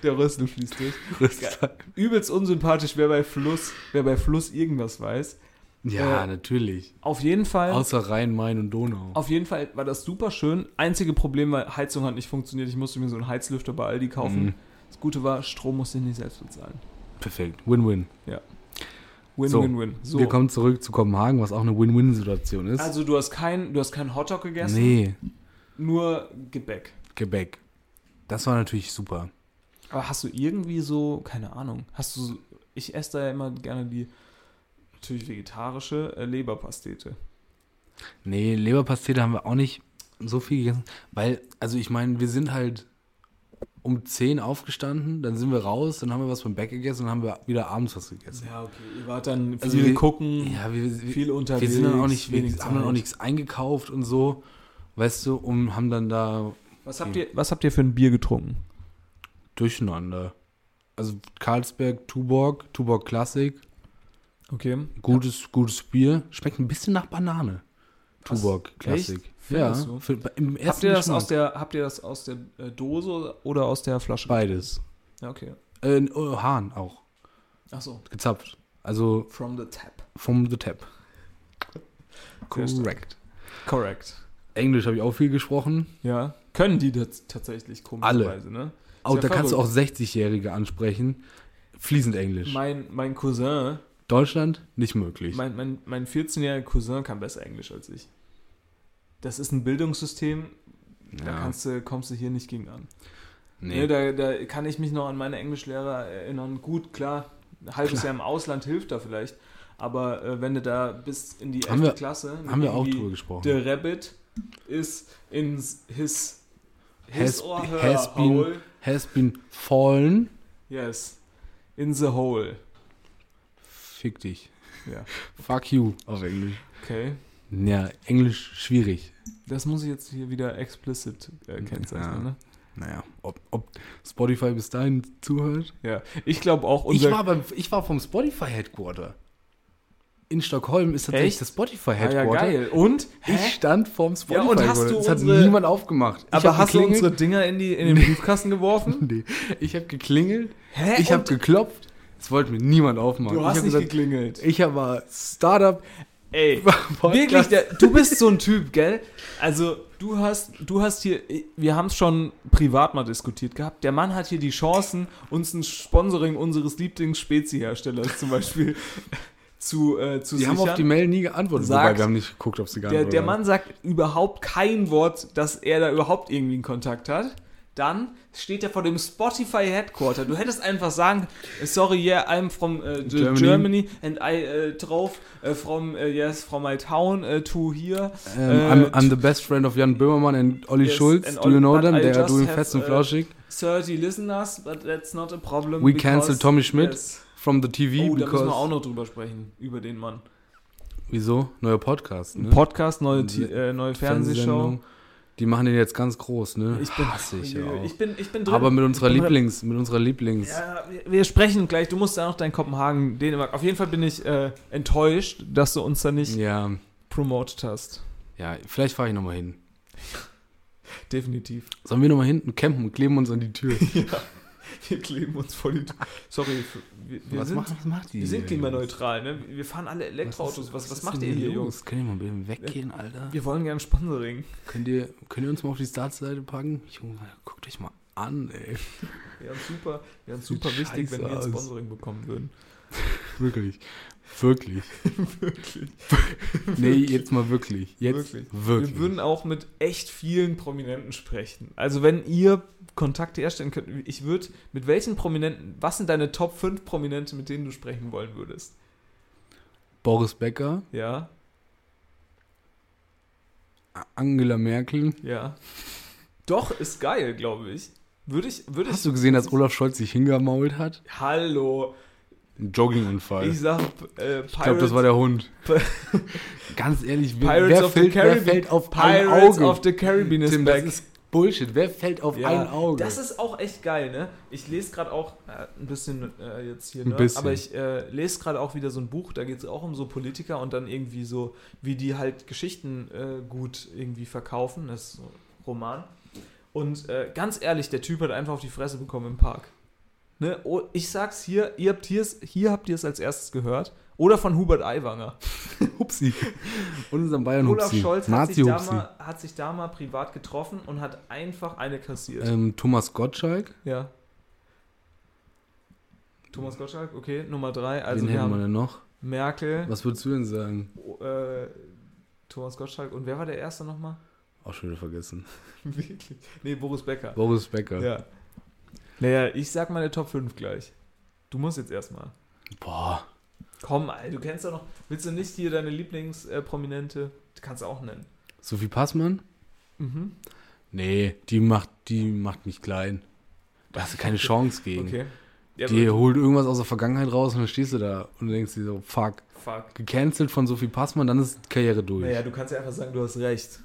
S3: Der Rüssel fließt durch.
S4: Rüssel.
S3: Übelst unsympathisch, wer bei Fluss, wer bei Fluss irgendwas weiß.
S4: Ja,
S3: Äh,
S4: natürlich.
S3: Auf jeden Fall.
S4: Außer Rhein, Main und Donau.
S3: Auf jeden Fall war das super schön. Einzige Problem war, Heizung hat nicht funktioniert. Ich musste mir so einen Heizlüfter bei Aldi kaufen.
S4: Mhm.
S3: Das Gute war, Strom musste ich nicht selbst bezahlen.
S4: Perfekt. Win-win.
S3: Win,
S4: So,
S3: win, win. So.
S4: Wir kommen zurück zu Kopenhagen, was auch eine Win-Win-Situation ist.
S3: Also du hast keinen du hast keinen Hotdog gegessen,
S4: nee,
S3: nur Gebäck.
S4: Gebäck. Das war natürlich super.
S3: Aber hast du irgendwie so, keine Ahnung, hast du so, ich esse da ja immer gerne die natürlich vegetarische äh, Leberpastete.
S4: Nee, Leberpastete haben wir auch nicht so viel gegessen, weil, also ich meine, wir sind halt um 10 aufgestanden, dann sind wir raus, dann haben wir was vom Bäck gegessen, dann haben wir wieder abends was gegessen.
S3: Ja, okay. Ihr wart dann viel
S4: Also wir-
S3: gucken.
S4: Ja, wir, wir,
S3: Viel
S4: wir
S3: unterwegs, halt
S4: sind dann auch nicht, wir
S3: wenig
S4: haben dann auch
S3: Zeit.
S4: nichts eingekauft und so, weißt du, und haben dann da
S3: Was, habt ihr, was habt ihr für ein Bier getrunken?
S4: durcheinander. Also Karlsberg, Tuborg, Tuborg Classic,
S3: Okay.
S4: gutes, gutes Bier, schmeckt ein bisschen nach Banane.
S3: Was?
S4: Tuborg Classic.
S3: Echt?
S4: Ja,
S3: Findest du?
S4: für, im ersten
S3: Habt ihr, das
S4: Geschmack.
S3: aus der, habt ihr das aus der äh, Dose oder aus der Flasche?
S4: Beides.
S3: Ja, okay.
S4: Äh, oh, Hahn auch.
S3: Achso,
S4: gezapft. Also
S3: from the tap.
S4: from the tap.
S3: stark.
S4: Correct.
S3: Correct.
S4: Englisch habe ich auch viel gesprochen.
S3: Ja. Können die das tatsächlich komischerweise, ne?
S4: Auch,
S3: ja
S4: da kannst du auch
S3: verrückt.
S4: 60-Jährige ansprechen. Fließend Englisch.
S3: Mein, mein Cousin,
S4: Deutschland nicht möglich.
S3: mein, mein, mein 14-jähriger Cousin kann besser Englisch als ich. Das ist ein Bildungssystem, da
S4: Ja,
S3: kannst du, kommst du hier nicht gegen an. Ne,
S4: nee.
S3: da, da kann ich mich noch an meine Englischlehrer erinnern. Gut, klar, ein halbes Jahr im Ausland hilft da vielleicht. Aber äh, wenn du da bis in die 11.
S4: Haben wir-
S3: Klasse. mit
S4: haben wir auch
S3: irgendwie
S4: drüber gesprochen.
S3: The Rabbit is in his, his
S4: has,
S3: or her
S4: has,
S3: hole.
S4: been, has been fallen.
S3: Yes. In the hole.
S4: Fick dich.
S3: Ja.
S4: Fuck you auf Englisch.
S3: Okay.
S4: Ja, Englisch schwierig.
S3: Das muss ich jetzt hier wieder explicit äh, kennzeichnen,
S4: Ja.
S3: ne?
S4: Naja, ob, ob Spotify bis dahin zuhört.
S3: Ja. Ich glaube auch
S4: Ich
S3: unser.
S4: war, beim, ich war vom Spotify Headquarter. In Stockholm ist tatsächlich
S3: Echt?
S4: das Spotify
S3: ah, ja,
S4: Headquarter.
S3: geil. Und?
S4: Ich stand vorm Spotify.
S3: und hast du
S4: das hat
S3: unsere-
S4: niemand aufgemacht.
S3: Aber hast du unsere
S4: geklingelt.
S3: Dinger in, die, in den Briefkasten geworfen?
S4: Nee. Ich habe geklingelt.
S3: Hä?
S4: Ich habe
S3: Und-
S4: geklopft. Es wollte mir niemand aufmachen.
S3: Du hast
S4: ich
S3: nicht
S4: hab
S3: geklingelt.
S4: Ich habe Startup.
S3: Ey,
S4: Podcast.
S3: wirklich, der, du bist so ein Typ, gell? Also, du hast, du hast hier, wir haben es schon privat mal diskutiert gehabt, der Mann hat hier die Chancen, uns ein Sponsoring unseres Lieblingsspezie-Herstellers zum Beispiel zu, äh, zu
S4: Die haben auf die Mail nie geantwortet.
S3: Sagt-
S4: wobei wir haben nicht geguckt, ob sie
S3: der,
S4: geantwortet
S3: der
S4: haben.
S3: Mann sagt überhaupt kein Wort, dass er da überhaupt irgendwie einen Kontakt hat. Dann steht er vor dem Spotify Headquarter. Du hättest einfach sagen, äh, sorry, yeah, I'm from äh, the Germany.
S4: Germany.
S3: and I äh, drove äh, from äh, yes from my town äh, to here.
S4: Ähm,
S3: äh,
S4: I'm, I'm the best friend of Jan Böhmermann and Olli
S3: Yes,
S4: Schulz.
S3: and
S4: Do you
S3: Olli-
S4: know
S3: but
S4: them?
S3: I
S4: They are
S3: just
S4: doing
S3: have,
S4: Fest and
S3: äh,
S4: Flauschig.
S3: 30 listeners, but that's not a problem.
S4: We
S3: because-
S4: cancel Tommy Schmidt
S3: Yes.
S4: from the TV.
S3: Oh, da müssen
S4: because,
S3: wir auch noch drüber sprechen über den Mann.
S4: wieso? Neuer Podcast. Ne?
S3: Podcast, neue, äh,
S4: Ti-
S3: neue Fernsehshow.
S4: Fernsehsendung. Die machen den jetzt ganz groß, ne?
S3: Ich bin,
S4: Hasse ich ja auch.
S3: ich bin, ich bin drin.
S4: Aber mit unserer
S3: Ich bin drin.
S4: Lieblings, mit unserer Lieblings.
S3: Ja, wir- wir sprechen gleich. Du musst ja noch dein Kopenhagen, Dänemark. Auf jeden Fall bin ich äh, enttäuscht, dass du uns da nicht
S4: Ja,
S3: promoted hast.
S4: ja, vielleicht fahre ich nochmal hin.
S3: Definitiv.
S4: Sollen wir nochmal hinten campen und kleben uns an die Tür?
S3: Wir kleben uns vor die Tür. Sorry, für, wir, wir, sind,
S4: macht- macht die?
S3: wir sind
S4: hier?
S3: klimaneutral. Ne? Wir fahren alle Elektroautos. Was, was, macht ihr hier, Jungs?
S4: Könnt ihr mal ein bisschen weggehen, Alter?
S3: Wir wollen gerne Sponsoring.
S4: Könnt ihr, könnt ihr uns mal auf die Startseite packen? Junge, guckt euch mal an, ey.
S3: Wäre uns super, wäre uns
S4: Sieht
S3: super wichtig,
S4: scheiße
S3: wenn wir
S4: aus.
S3: Sponsoring bekommen würden.
S4: Wirklich. Wirklich.
S3: Wirklich.
S4: Nee, jetzt mal wirklich. Jetzt
S3: Wirklich.
S4: wirklich.
S3: Wir würden auch mit echt vielen Prominenten sprechen. Also wenn ihr Kontakte herstellen könnt, ich würde, mit welchen Prominenten, was sind deine Top 5 Prominente, mit denen du sprechen wollen würdest?
S4: Boris Becker,
S3: Ja,
S4: Angela Merkel.
S3: ja. Doch, ist geil, glaube ich. Würde ich, würde ich.
S4: Hast du gesehen, dass Olaf Scholz sich hingemault hat?
S3: Hallo.
S4: Ein Joggingunfall.
S3: Ich
S4: Ich
S3: sag, äh, Pirates,
S4: glaube, das war der Hund. Ganz ehrlich, wer,
S3: Pirates
S4: wer,
S3: of the
S4: fällt, wer
S3: Caribbean-
S4: fällt auf ein
S3: Pirates
S4: Auge?
S3: of the Caribbean ist
S4: Tim, das
S3: back.
S4: ist Bullshit. Wer fällt auf
S3: Ja,
S4: ein Auge?
S3: Das ist auch echt geil, ne? Ich lese gerade auch äh, ein bisschen äh, jetzt hier,
S4: Ein
S3: ne?
S4: bisschen.
S3: aber ich äh, lese gerade auch wieder so ein Buch, da geht es auch um so Politiker und dann irgendwie so, wie die halt Geschichten äh, gut irgendwie verkaufen. Das ist so ein Roman. Und äh, ganz ehrlich, der Typ hat einfach auf die Fresse bekommen im Park. Ne? Oh, ich sag's hier, ihr habt hier's, hier habt ihr es als erstes gehört. Oder von Hubert Aiwanger.
S4: Hupsi. Unseren Bayern
S3: Olaf
S4: Hupsi.
S3: Scholz hat sich, da
S4: Nazi-Hupsi.
S3: mal, hat sich da mal privat getroffen und hat einfach eine kassiert.
S4: Ähm, Thomas Gottschalk.
S3: Ja. Thomas Gottschalk, okay, Nummer drei. Also
S4: Wen
S3: wir
S4: hätten wir
S3: haben
S4: denn noch?
S3: Merkel,
S4: Was würdest du denn sagen?
S3: äh, Thomas Gottschalk und wer war der Erste nochmal?
S4: Auch schon wieder vergessen.
S3: Wirklich? Nee, Boris Becker.
S4: Boris Becker.
S3: Ja. Naja, ich sag meine Top 5 gleich. Du musst jetzt erstmal.
S4: Boah.
S3: Komm, Alter, du kennst doch noch. Willst du nicht hier deine Lieblingsprominente? Du kannst du auch nennen.
S4: Sophie Passmann?
S3: Mhm.
S4: Nee, die macht, die macht mich klein. Da hast du keine Chance gegen.
S3: Okay. Ja,
S4: Die
S3: aber-
S4: holt irgendwas aus der Vergangenheit raus und dann stehst du da und denkst dir so, fuck.
S3: fuck.
S4: Gecancelt von Sophie Passmann, dann ist Karriere durch.
S3: Naja, du kannst ja einfach sagen, du hast recht.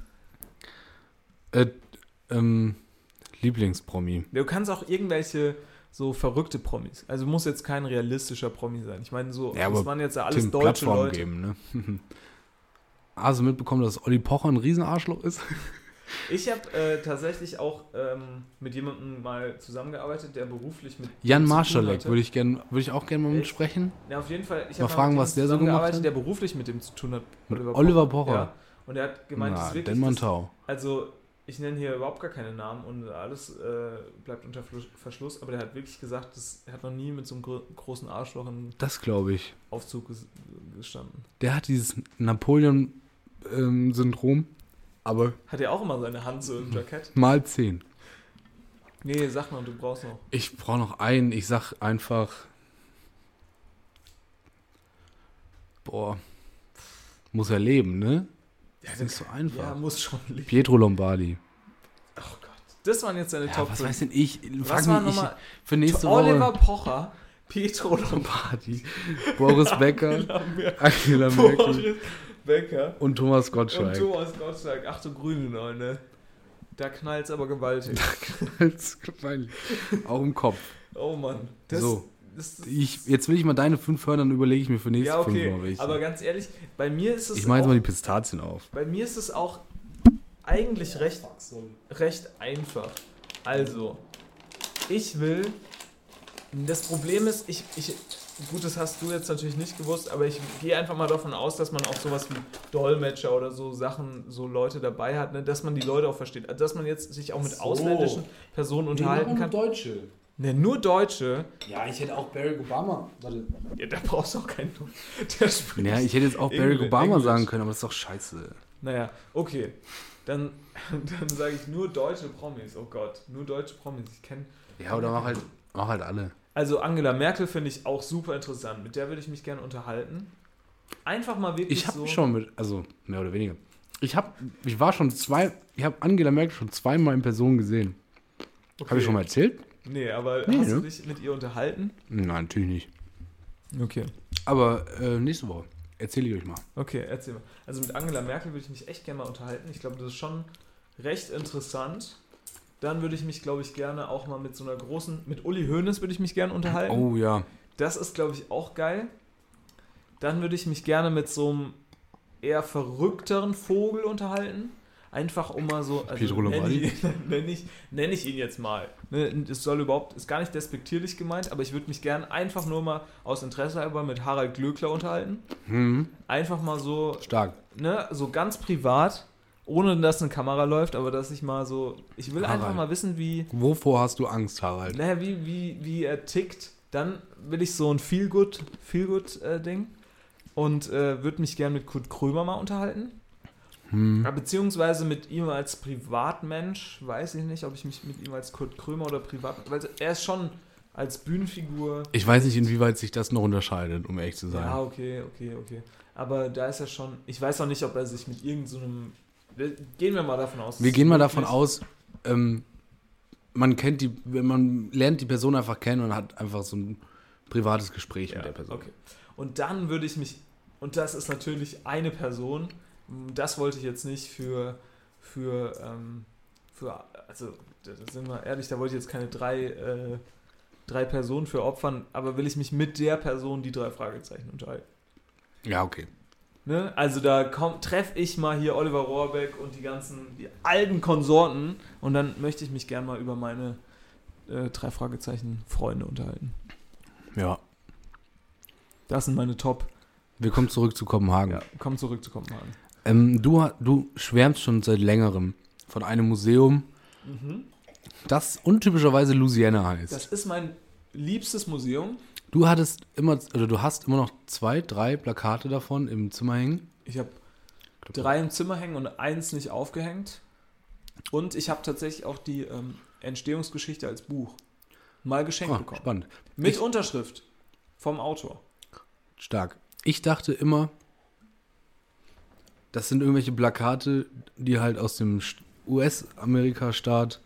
S4: Äh, ähm, Lieblingspromi.
S3: Du kannst auch irgendwelche so verrückte Promis. Also muss jetzt kein realistischer Promi sein. Ich meine, so,
S4: Ja, aber
S3: das waren jetzt ja alles
S4: Tim,
S3: deutsche
S4: Plattform
S3: Leute.
S4: geben, ne? Hast du mitbekommen, dass Olli Pocher ein Riesenarschloch ist?
S3: Ich habe äh, tatsächlich auch ähm, mit jemandem mal zusammengearbeitet, der beruflich mit.
S4: Jan
S3: zu tun
S4: Marschalek
S3: hatte.
S4: würde ich, gern, würde ich auch gerne mal
S3: Echt?
S4: mitsprechen.
S3: Ja, auf jeden Fall. Ich
S4: Mal
S3: hab
S4: fragen,
S3: mit
S4: was
S3: jemandem
S4: der so gemacht
S3: zusammengearbeitet,
S4: hat?
S3: Der beruflich mit dem zu tun hat.
S4: Mit Oliver Pocher.
S3: Ja. Und er hat gemeint, das
S4: Na,
S3: ist wirklich.
S4: den
S3: das-
S4: Mantau.
S3: also, ich nenne hier überhaupt gar keine Namen und alles äh, bleibt unter Fluss- Verschluss, aber der hat wirklich gesagt, das, er hat noch nie mit so einem gro großen Arschloch im
S4: Das glaube ich.
S3: Aufzug ges gestanden.
S4: Der hat dieses Napoleon-Syndrom, aber
S3: Hat er auch immer seine Hand so
S4: Mhm.
S3: im Jackett?
S4: mal 10.
S3: Nee, sag mal, du brauchst noch.
S4: Ich brauche noch einen. Ich sag einfach. Boah. Muss er leben, ne? Ja, das ist nicht so
S3: Ja,
S4: einfach.
S3: muss schon liegen.
S4: Pietro Lombardi.
S3: Oh Gott. Das waren jetzt deine
S4: Ja,
S3: Top
S4: was
S3: 5.
S4: weiß denn ich?
S3: was
S4: Frag
S3: war
S4: mich ich
S3: nochmal?
S4: für nächste
S3: Oliver
S4: Woche.
S3: Pocher, Pietro Lombardi,
S4: Lombardi. Boris Becker.
S3: Merkel,
S4: Angela Merkel.
S3: Boris Becker
S4: Und Thomas
S3: und
S4: Gottschalk.
S3: Thomas Gottschalk. Ach du grüne Neune. Da knallt's aber gewaltig.
S4: Als Gemeinde. Auch im Kopf.
S3: Oh Mann. Das,
S4: So.
S3: Das,
S4: Ich, jetzt will ich mal deine fünf hören, dann überlege ich mir für nächste
S3: ja,
S4: fünf mal
S3: okay.
S4: welche.
S3: Aber ganz ehrlich, bei mir ist es
S4: Ich mache jetzt
S3: auch-
S4: mal die Pistazien auf.
S3: Bei mir ist es auch eigentlich recht, recht einfach. Also, ich will. Das Problem ist, ich, ich. Gut, das hast du jetzt natürlich nicht gewusst, aber ich gehe einfach mal davon aus, dass man auch sowas wie Dolmetscher oder so Sachen, so Leute dabei hat, ne? dass man die Leute auch versteht. Also, dass man jetzt sich auch mit
S4: So.
S3: ausländischen Personen unterhalten kann.
S4: Deutsche.
S3: Ne, nur Deutsche.
S4: Ja, ich hätte auch Barack Obama. Warte.
S3: Ja, da brauchst du auch keinen. Der spricht.
S4: Ja, ich hätte jetzt auch Barack
S3: Englisch,
S4: Obama
S3: Englisch.
S4: sagen können, aber das ist doch scheiße.
S3: Naja, okay. Dann, dann sage ich nur deutsche Promis. Oh Gott, nur deutsche Promis. Ich kenne.
S4: Ja, oder mach halt, mach halt alle.
S3: Also Angela Merkel finde ich auch super interessant. Mit der würde ich mich gerne unterhalten. Einfach mal wirklich
S4: Ich habe
S3: so.
S4: schon mit, also mehr oder weniger. Ich habe, ich war schon zwei, ich habe Angela Merkel schon zweimal in Person gesehen.
S3: okay.
S4: Habe ich schon mal erzählt?
S3: Nee, aber
S4: Nee,
S3: hast du
S4: ne?
S3: dich mit ihr unterhalten?
S4: Nein, natürlich nicht.
S3: Okay.
S4: Aber äh, nächste Woche erzähle ich euch mal.
S3: Okay, erzähl mal. Also mit Angela Merkel würde ich mich echt gerne mal unterhalten. Ich glaube, das ist schon recht interessant. Dann würde ich mich, glaube ich, gerne auch mal mit so einer großen. Mit Uli Hoeneß würde ich mich gerne unterhalten.
S4: Oh ja.
S3: Das ist, glaube ich, auch geil. Dann würde ich mich gerne mit so einem eher verrückteren Vogel unterhalten. Einfach um mal so. Also
S4: Pietro
S3: nenne
S4: Lombardi?
S3: ich, nenn ich, nenn ich ihn jetzt mal. Ne, Es soll überhaupt, ist gar nicht despektierlich gemeint, aber ich würde mich gerne einfach nur mal aus Interesse halber mit Harald Glöckler unterhalten.
S4: Hm,
S3: Einfach mal so,
S4: stark.
S3: ne, so ganz privat, ohne dass eine Kamera läuft, aber dass ich mal so. Ich will einfach
S4: Harald.
S3: mal wissen, wie.
S4: Wovor hast du Angst, Harald?
S3: Naja, wie, wie, wie er tickt, dann will ich so ein Feel-Good-Ding äh, Ding. und äh, würde mich gern mit Kurt Krömer mal unterhalten.
S4: Hm.
S3: Ja, Beziehungsweise mit ihm als Privatmensch, weiß ich nicht, ob ich mich mit ihm als Kurt Krömer oder Privatmensch, weil er ist schon als Bühnenfigur.
S4: Ich weiß nicht, inwieweit sich das noch unterscheidet, um ehrlich zu sein.
S3: Ja, okay, okay, okay. Aber da ist er schon, ich weiß auch nicht, ob er sich mit irgendeinem, gehen wir mal davon aus.
S4: Wir gehen mal davon
S3: aus.
S4: aus, ähm, man kennt die, wenn man lernt die Person einfach kennen und hat einfach so ein privates Gespräch mit der Person.
S3: Okay. Und dann würde ich mich, und das ist natürlich eine Person, das wollte ich jetzt nicht für, für, ähm, für also da da sind wir ehrlich, da wollte ich jetzt keine drei, äh, drei Personen für opfern, aber will ich mich mit der Person die drei Fragezeichen unterhalten.
S4: Ja, okay.
S3: Ne? Also da treffe ich mal hier Oliver Rohrbeck und die ganzen die alten Konsorten und dann möchte ich mich gern mal über meine äh, drei Fragezeichen Freunde unterhalten.
S4: Ja.
S3: Das sind meine Top. um
S4: Wir kommen zurück zu Kopenhagen.
S3: Komm zurück zu Kopenhagen.
S4: Ähm, du, ha- du schwärmst schon seit längerem von einem Museum, das untypischerweise Louisiana heißt.
S3: Das ist mein liebstes Museum.
S4: du hattest immer, also du hast immer noch zwei, drei Plakate davon im Zimmer hängen.
S3: Ich habe drei im Zimmer hängen und eins nicht aufgehängt. Und ich habe tatsächlich auch die ähm, Entstehungsgeschichte als Buch mal geschenkt
S4: Ah,
S3: bekommen.
S4: spannend.
S3: Mit
S4: Ich-
S3: Unterschrift vom Autor.
S4: Stark. Ich dachte immer, das sind irgendwelche Plakate, die halt aus dem St- US-Amerika-Staat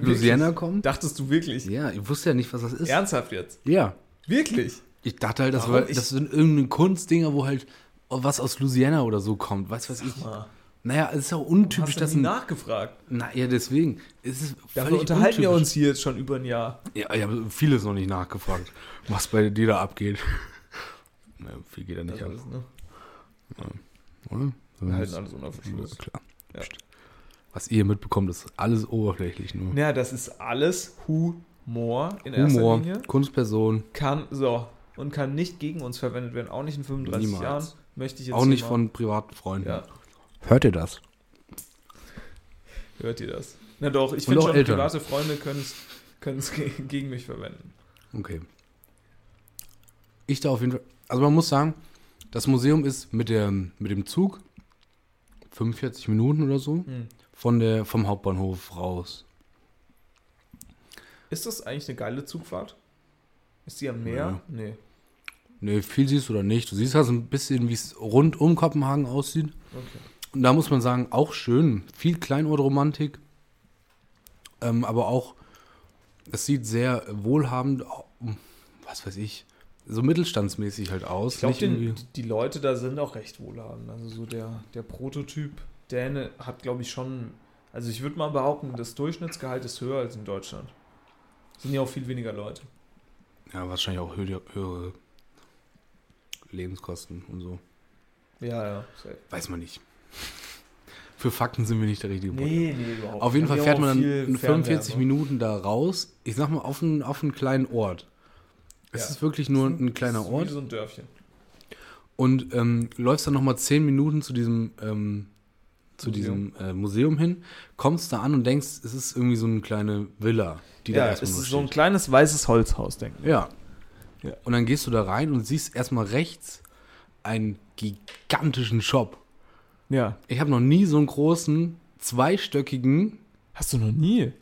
S4: Louisiana kommen.
S3: Dachtest du wirklich?
S4: Ja, ich wusste ja nicht, was das ist.
S3: Ernsthaft jetzt?
S4: Ja.
S3: Wirklich?
S4: Ich dachte halt, das,
S3: Warum
S4: war,
S3: ich-
S4: das sind irgendeine Kunstdinger, wo halt was aus Louisiana oder so kommt. Was weiß ich.
S3: Ah,
S4: Naja, es ist ja
S3: Typisch,
S4: untypisch,
S3: hast
S4: dass
S3: du nie
S4: ein.
S3: nachgefragt.
S4: Naja, deswegen. Es ist
S3: Darüber
S4: völlig
S3: unterhalten wir uns
S4: untypisch.
S3: hier jetzt schon über ein Jahr.
S4: Ja, ich habe vieles noch nicht nachgefragt, was bei dir da abgeht. naja, viel geht da nicht ab,
S3: Alles, ne?
S4: oder?
S3: Wir halten alles unter Verschluss.
S4: klar.
S3: Ja.
S4: Psst. Was ihr mitbekommt, ist alles oberflächlich nur.
S3: Ja, das ist alles Humor in erster
S4: Humor,
S3: Linie.
S4: Kunstperson,
S3: Kann, so, und kann nicht gegen uns verwendet werden. Auch nicht in 35
S4: Niemals.
S3: Jahren. Möchte ich jetzt
S4: auch
S3: hier
S4: nicht
S3: mal-
S4: von privaten Freunden.
S3: Ja,
S4: Hört ihr das?
S3: hört ihr das? Na doch, ich
S4: Und
S3: finde
S4: auch
S3: schon,
S4: Eltern.
S3: private Freunde können es gegen mich verwenden.
S4: Okay. Ich da auf jeden Fall. Also man muss sagen, das Museum ist mit, der, mit dem Zug 45 Minuten oder so
S3: Mhm.
S4: von der, vom Hauptbahnhof raus.
S3: Ist das eigentlich eine geile Zugfahrt? Ist die am Meer?
S4: Ja.
S3: Nee.
S4: Ne, viel siehst du da nicht. Du siehst halt so ein bisschen, wie es rund um Kopenhagen aussieht.
S3: Okay.
S4: Und da muss man sagen, auch schön. Viel Kleinodromantik. Ähm, aber auch, es sieht sehr wohlhabend, au- was weiß ich, so mittelstandsmäßig halt aus.
S3: Ich glaube,
S4: Nicht irgendwie-
S3: die Leute da sind auch recht wohlhabend. Also so der, der Prototyp Däne hat, glaube ich, schon. Also ich würde mal behaupten, das Durchschnittsgehalt ist höher als in Deutschland. Sind ja auch viel weniger Leute.
S4: Ja, wahrscheinlich auch höhere, höhere Lebenskosten und so.
S3: Ja, ja. safe.
S4: Weiß man nicht. Für Fakten sind wir nicht der richtige Podcast.
S3: nee, überhaupt
S4: Auf jeden
S3: nicht.
S4: Fall
S3: Haben
S4: fährt
S3: wir auch
S4: man
S3: viel ne?
S4: dann in 45
S3: Fernwärme.
S4: Minuten da raus. Ich sag mal, auf einen, auf einen kleinen Ort. Es
S3: Ja.
S4: ist wirklich nur
S3: Das ist
S4: ein kleiner
S3: das ist Wie
S4: Ort.
S3: so ein Dörfchen.
S4: Und ähm, läufst dann nochmal 10 Minuten zu diesem, ähm, zu
S3: Museum.
S4: diesem äh, Museum hin, kommst da an und denkst, es ist irgendwie so eine kleine Villa, die da
S3: Ja, es
S4: erstmal
S3: ist
S4: nur
S3: so ein
S4: steht.
S3: kleines weißes Holzhaus, denke ich.
S4: Ja.
S3: Ja.
S4: Und dann gehst du da rein und siehst erstmal rechts einen gigantischen Shop.
S3: Ja.
S4: Ich habe noch nie so einen großen, zweistöckigen
S3: Hast du noch nie?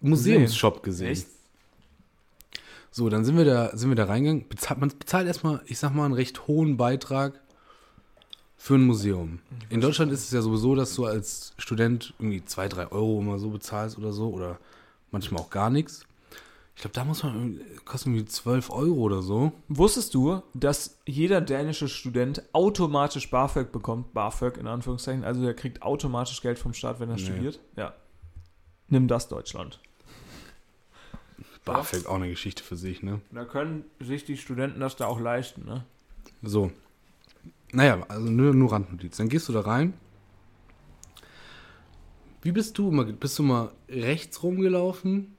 S4: Museumsshop gesehen.
S3: Echt?
S4: So, dann sind wir da, sind wir da reingegangen. Bezahlt, man bezahlt erstmal, ich sag mal, einen recht hohen Beitrag für ein Museum. In Deutschland ist es ja sowieso, dass du als Student irgendwie zwei, drei Euro immer so bezahlst oder so oder manchmal auch gar nichts. Ich glaube, da muss man irgendwie- kostet irgendwie 12 Euro oder so.
S3: Wusstest du, dass jeder dänische Student automatisch BAföG bekommt? BAföG in Anführungszeichen. Also er kriegt automatisch Geld vom Staat, wenn er studiert. Ja. Nimm das Deutschland.
S4: BAföG auch eine Geschichte für sich, ne?
S3: Da können sich die Studenten das da auch leisten, ne?
S4: So. Naja, also nur, nur Randnotiz. Dann gehst du da rein. Wie bist du immer? Bist du mal rechts rumgelaufen?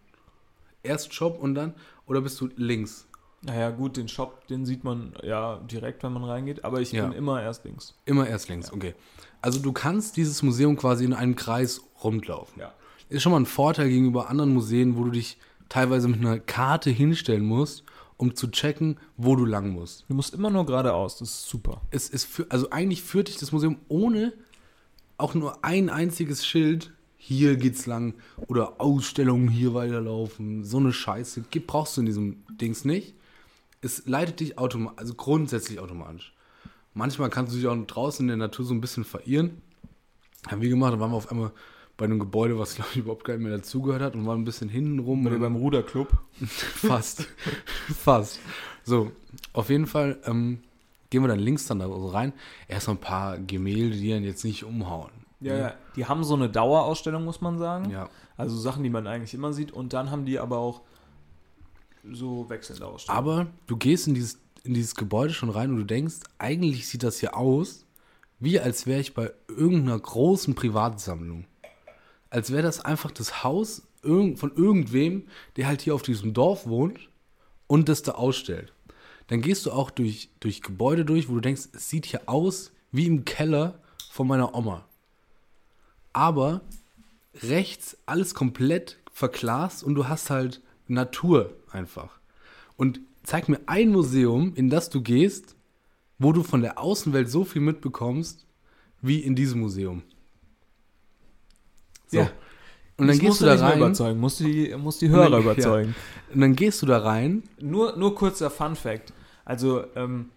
S4: Erst Shop und dann? Oder bist du links?
S3: Naja, gut, den Shop, den sieht man ja direkt, wenn man reingeht, aber ich
S4: Ja.
S3: bin immer erst links.
S4: Immer erst links, okay. Also du kannst dieses Museum quasi in einem Kreis rumlaufen.
S3: Ja.
S4: Ist schon mal ein Vorteil gegenüber anderen Museen, wo du dich teilweise mit einer Karte hinstellen musst, um zu checken, wo du lang musst.
S3: Du musst immer nur geradeaus, das ist super.
S4: es, es fü- also eigentlich führt dich das Museum ohne auch nur ein einziges Schild. Hier geht's lang oder Ausstellungen hier weiterlaufen. So eine Scheiße gibt, brauchst du in diesem Dings nicht. Es leitet dich automatisch, also grundsätzlich automatisch. Manchmal kannst du dich auch draußen in der Natur so ein bisschen verirren. Haben wir gemacht, da waren wir auf einmal bei einem Gebäude, was, glaube ich, überhaupt gar nicht mehr dazugehört hat und war ein bisschen hintenrum.
S3: Oder
S4: und-
S3: beim Ruderclub.
S4: Fast. Fast. So, auf jeden Fall ähm, gehen wir dann links dann da so rein. Erst noch ein paar Gemälde, die dann jetzt nicht umhauen.
S3: Ja, ja. Ne? Die haben so eine Dauerausstellung, muss man sagen.
S4: Ja.
S3: Also Sachen, die man eigentlich immer sieht. Und dann haben die aber auch so wechselnde Ausstellungen.
S4: Aber du gehst in dieses, in dieses Gebäude schon rein und du denkst, eigentlich sieht das hier aus, wie als wäre ich bei irgendeiner großen Privatsammlung. Als wäre das einfach das Haus irgend- von irgendwem, der halt hier auf diesem Dorf wohnt und das da ausstellt. Dann gehst du auch durch, durch Gebäude durch, wo du denkst, es sieht hier aus wie im Keller von meiner Oma. Aber rechts alles komplett verglast und du hast halt Natur einfach. Und zeig mir ein Museum, in das du gehst, wo du von der Außenwelt so viel mitbekommst, wie in diesem Museum. So.
S3: Ja.
S4: Und dann
S3: Das
S4: gehst
S3: musst
S4: du da
S3: nicht mehr
S4: rein.
S3: überzeugen, musst du die, musst die Hörer
S4: Ja.
S3: überzeugen.
S4: Und dann gehst du da rein.
S3: Nur, nur kurzer Fun Fact. Also, ähm,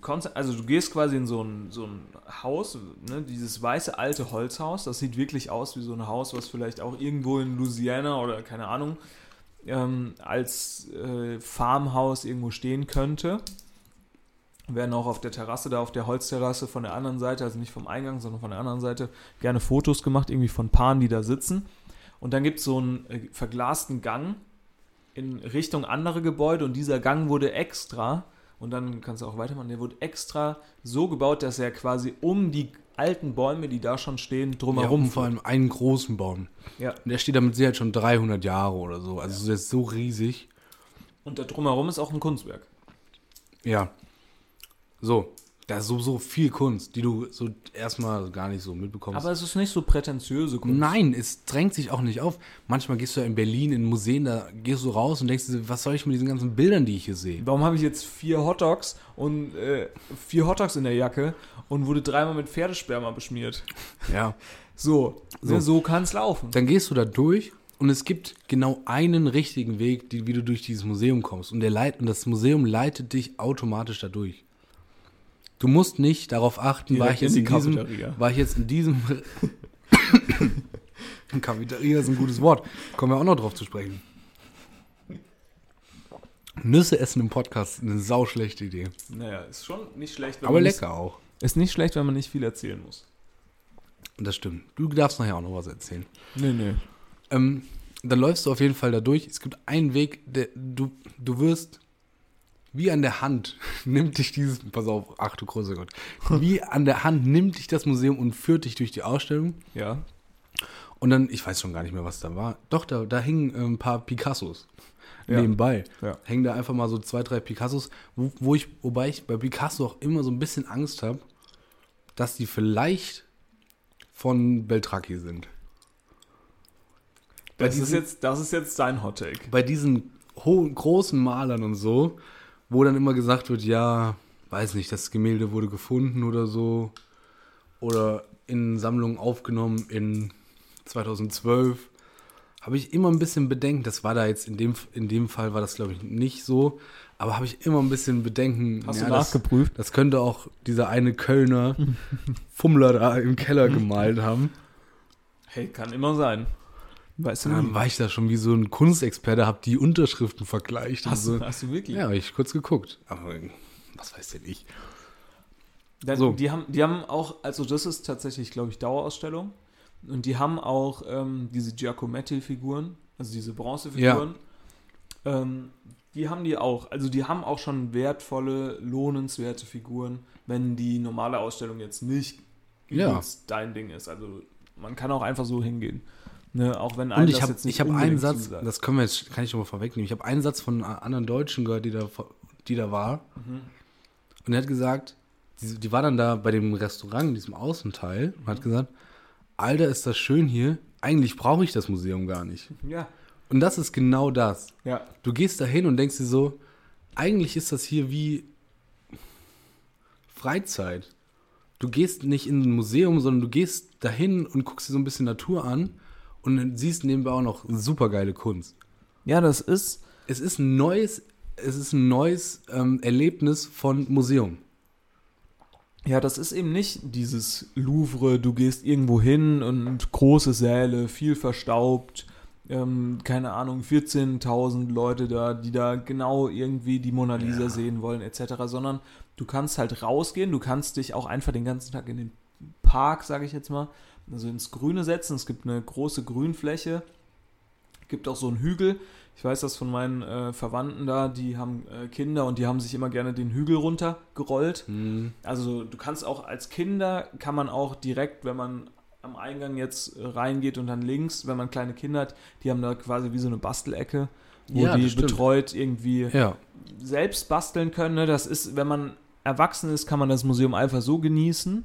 S3: Konst- also du gehst quasi in so ein, so ein Haus, ne, dieses weiße alte Holzhaus, das sieht wirklich aus wie so ein Haus, was vielleicht auch irgendwo in Louisiana oder keine Ahnung, ähm, als äh, Farmhaus irgendwo stehen könnte. Werden auch auf der Terrasse, da auf der Holzterrasse von der anderen Seite, also nicht vom Eingang, sondern von der anderen Seite, gerne Fotos gemacht, irgendwie von Paaren, die da sitzen. Und dann gibt es so einen äh, verglasten Gang in Richtung andere Gebäude und dieser Gang wurde extra, und dann kannst du auch weitermachen, der wurde extra so gebaut, dass er quasi um die alten Bäume, die da schon stehen, drumherum
S4: Warum? Vor allem einen großen Baum.
S3: Ja.
S4: Und der steht da mit Sicherheit schon 300 Jahre oder so. Also der ist so riesig.
S3: Und da drumherum ist auch ein Kunstwerk.
S4: Ja. So. Da ist so, so viel Kunst, die du so erstmal gar nicht so mitbekommst.
S3: Aber es ist nicht so prätentiöse Kunst.
S4: Nein, es drängt sich auch nicht auf. Manchmal gehst du ja in Berlin in Museen, da gehst du raus und denkst, dir, was soll ich mit diesen ganzen Bildern, die ich hier sehe?
S3: Warum habe ich jetzt vier Hotdogs und äh, vier Hotdogs in der Jacke und wurde dreimal mit Pferdesperma beschmiert?
S4: Ja.
S3: So, so, so kann es laufen.
S4: Dann gehst du da durch und es gibt genau einen richtigen Weg, die, wie du durch dieses Museum kommst. Und, der Leit und das Museum leitet dich automatisch da durch. Du musst nicht darauf achten, war
S3: Direkt
S4: ich, jetzt
S3: in
S4: in
S3: die
S4: diesem,
S3: Cafeteria.
S4: war ich jetzt in diesem. Cafeteria ist ein gutes Wort. Kommen wir auch noch drauf zu sprechen. Nüsse essen im Podcast, eine sauschlechte Idee.
S3: Naja, ist schon nicht schlecht, wenn
S4: Aber
S3: man
S4: lecker auch.
S3: Nicht, ist nicht schlecht, wenn man nicht viel erzählen muss.
S4: Und das stimmt. Du darfst nachher auch noch was erzählen.
S3: Nee, nee.
S4: Ähm, dann läufst du auf jeden Fall da durch. Es gibt einen Weg, der, du, du wirst wie an der Hand nimmt dich dieses, pass auf, ach du großer Gott, wie an der Hand nimmt dich das Museum und führt dich durch die Ausstellung.
S3: Ja.
S4: Und dann, ich weiß schon gar nicht mehr, was da war. Doch, da, da hingen äh, ein paar Picassos
S3: Ja.
S4: nebenbei.
S3: Ja.
S4: Hängen da einfach mal so zwei, drei Picassos, wo, wo ich, wobei ich bei Picasso auch immer so ein bisschen Angst habe, dass die vielleicht von Beltraki sind.
S3: Das,
S4: Bei
S3: ist
S4: diesen-
S3: jetzt, das ist jetzt dein Hot Take.
S4: bei diesen hohen, großen Malern und so, wo dann immer gesagt wird, ja, weiß nicht, das Gemälde wurde gefunden oder so. Oder in Sammlungen aufgenommen in 2012. Habe ich immer ein bisschen Bedenken, das war da jetzt in dem, in dem Fall war das glaube ich nicht so, aber habe ich immer ein bisschen Bedenken.
S3: Hast du
S4: das,
S3: nachgeprüft?
S4: das könnte auch dieser eine Kölner Fummler da im Keller gemalt haben.
S3: Hey, kann immer sein. Weißt du,
S4: Dann
S3: nie.
S4: war ich da schon wie so ein Kunstexperte, habe die Unterschriften vergleicht. und
S3: hast,
S4: so.
S3: du- hast du wirklich?
S4: Ja, habe ich kurz geguckt. Aber was weiß denn ich?
S3: Dann,
S4: So.
S3: die, haben, die haben auch, also das ist tatsächlich, glaube ich, Dauerausstellung. Und die haben auch ähm, diese Giacometti-Figuren, also diese Bronzefiguren. Ähm, die haben die auch. Also die haben auch schon wertvolle, lohnenswerte Figuren, wenn die normale Ausstellung jetzt nicht
S4: Ja.
S3: übelst dein Ding ist. Also man kann auch einfach so hingehen. Ne? Auch wenn einem
S4: Und ich
S3: das
S4: habe
S3: jetzt nicht
S4: ich hab einen
S3: unbedingt
S4: Satz,
S3: zusagt.
S4: das können wir jetzt, kann ich schon mal vorwegnehmen. Ich habe einen Satz von einer anderen Deutschen gehört, die da, vor- die da war.
S3: Mhm.
S4: Und er hat gesagt, die, die war dann da bei dem Restaurant, in diesem Außenteil, und
S3: Mhm.
S4: hat gesagt, Alter, ist das schön hier. Eigentlich brauche ich das Museum gar nicht.
S3: Ja,
S4: Und das ist genau das.
S3: ja.
S4: Du gehst da hin und denkst dir so, eigentlich ist das hier wie Freizeit. Du gehst nicht in ein Museum, sondern du gehst dahin und guckst dir so ein bisschen Natur an und dann siehst nebenbei auch noch supergeile Kunst.
S3: Ja, das ist.
S4: Es ist ein neues, es ist ein neues ähm, Erlebnis von Museum.
S3: Ja, das ist eben nicht dieses Louvre, du gehst irgendwo hin und große Säle, viel verstaubt, ähm, keine Ahnung, 14.000 Leute da, die da genau irgendwie die Mona Lisa sehen wollen, etc., sondern du kannst halt rausgehen, du kannst dich auch einfach den ganzen Tag in den Park, sage ich jetzt mal, also ins Grüne setzen. Es gibt eine große Grünfläche, gibt auch so einen Hügel. Ich weiß das von meinen äh, Verwandten da, die haben äh, Kinder und die haben sich immer gerne den Hügel runtergerollt.
S4: Mhm.
S3: Also du kannst auch als Kinder, kann man auch direkt, wenn man am Eingang jetzt äh, reingeht und dann links, wenn man kleine Kinder hat, die haben da quasi wie so eine Bastelecke, wo
S4: Ja, das
S3: die
S4: stimmt.
S3: betreut irgendwie
S4: Ja.
S3: selbst basteln können. Ne? Das ist, wenn man erwachsen ist, kann man das Museum Alpha so genießen.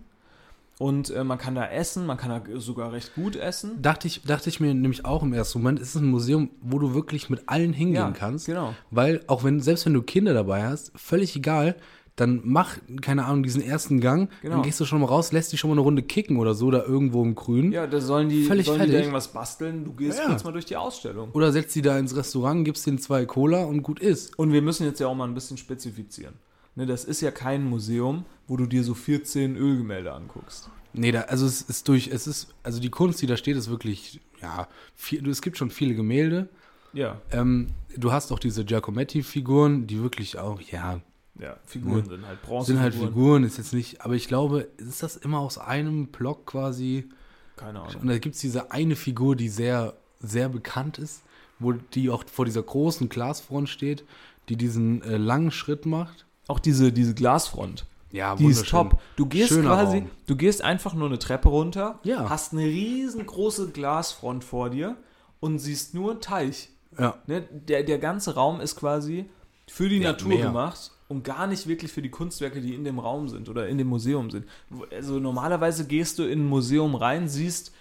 S3: Und äh, man kann da essen, man kann da sogar recht gut essen.
S4: Dachte ich, dachte ich mir nämlich auch im ersten Moment, es ist ein Museum, wo du wirklich mit allen hingehen kannst.
S3: genau.
S4: Weil auch wenn, selbst wenn du Kinder dabei hast, völlig egal, dann mach, keine Ahnung, diesen ersten Gang,
S3: Genau.
S4: dann gehst du schon mal raus, lässt dich schon mal eine Runde kicken oder so, da irgendwo im Grün.
S3: Ja, da sollen die,
S4: Völlig
S3: sollen die da
S4: fertig.
S3: irgendwas basteln. Du gehst
S4: Ja.
S3: kurz mal durch die Ausstellung.
S4: Oder setzt die da ins Restaurant, gibst denen zwei Cola und gut ist.
S3: Und wir müssen jetzt ja auch mal ein bisschen spezifizieren. Ne, das ist ja kein Museum, wo du dir so 14 Ölgemälde anguckst.
S4: Nee, da, also es ist durch, es ist, also die Kunst, die da steht, ist wirklich, ja, viel, es gibt schon viele Gemälde.
S3: Ja,
S4: Ähm, du hast auch diese Giacometti-Figuren, die wirklich auch, ja,
S3: ja Figuren sind halt Bronze.
S4: sind halt Figuren, ist jetzt nicht, aber ich glaube, ist das immer aus einem Block quasi?
S3: Keine Ahnung.
S4: Und da gibt es diese eine Figur, die sehr, sehr bekannt ist, wo die auch vor dieser großen Glasfront steht, die diesen äh, langen Schritt macht.
S3: Auch diese, diese Glasfront.
S4: Ja,
S3: Die ist
S4: wunderschön.
S3: top. Du gehst
S4: Schöner
S3: quasi,
S4: Raum.
S3: du gehst einfach nur eine Treppe runter,
S4: Ja.
S3: hast eine riesengroße Glasfront vor dir und siehst nur Teich.
S4: Ja.
S3: Ne? Der, der ganze Raum ist quasi für die
S4: Ja,
S3: Natur
S4: mehr.
S3: gemacht und gar nicht wirklich für die Kunstwerke, die in dem Raum sind oder in dem Museum sind. Wo- Also normalerweise gehst du in ein Museum rein, siehst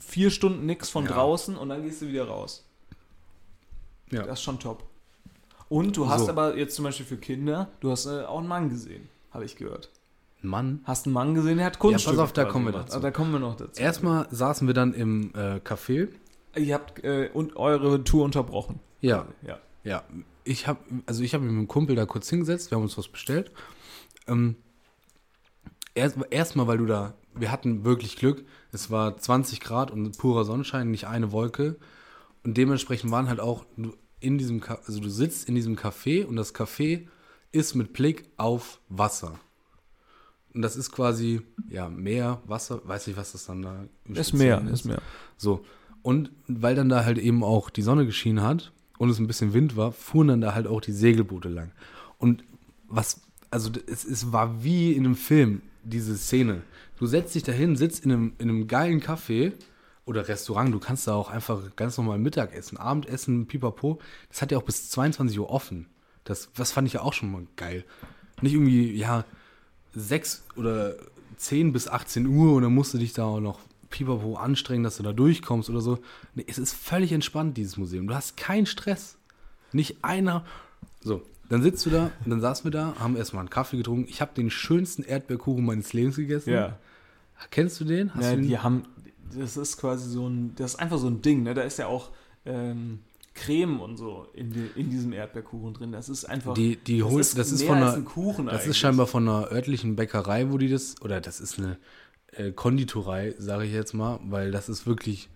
S3: vier Stunden nichts von draußen und dann gehst du wieder raus.
S4: Ja.
S3: Das ist schon top. Und du hast
S4: So.
S3: aber jetzt zum Beispiel für Kinder, du hast äh, auch einen Mann gesehen, habe ich gehört.
S4: Mann.
S3: Hast einen Mann gesehen, der hat Kunst.
S4: Ja, pass auf, da kommen wir dazu.
S3: da kommen wir noch dazu.
S4: Erstmal saßen wir dann im äh, Café.
S3: Ihr habt äh, und eure Tour unterbrochen.
S4: Ja,
S3: Ja.
S4: ja. Ich habe, also ich habe mit einem Kumpel da kurz hingesetzt, wir haben uns was bestellt. Ähm, erst- Erstmal, weil du da, wir hatten wirklich Glück. Es war 20 Grad und purer Sonnenschein, nicht eine Wolke. Und dementsprechend waren halt auch du in diesem, Ka- also du sitzt in diesem Café und das Café ist mit Blick auf Wasser. Und das ist quasi, ja, Meer, Wasser, weiß nicht, was das dann da im
S3: Ist mehr,
S4: Speziellen
S3: ist mehr.
S4: So. Und weil dann da halt eben auch die Sonne geschienen hat und es ein bisschen Wind war, fuhren dann da halt auch die Segelboote lang. Und was, also d- es, es war wie in einem Film, diese Szene. Du setzt dich dahin, sitzt in einem, in einem geilen Café oder Restaurant, du kannst da auch einfach ganz normal Mittagessen, Abendessen, pipapo. Das hat ja auch bis 22 Uhr offen. Das, das fand ich ja auch schon mal geil. Nicht irgendwie, ja, 6 oder 10 bis 18 Uhr und dann musst du dich da auch noch pipapo anstrengen, dass du da durchkommst oder so. Nee, es ist völlig entspannt, dieses Museum. Du hast keinen Stress. Nicht einer. So, dann sitzt du da, und dann saßen wir da, haben erstmal einen Kaffee getrunken. Ich habe den schönsten Erdbeerkuchen meines Lebens gegessen.
S3: Ja.
S4: Kennst du den? Hast
S3: ja
S4: du den?
S3: Ne, die haben, das ist quasi so ein, das ist einfach so ein Ding, ne? Da ist ja auch ähm, Creme und so in, die, in diesem Erdbeerkuchen drin. Das ist einfach.
S4: Die, die holen, das ist,
S3: mehr
S4: von einer,
S3: als ein Kuchen
S4: das
S3: eigentlich.
S4: ist scheinbar von einer örtlichen Bäckerei, wo die das, oder das ist eine äh, Konditorei, sage ich jetzt mal, weil das ist wirklich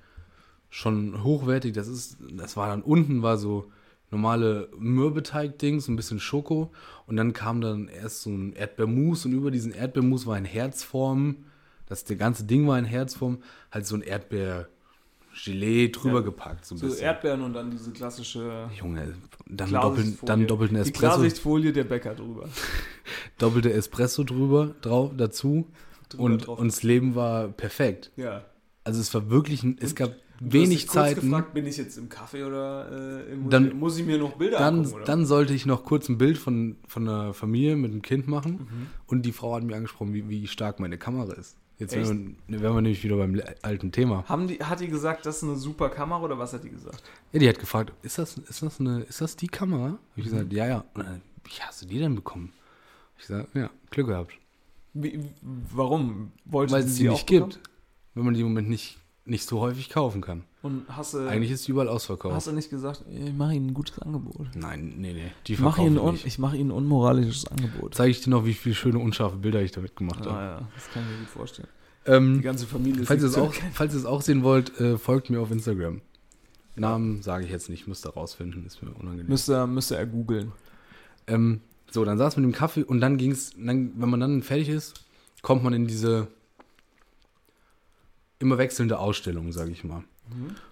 S4: schon hochwertig. Das ist, das war dann unten war so normale Mürbeteig-Dings, ein bisschen Schoko und dann kam dann erst so ein Erdbeermus und über diesen Erdbeermus war ein Herzform, das der ganze Ding war ein Herzform, halt so ein Erdbeer-Gelee drüber
S3: Ja.
S4: gepackt, so ein
S3: So
S4: bisschen.
S3: Erdbeeren und dann diese klassische.
S4: Junge, dann doppeln,
S3: Klarsichtfolie.
S4: dann doppelten
S3: Die
S4: Espresso
S3: Klarsichtfolie der Bäcker drüber.
S4: doppelte Espresso drüber drauf dazu
S3: Drüber
S4: und,
S3: drauf.
S4: und das Leben war perfekt.
S3: Ja.
S4: Also es war wirklich, ein, es gab
S3: Du hast dich
S4: wenig
S3: kurz
S4: Zeiten.
S3: gefragt, bin ich jetzt im Kaffee oder äh, im
S4: Dann-
S3: Museum? Muss ich mir noch Bilder
S4: Dann,
S3: angucken? Oder?
S4: dann sollte ich noch kurz ein Bild von, von einer Familie mit einem Kind machen
S3: Mhm.
S4: und die Frau hat mir angesprochen, wie, wie stark meine Kamera ist. Jetzt
S3: Echt?
S4: wären wir, wären wir nämlich wieder beim le- alten Thema.
S3: haben die, hat die gesagt, das ist eine super Kamera oder was hat die gesagt?
S4: Ja, die hat gefragt, ist das, ist das, eine, ist das die Kamera? Hab
S3: Mhm.
S4: ich gesagt, ja, ja. Und dann, wie hast du die denn bekommen? Hab Ich gesagt, ja, Glück gehabt.
S3: Wie, warum? Wolltest
S4: Weil es die nicht gibt. Wenn man die im Moment nicht, nicht so häufig kaufen kann.
S3: Und hast du,
S4: Eigentlich ist die überall ausverkauft.
S3: hast du nicht gesagt, ich mache ihnen ein gutes Angebot?
S4: Nein, nee, nee. Die
S3: Ich mache
S4: verkaufen
S3: ihnen, un,
S4: nicht.
S3: ich mach ihnen ein unmoralisches Angebot.
S4: Zeige ich dir noch, wie viele schöne unscharfe Bilder ich damit gemacht habe.
S3: Ah, ja, das kann ich mir gut vorstellen. Die
S4: Ähm,
S3: ganze Familie
S4: falls, ihr es
S3: jetzt
S4: auch, falls ihr es auch sehen wollt, äh, folgt mir auf Instagram. Namen sage ich jetzt nicht, müsst ihr rausfinden, ist mir unangenehm.
S3: Müsste, müsste er googeln.
S4: Ähm, so, dann saß mit dem Kaffee und dann ging es, dann, wenn man dann fertig ist, kommt man in diese immer wechselnde Ausstellung, sage ich mal.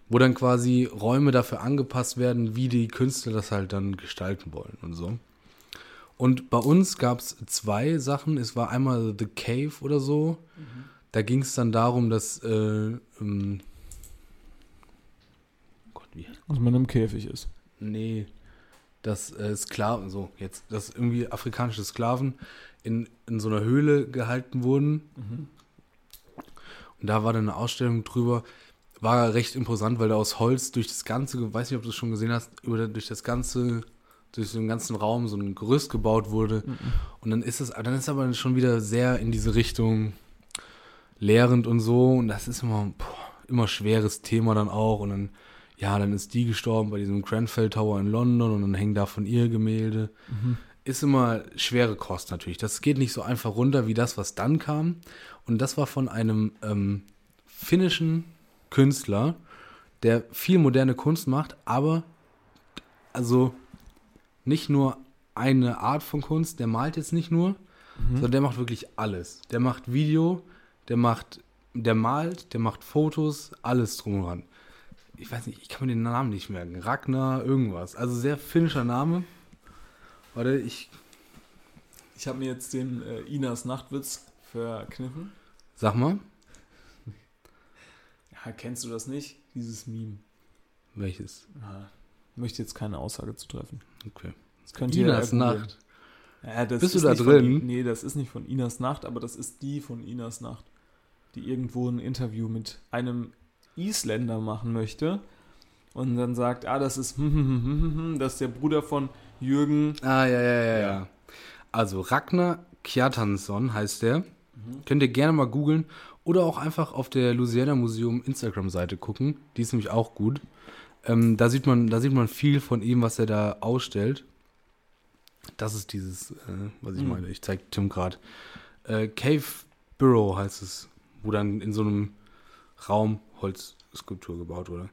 S4: Wo dann quasi Räume dafür angepasst werden, wie die Künstler das halt dann gestalten wollen und so. Und bei uns gab es zwei Sachen. Es war einmal The Cave oder so. Da ging es dann darum, dass. Äh, ähm, Gott, wie
S3: Dass man im Käfig ist.
S4: Nee, dass äh, Sklaven, so jetzt, dass irgendwie afrikanische Sklaven in, in so einer Höhle gehalten wurden. Und da war dann eine Ausstellung drüber. War recht imposant, weil da aus Holz durch das ganze, weiß nicht, ob du es schon gesehen hast, über, durch das ganze, durch so einen ganzen Raum so ein Gerüst gebaut wurde. Und dann ist es, dann ist aber schon wieder sehr in diese Richtung lehrend und so. Und das ist immer, boah, immer schweres Thema dann auch. Und dann, ja, dann ist die gestorben bei diesem Grenfell Tower in London und dann hängen da von ihr Gemälde. Ist immer schwere Kost natürlich. Das geht nicht so einfach runter wie das, was dann kam. Und das war von einem ähm, finnischen Künstler, der viel moderne Kunst macht, aber also nicht nur eine Art von Kunst, der malt jetzt nicht nur, sondern der macht wirklich alles. Der macht Video, der macht, der malt, der macht Fotos, alles drum und dran. Ich weiß nicht, ich kann mir den Namen nicht merken. Ragnar, irgendwas. Also sehr finnischer Name. Warte, ich
S3: Ich habe mir jetzt den äh, Inas Nachtwitz verkniffen.
S4: sag mal,
S3: Ja, kennst du das nicht? Dieses Meme.
S4: welches?
S3: Ah, möchte jetzt keine Aussage zu treffen.
S4: Okay.
S3: Das könnt ihr
S4: Inas
S3: ja googeln.
S4: Nacht.
S3: Ja, das
S4: Bist du
S3: ist
S4: da
S3: nicht
S4: drin?
S3: Von, nee, das ist nicht von Inas Nacht, aber das ist die von Inas Nacht, die irgendwo ein Interview mit einem Isländer machen möchte und dann sagt, ah, das ist, hm, hm, hm, hm, hm, hm, das ist der Bruder von Jürgen.
S4: Ah, ja, ja, ja, ja. Also Ragnar Kjartansson heißt der. Könnt ihr gerne mal googeln oder auch einfach auf der Louisiana Museum Instagram-Seite gucken. Die ist nämlich auch gut. Ähm, da, sieht man, da sieht man viel von ihm, was er da ausstellt. Das ist dieses, äh, was ich meine. Ich zeige Tim gerade. Äh, Cave Bureau heißt es, wo dann in so einem Raum Holzskulptur gebaut wurde.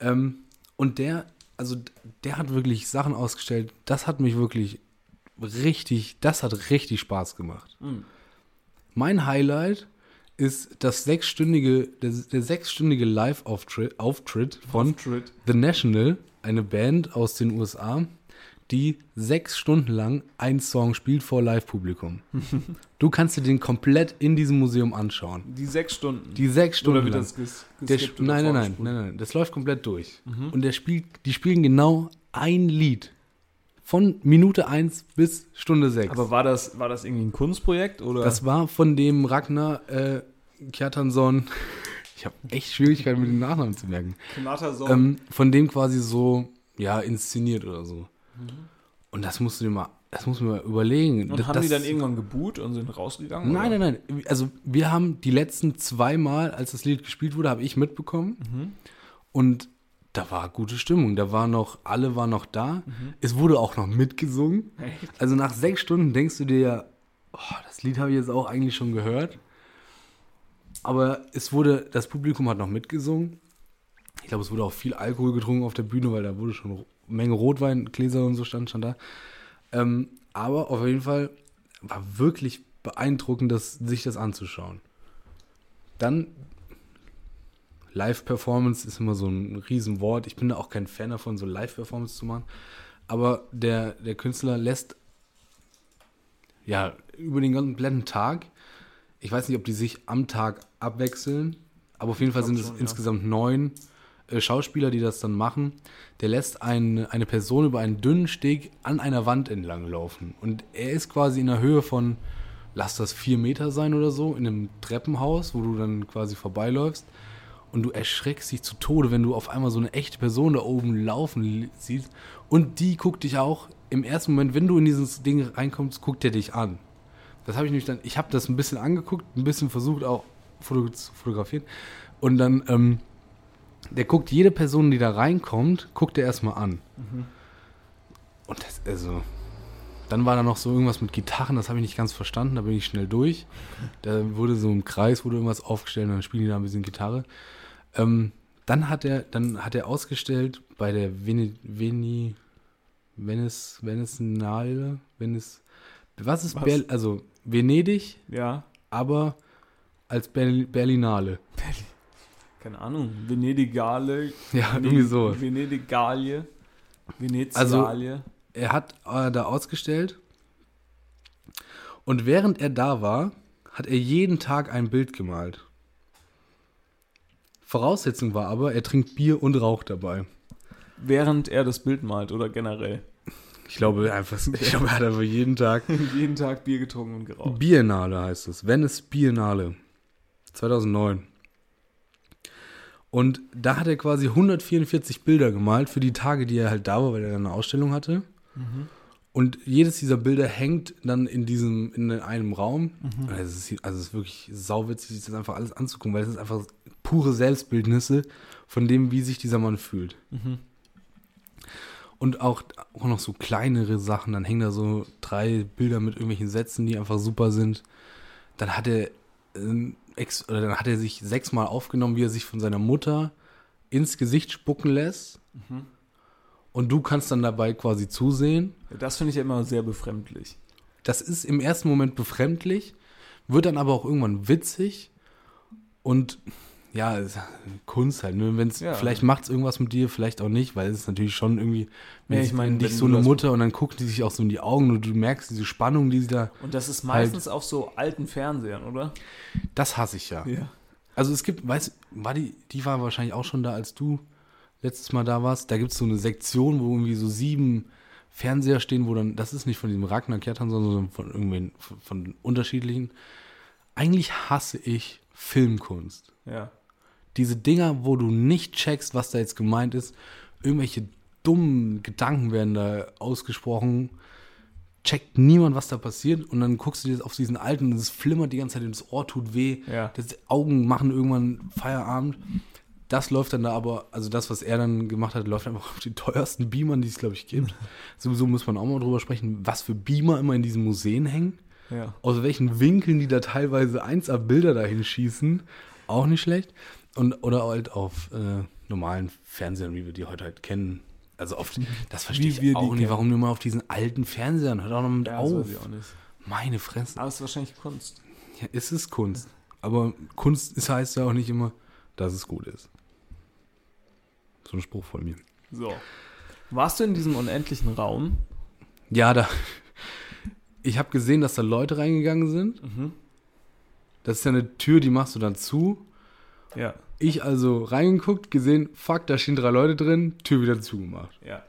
S4: Ähm, und der, also der hat wirklich Sachen ausgestellt. Das hat mich wirklich richtig, das hat richtig Spaß gemacht. Mein Highlight ist das sechsstündige, der, der sechsstündige Live-Auftritt Auftritt von
S3: Tritt.
S4: The National, eine Band aus den USA, die sechs Stunden lang einen Song spielt vor Live-Publikum. du kannst dir den komplett in diesem Museum anschauen.
S3: Die sechs Stunden.
S4: Die sechs Stunden
S3: oder wird
S4: lang.
S3: das ges
S4: Der,
S3: geskippt oder
S4: sp-
S3: Mhm.
S4: nein, nein, nein,
S3: vorgespult?
S4: nein, nein, das läuft komplett durch. Und der spielt, die spielen genau ein Lied. Von Minute 1 bis Stunde 6.
S3: Aber war das, war das irgendwie ein Kunstprojekt oder?
S4: das war von dem Ragnar äh, Kjartansson. Ich habe echt Schwierigkeiten mit dem Nachnamen zu merken.
S3: Knatterson.
S4: Ähm, von dem quasi so, ja, inszeniert oder so. Und das musst du dir mal, das musst du mir mal überlegen.
S3: Mhm. und
S4: das,
S3: haben die
S4: das-
S3: dann irgendwann geboot und sind rausgegangen?
S4: Nein,
S3: oder?
S4: nein, nein. Also wir haben die letzten zweimal, als das Lied gespielt wurde, habe ich mitbekommen. Und da war gute Stimmung. Da war noch, alle waren noch da. Es wurde auch noch mitgesungen. Also nach sechs Stunden denkst du dir ja, oh, das Lied habe ich jetzt auch eigentlich schon gehört. Aber es wurde, das Publikum hat noch mitgesungen. Ich glaube, es wurde auch viel Alkohol getrunken auf der Bühne, weil da wurde schon eine Menge Rotwein, Gläser und so stand, stand da. Ähm, aber auf jeden Fall war wirklich beeindruckend, das, sich das anzuschauen. Dann Live-Performance ist immer so ein Riesenwort. Ich bin da auch kein Fan davon, so Live-Performance zu machen. Aber der, der Künstler lässt ja über den ganzen kompletten Tag, ich weiß nicht, ob die sich am Tag abwechseln, aber auf jeden Fall sind es insgesamt neun äh, Schauspieler, die das dann machen. Der lässt ein, eine Person über einen dünnen Steg an einer Wand entlang laufen. Und er ist quasi in der Höhe von, lass das vier Meter sein oder so, in einem Treppenhaus, wo du dann quasi vorbeiläufst. Und du erschreckst dich zu Tode, wenn du auf einmal so eine echte Person da oben laufen li- siehst. Und die guckt dich auch im ersten Moment, wenn du in dieses Ding reinkommst, guckt er dich an. Das habe ich nämlich dann, ich habe das ein bisschen angeguckt, ein bisschen versucht auch foto zu fotografieren. Und dann, ähm, der guckt jede Person, die da reinkommt, guckt er erstmal an. Und das, also, dann war da noch so irgendwas mit Gitarren, das habe ich nicht ganz verstanden, da bin ich schnell durch. Da wurde so im Kreis, wurde irgendwas aufgestellt und dann spielen die da ein bisschen Gitarre. Ähm, dann hat er, dann hat er ausgestellt bei der Veni, Veni, Venice, Venice, Nale, Venice, was ist,
S3: Was?
S4: Ber, also Venedig,
S3: Ja.
S4: aber als Berl, Berlinale.
S3: Keine Ahnung. Venedigale.
S4: Ja, Also- irgendwie so.
S3: Venedigalie. Venezialie.
S4: er hat äh, da ausgestellt. Und während er da war, hat er jeden Tag ein Bild gemalt. Voraussetzung war aber, er trinkt Bier und raucht dabei.
S3: während er das Bild malt oder generell.
S4: Ich glaube einfach, ich glaube, er hat einfach jeden Tag.
S3: Jeden Tag Bier getrunken und geraucht.
S4: Biennale heißt es. Venice Biennale. 2009. Und da hat er quasi 144 Bilder gemalt für die Tage, die er halt da war, weil er dann eine Ausstellung hatte. Und jedes dieser Bilder hängt dann in diesem, in einem Raum. Also, es ist, also es ist wirklich sauwitzig, sich das einfach alles anzugucken, weil es ist einfach pure Selbstbildnisse von dem, wie sich dieser Mann fühlt. Und auch, auch noch so kleinere Sachen. Dann hängen da so drei Bilder mit irgendwelchen Sätzen, die einfach super sind. Dann hat er, ähm, ex oder dann hat er sich sechsmal aufgenommen, wie er sich von seiner Mutter ins Gesicht spucken lässt. Und du kannst dann dabei quasi zusehen.
S3: Das finde ich ja immer sehr befremdlich.
S4: Das ist im ersten Moment befremdlich, wird dann aber auch irgendwann witzig und ja, es- Kunst halt. Ne? Wenn's,
S3: Ja.
S4: Vielleicht macht es irgendwas mit dir, vielleicht auch nicht, weil es ist natürlich schon irgendwie, wenn
S3: Ja, ich
S4: ich
S3: meine,
S4: meine, dich
S3: wenn
S4: so
S3: du
S4: eine
S3: das-
S4: Mutter und dann guckt die sich auch so in die Augen und du merkst diese Spannung, die sie da.
S3: Und das
S4: Halt.
S3: ist meistens auf so alten Fernsehern, oder?
S4: Das hasse ich ja.
S3: Ja.
S4: Also es gibt, weißt du, war die, die war wahrscheinlich auch schon da, als du letztes Mal da warst. Da gibt es so eine Sektion, wo irgendwie so sieben Fernseher stehen, wo dann, das ist nicht von diesem Ragnar Kertan, sondern von irgendwen, von, von unterschiedlichen. Eigentlich hasse ich Filmkunst.
S3: Ja.
S4: Diese Dinger, wo du nicht checkst, was da jetzt gemeint ist, irgendwelche dummen Gedanken werden da ausgesprochen, checkt niemand, was da passiert und dann guckst du dir das auf diesen alten und es flimmert die ganze Zeit und das Ohr tut weh,
S3: Ja.
S4: das Augen machen irgendwann Feierabend. Das läuft dann da aber, also das, was er dann gemacht hat, läuft einfach auf die teuersten Beamern, die es, glaube ich, gibt. Sowieso muss man auch mal drüber sprechen, was für Beamer immer in diesen Museen hängen
S3: Ja.
S4: aus welchen Winkeln die da teilweise 1A Bilder dahin schießen, auch nicht schlecht. Und, oder halt auf äh, normalen Fernsehern, wie wir die heute halt kennen. Also auf, das verstehe
S3: wir
S4: ich
S3: die
S4: auch nicht,
S3: kennen.
S4: warum nur mal auf diesen alten Fernsehern, hört auch noch mit
S3: Ja, das
S4: auf.
S3: weiß ich auch nicht. Ah.
S4: Meine Fresse.
S3: Aber es ist wahrscheinlich Kunst.
S4: Ja, es ist Kunst. Aber Kunst ist, heißt ja auch nicht immer, dass es gut ist. So ein Spruch von mir.
S3: So. Warst du in diesem unendlichen Raum?
S4: Ja, da. Ich habe gesehen, dass da Leute reingegangen sind.
S3: Mhm.
S4: Das ist ja eine Tür, die machst du dann zu.
S3: Ja.
S4: Ich also reingeguckt, gesehen, fuck, da stehen drei Leute drin, Tür wieder zugemacht.
S3: Ja.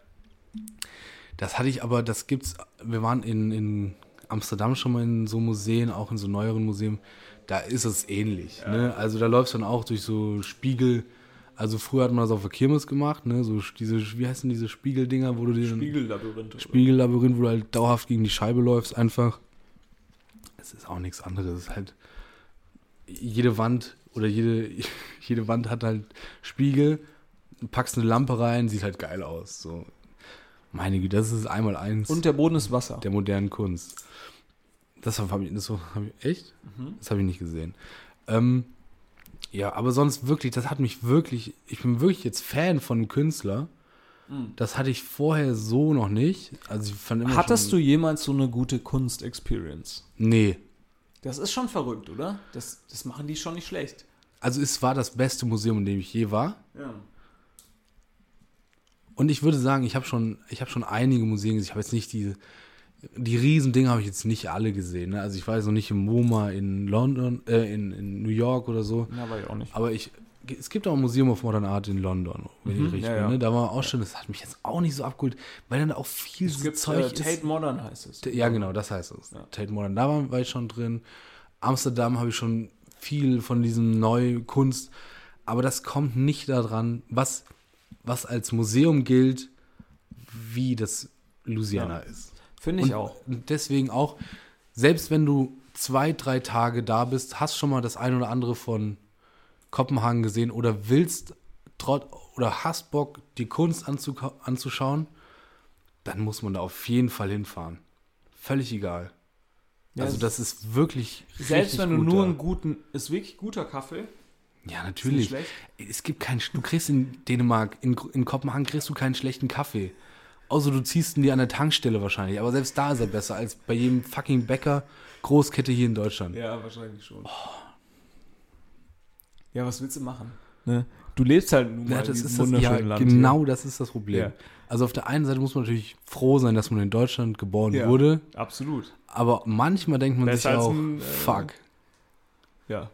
S4: Das hatte ich aber, das gibt's, wir waren in, in Amsterdam schon mal in so Museen, auch in so neueren Museen, da ist es ähnlich. Ne? Also da läufst du dann auch durch so Spiegel, also früher hat man das auf der Kirmes gemacht, ne? so diese, wie heißen diese Spiegeldinger, wo du dir dann-
S3: Spiegellabyrinth.
S4: Spiegellabyrinth, wo du halt dauerhaft gegen die Scheibe läufst, einfach. Es ist auch nichts anderes. Es ist halt jede Wand oder jede, jede Wand hat halt Spiegel, du packst eine Lampe rein, sieht halt geil aus. So. Meine Güte, das ist einmal eins
S3: Und der Boden ist Wasser.
S4: der modernen Kunst. Das habe ich, das so, hab ich echt? Das habe ich nicht gesehen. Ähm, ja, aber sonst wirklich, das hat mich wirklich, ich bin wirklich jetzt Fan von einem Künstler. Das hatte ich vorher so noch nicht. Also ich fand immer
S3: Hattest du
S4: schon,
S3: jemals so eine gute Kunst-Experience?
S4: Nee.
S3: Das ist schon verrückt, oder? Das, das machen die schon nicht schlecht.
S4: Also es war das beste Museum, in dem ich je war.
S3: Ja.
S4: Und ich würde sagen, ich habe schon, ich habe schon einige Museen gesehen. Ich habe jetzt nicht diese, die Riesendinge habe ich jetzt nicht alle gesehen. Ne? Also ich war jetzt noch nicht im MoMA in London, äh, in, in New York oder so.
S3: Na, war ich auch nicht.
S4: Aber ich, es gibt auch ein Museum of Modern Art in London, wenn ich richtig
S3: Mhm. ja,
S4: bin.
S3: ja.
S4: Ne? Da war auch schon, das hat mich jetzt auch nicht so abgeholt, weil dann auch viel
S3: Es
S4: so
S3: gibt
S4: Zeug
S3: äh,
S4: ist.
S3: Tate Modern heißt es.
S4: ja, genau, das heißt es. Tate Modern, da war, war ich schon drin. Amsterdam habe ich schon viel von diesem Neukunst, aber das kommt nicht daran, was, was als Museum gilt, wie das Louisiana ist.
S3: Finde ich
S4: Und
S3: auch.
S4: Deswegen auch, selbst wenn du zwei, drei Tage da bist, hast schon mal das ein oder andere von Kopenhagen gesehen oder willst trot oder hast Bock, die Kunst anzu anzuschauen, dann muss man da auf jeden Fall hinfahren. Völlig egal.
S3: Ja,
S4: also
S3: es-
S4: das ist wirklich
S3: Selbst
S4: richtig
S3: wenn du
S4: gut
S3: nur
S4: da.
S3: einen guten, ist wirklich guter Kaffee.
S4: Ja, natürlich.
S3: schlecht.
S4: Es gibt keinen, du kriegst in Dänemark, in, Gr- in Kopenhagen kriegst du keinen schlechten Kaffee. Außer du ziehst ihn dir an der Tankstelle wahrscheinlich. Aber selbst da ist er besser als bei jedem fucking Bäcker Großkette hier in Deutschland.
S3: Ja, wahrscheinlich schon. Oh. Ja, was willst du machen? Ne? Du lebst halt nun mal
S4: Ja,
S3: in
S4: das
S3: diesem
S4: ist das, ja,
S3: wunderschönen Land. hier.
S4: genau das ist das Problem.
S3: Ja.
S4: Also auf der einen Seite muss man natürlich froh sein, dass man in Deutschland geboren
S3: Ja.
S4: wurde,
S3: Absolut.
S4: aber manchmal denkt man
S3: Besser
S4: sich
S3: als
S4: auch,
S3: ein, äh,
S4: fuck.
S3: Ja.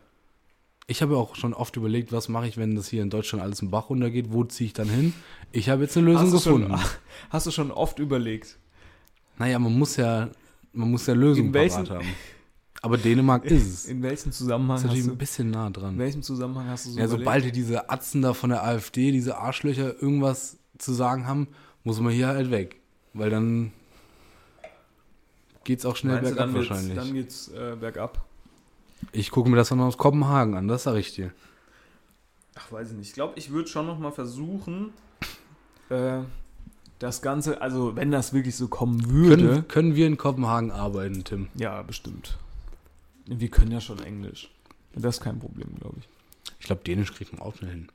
S4: Ich habe ja auch schon oft überlegt, was mache ich, wenn das hier in Deutschland alles im Bach runtergeht, wo ziehe ich dann hin? Ich habe jetzt eine Lösung
S3: Hast du, schon,
S4: gefunden.
S3: hast du schon oft überlegt?
S4: Naja, man muss ja, man muss ja Lösungen
S3: In welchen-
S4: parat haben. Aber Dänemark ist es.
S3: In welchem Zusammenhang
S4: ist
S3: hast
S4: natürlich
S3: du,
S4: ein bisschen nah
S3: in
S4: dran.
S3: welchem Zusammenhang hast du so
S4: Ja,
S3: überlegt?
S4: sobald die diese Atzen da von der AfD, diese Arschlöcher irgendwas zu sagen haben, muss man hier halt weg. Weil dann geht's auch schnell
S3: Meinst du,
S4: bergab
S3: dann
S4: wahrscheinlich.
S3: Geht's, dann geht's äh, bergab.
S4: ich gucke mir das dann aus Kopenhagen an, das sag ich dir.
S3: Ach, weiß ich nicht. Ich glaube, ich würde schon noch mal versuchen, äh, das Ganze, also wenn das wirklich so kommen würde.
S4: Können, können wir in Kopenhagen arbeiten, Tim?
S3: Ja, bestimmt. Wir können ja schon Englisch. Das ist kein Problem, glaube ich.
S4: Ich glaube, Dänisch kriegt man auch schnell hin.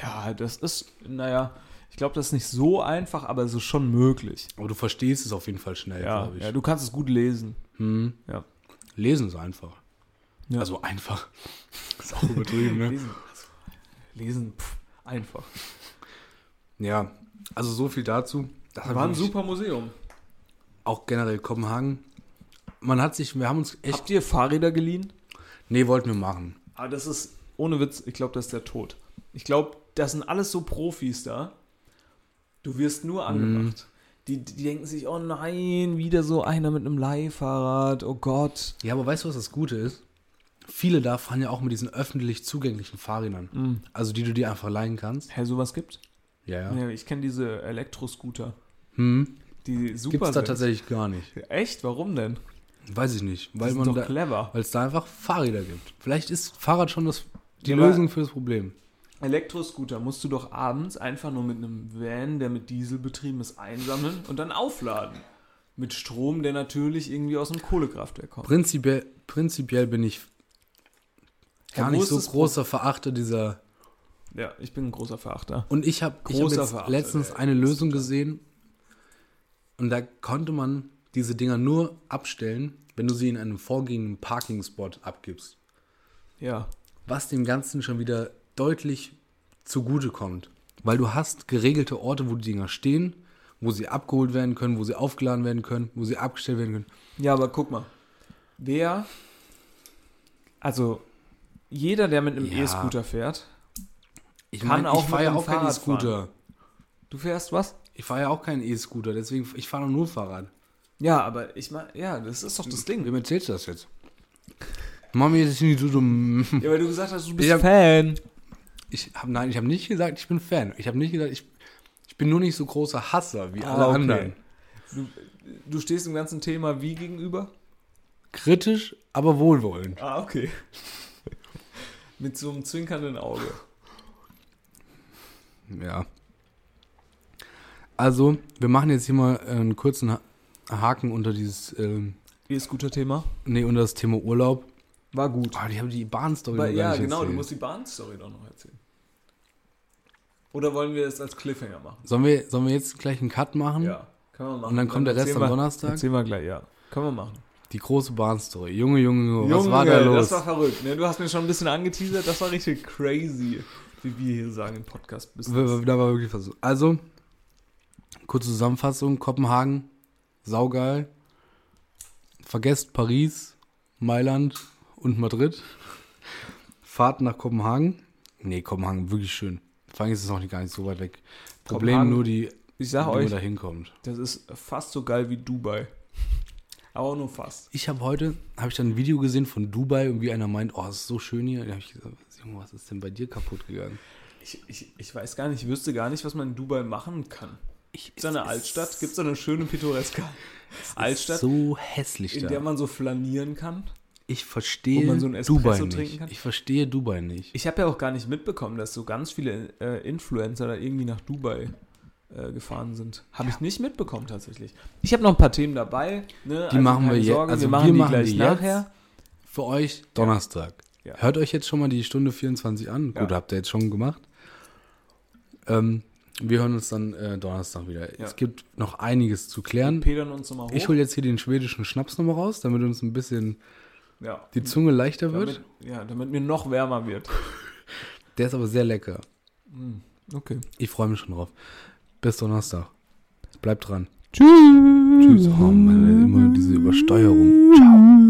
S3: Ja, das ist, naja, ich glaube, das ist nicht so einfach, aber es ist schon möglich.
S4: Aber du verstehst es auf jeden Fall schnell,
S3: Ja,
S4: glaube ich.
S3: ja, du kannst es gut lesen.
S4: hm.
S3: Ja.
S4: Lesen ist einfach.
S3: Ja.
S4: Also einfach. ist auch übertrieben, ne?
S3: Lesen, also, lesen pff, einfach.
S4: Ja, also so viel dazu. Das hat
S3: War ein
S4: wirklich-
S3: super Museum.
S4: Auch generell Kopenhagen. Man hat sich, wir haben uns echt.
S3: Habt ihr Fahrräder geliehen?
S4: Nee, wollten wir machen.
S3: Aber das ist, ohne Witz, ich glaube, das ist der Tod. Ich glaube, das sind alles so Profis da. Du wirst
S4: Mhm.
S3: nur angemacht. Die, die denken sich, oh nein, wieder so einer mit einem Leihfahrrad, oh Gott.
S4: Ja, aber weißt du, was das Gute ist? Viele da fahren ja auch mit diesen öffentlich zugänglichen Fahrrädern.
S3: Mhm.
S4: Also die du dir einfach leihen kannst.
S3: Hä, sowas gibt?
S4: Ja, ja.
S3: Ja, ich kenne diese Elektroscooter,
S4: Hm.
S3: die super
S4: Gibt es da
S3: sind.
S4: tatsächlich gar nicht.
S3: Echt? Warum denn?
S4: Weiß ich nicht.
S3: Die
S4: Weil
S3: sind
S4: man
S3: doch
S4: da,
S3: clever.
S4: weil es da einfach Fahrräder gibt. Vielleicht ist Fahrrad schon das, die
S3: Ja, aber-
S4: Lösung für das Problem.
S3: Elektroscooter musst du doch abends einfach nur mit einem Van, der mit Diesel betrieben ist, einsammeln und dann aufladen. Mit Strom, der natürlich irgendwie aus einem Kohlekraftwerk kommt.
S4: Prinzipiell, prinzipiell bin ich gar
S3: wo
S4: nicht
S3: ist
S4: so
S3: das Pro-
S4: großer Verachter dieser
S3: Ja, ich bin ein großer Verachter.
S4: Und ich habe hab
S3: Großer
S4: jetzt
S3: Verachter,
S4: letztens
S3: ey.
S4: eine Lösung gesehen und da konnte man diese Dinger nur abstellen, wenn du sie in einem vorgegebenen Parking-Spot abgibst.
S3: Ja.
S4: Was dem Ganzen schon wieder deutlich zugute kommt. Weil du hast geregelte Orte, wo die Dinger stehen, wo sie abgeholt werden können, wo sie aufgeladen werden können, wo sie abgestellt werden können.
S3: Ja, aber guck mal. Wer, also jeder, der mit einem
S4: Ja.
S3: E-Scooter fährt,
S4: Ich
S3: Kann
S4: meine,
S3: auch
S4: ich fahre
S3: mit
S4: ja
S3: dem
S4: auch keinen
S3: Fahrrad
S4: E-Scooter.
S3: du fährst was?
S4: Ich fahre ja auch keinen E-Scooter, deswegen, ich fahre nur Fahrrad.
S3: Ja, aber ich meine, ja, das ist doch das Ding.
S4: Wem erzählst du das jetzt? Mami, jetzt ist nicht so dumm.
S3: Ja, weil du gesagt hast, du bist
S4: Ja.
S3: Fan.
S4: Ich hab, nein, ich habe nicht gesagt, ich bin Fan. Ich habe nicht gesagt, ich, ich bin nur nicht so großer Hasser wie
S3: Ah,
S4: alle
S3: okay.
S4: anderen.
S3: Du, du stehst dem ganzen Thema wie gegenüber?
S4: Kritisch, aber wohlwollend.
S3: Ah, okay. Mit so einem zwinkernden Auge.
S4: Ja. Also, wir machen jetzt hier mal äh, einen kurzen Ha- Haken unter dieses, ähm,
S3: E-Scooter-Thema.
S4: nee, unter das Thema Urlaub.
S3: War gut.
S4: Ah, die haben die Bahn-Story
S3: Aber,
S4: noch gar
S3: ja,
S4: nicht
S3: genau, du
S4: erzählt.
S3: musst die Bahn-Story doch noch erzählen. Oder wollen wir das als Cliffhanger machen?
S4: Sollen wir, sollen wir jetzt gleich einen Cut machen?
S3: Ja, können wir machen.
S4: Hm. Und dann kommt der Rest
S3: erzählen
S4: am
S3: wir-
S4: Donnerstag?
S3: Erzählen wir gleich, ja. Können wir machen.
S4: Die große Bahn-Story. Junge, Junge, Junge, was war da los?
S3: Das war verrückt. Ne? Du hast mir schon ein bisschen angeteasert. Das war richtig crazy, wie wir hier sagen im Podcast.
S4: W- w- Da war wirklich was. Also, kurze Zusammenfassung: Kopenhagen, saugeil. Vergesst Paris, Mailand und Madrid. Fahrt nach Kopenhagen. Nee, Kopenhagen, wirklich schön. Vor allem ist es noch nicht gar nicht so weit weg. Problem
S3: Kopenhagen,
S4: nur, die,
S3: Ich
S4: wie
S3: sag
S4: man
S3: euch,
S4: da hinkommt.
S3: das ist fast so geil wie Dubai. Aber nur fast.
S4: Ich habe heute, habe ich dann ein Video gesehen von Dubai und wie einer meint, oh, es ist so schön hier. Da habe ich gesagt, Junge, was ist denn bei dir kaputt gegangen?
S3: Ich, ich, ich weiß gar nicht, ich wüsste gar nicht, was man in Dubai machen kann. Gibt es da eine Altstadt? Gibt es da eine schöne pittoreske Altstadt,
S4: So hässlich
S3: in
S4: da.
S3: der man so flanieren kann?
S4: Ich verstehe
S3: Wo man so einen Espresso
S4: Dubai
S3: trinken
S4: nicht.
S3: kann?
S4: Ich verstehe Dubai nicht.
S3: Ich habe ja auch gar nicht mitbekommen, dass so ganz viele äh, Influencer da irgendwie nach Dubai äh, gefahren sind. Habe ich nicht mitbekommen tatsächlich. Ich habe noch ein paar Themen dabei. Ne?
S4: Die machen wir
S3: keine
S4: je-
S3: Sorgen,
S4: also
S3: wir machen
S4: wir
S3: die
S4: machen
S3: gleich
S4: die jetzt.
S3: nachher.
S4: Für euch Donnerstag.
S3: Ja.
S4: Hört euch jetzt schon mal die Stunde 24 an. Gut, habt ihr jetzt schon gemacht. Ähm, wir hören uns dann äh, Donnerstag wieder.
S3: Ja.
S4: Es gibt noch einiges zu klären.
S3: Pedern uns nochmal hoch.
S4: Ich hole jetzt hier den schwedischen Schnaps nochmal raus, damit uns ein bisschen
S3: ja.
S4: die Zunge leichter
S3: Damit,
S4: wird.
S3: ja, damit mir noch wärmer wird.
S4: Der ist aber sehr lecker.
S3: Okay.
S4: Ich freue mich schon drauf. Bis Donnerstag. Bleibt dran.
S3: Tschüss.
S4: Tschüss. Oh Mann, immer diese Übersteuerung. Ciao.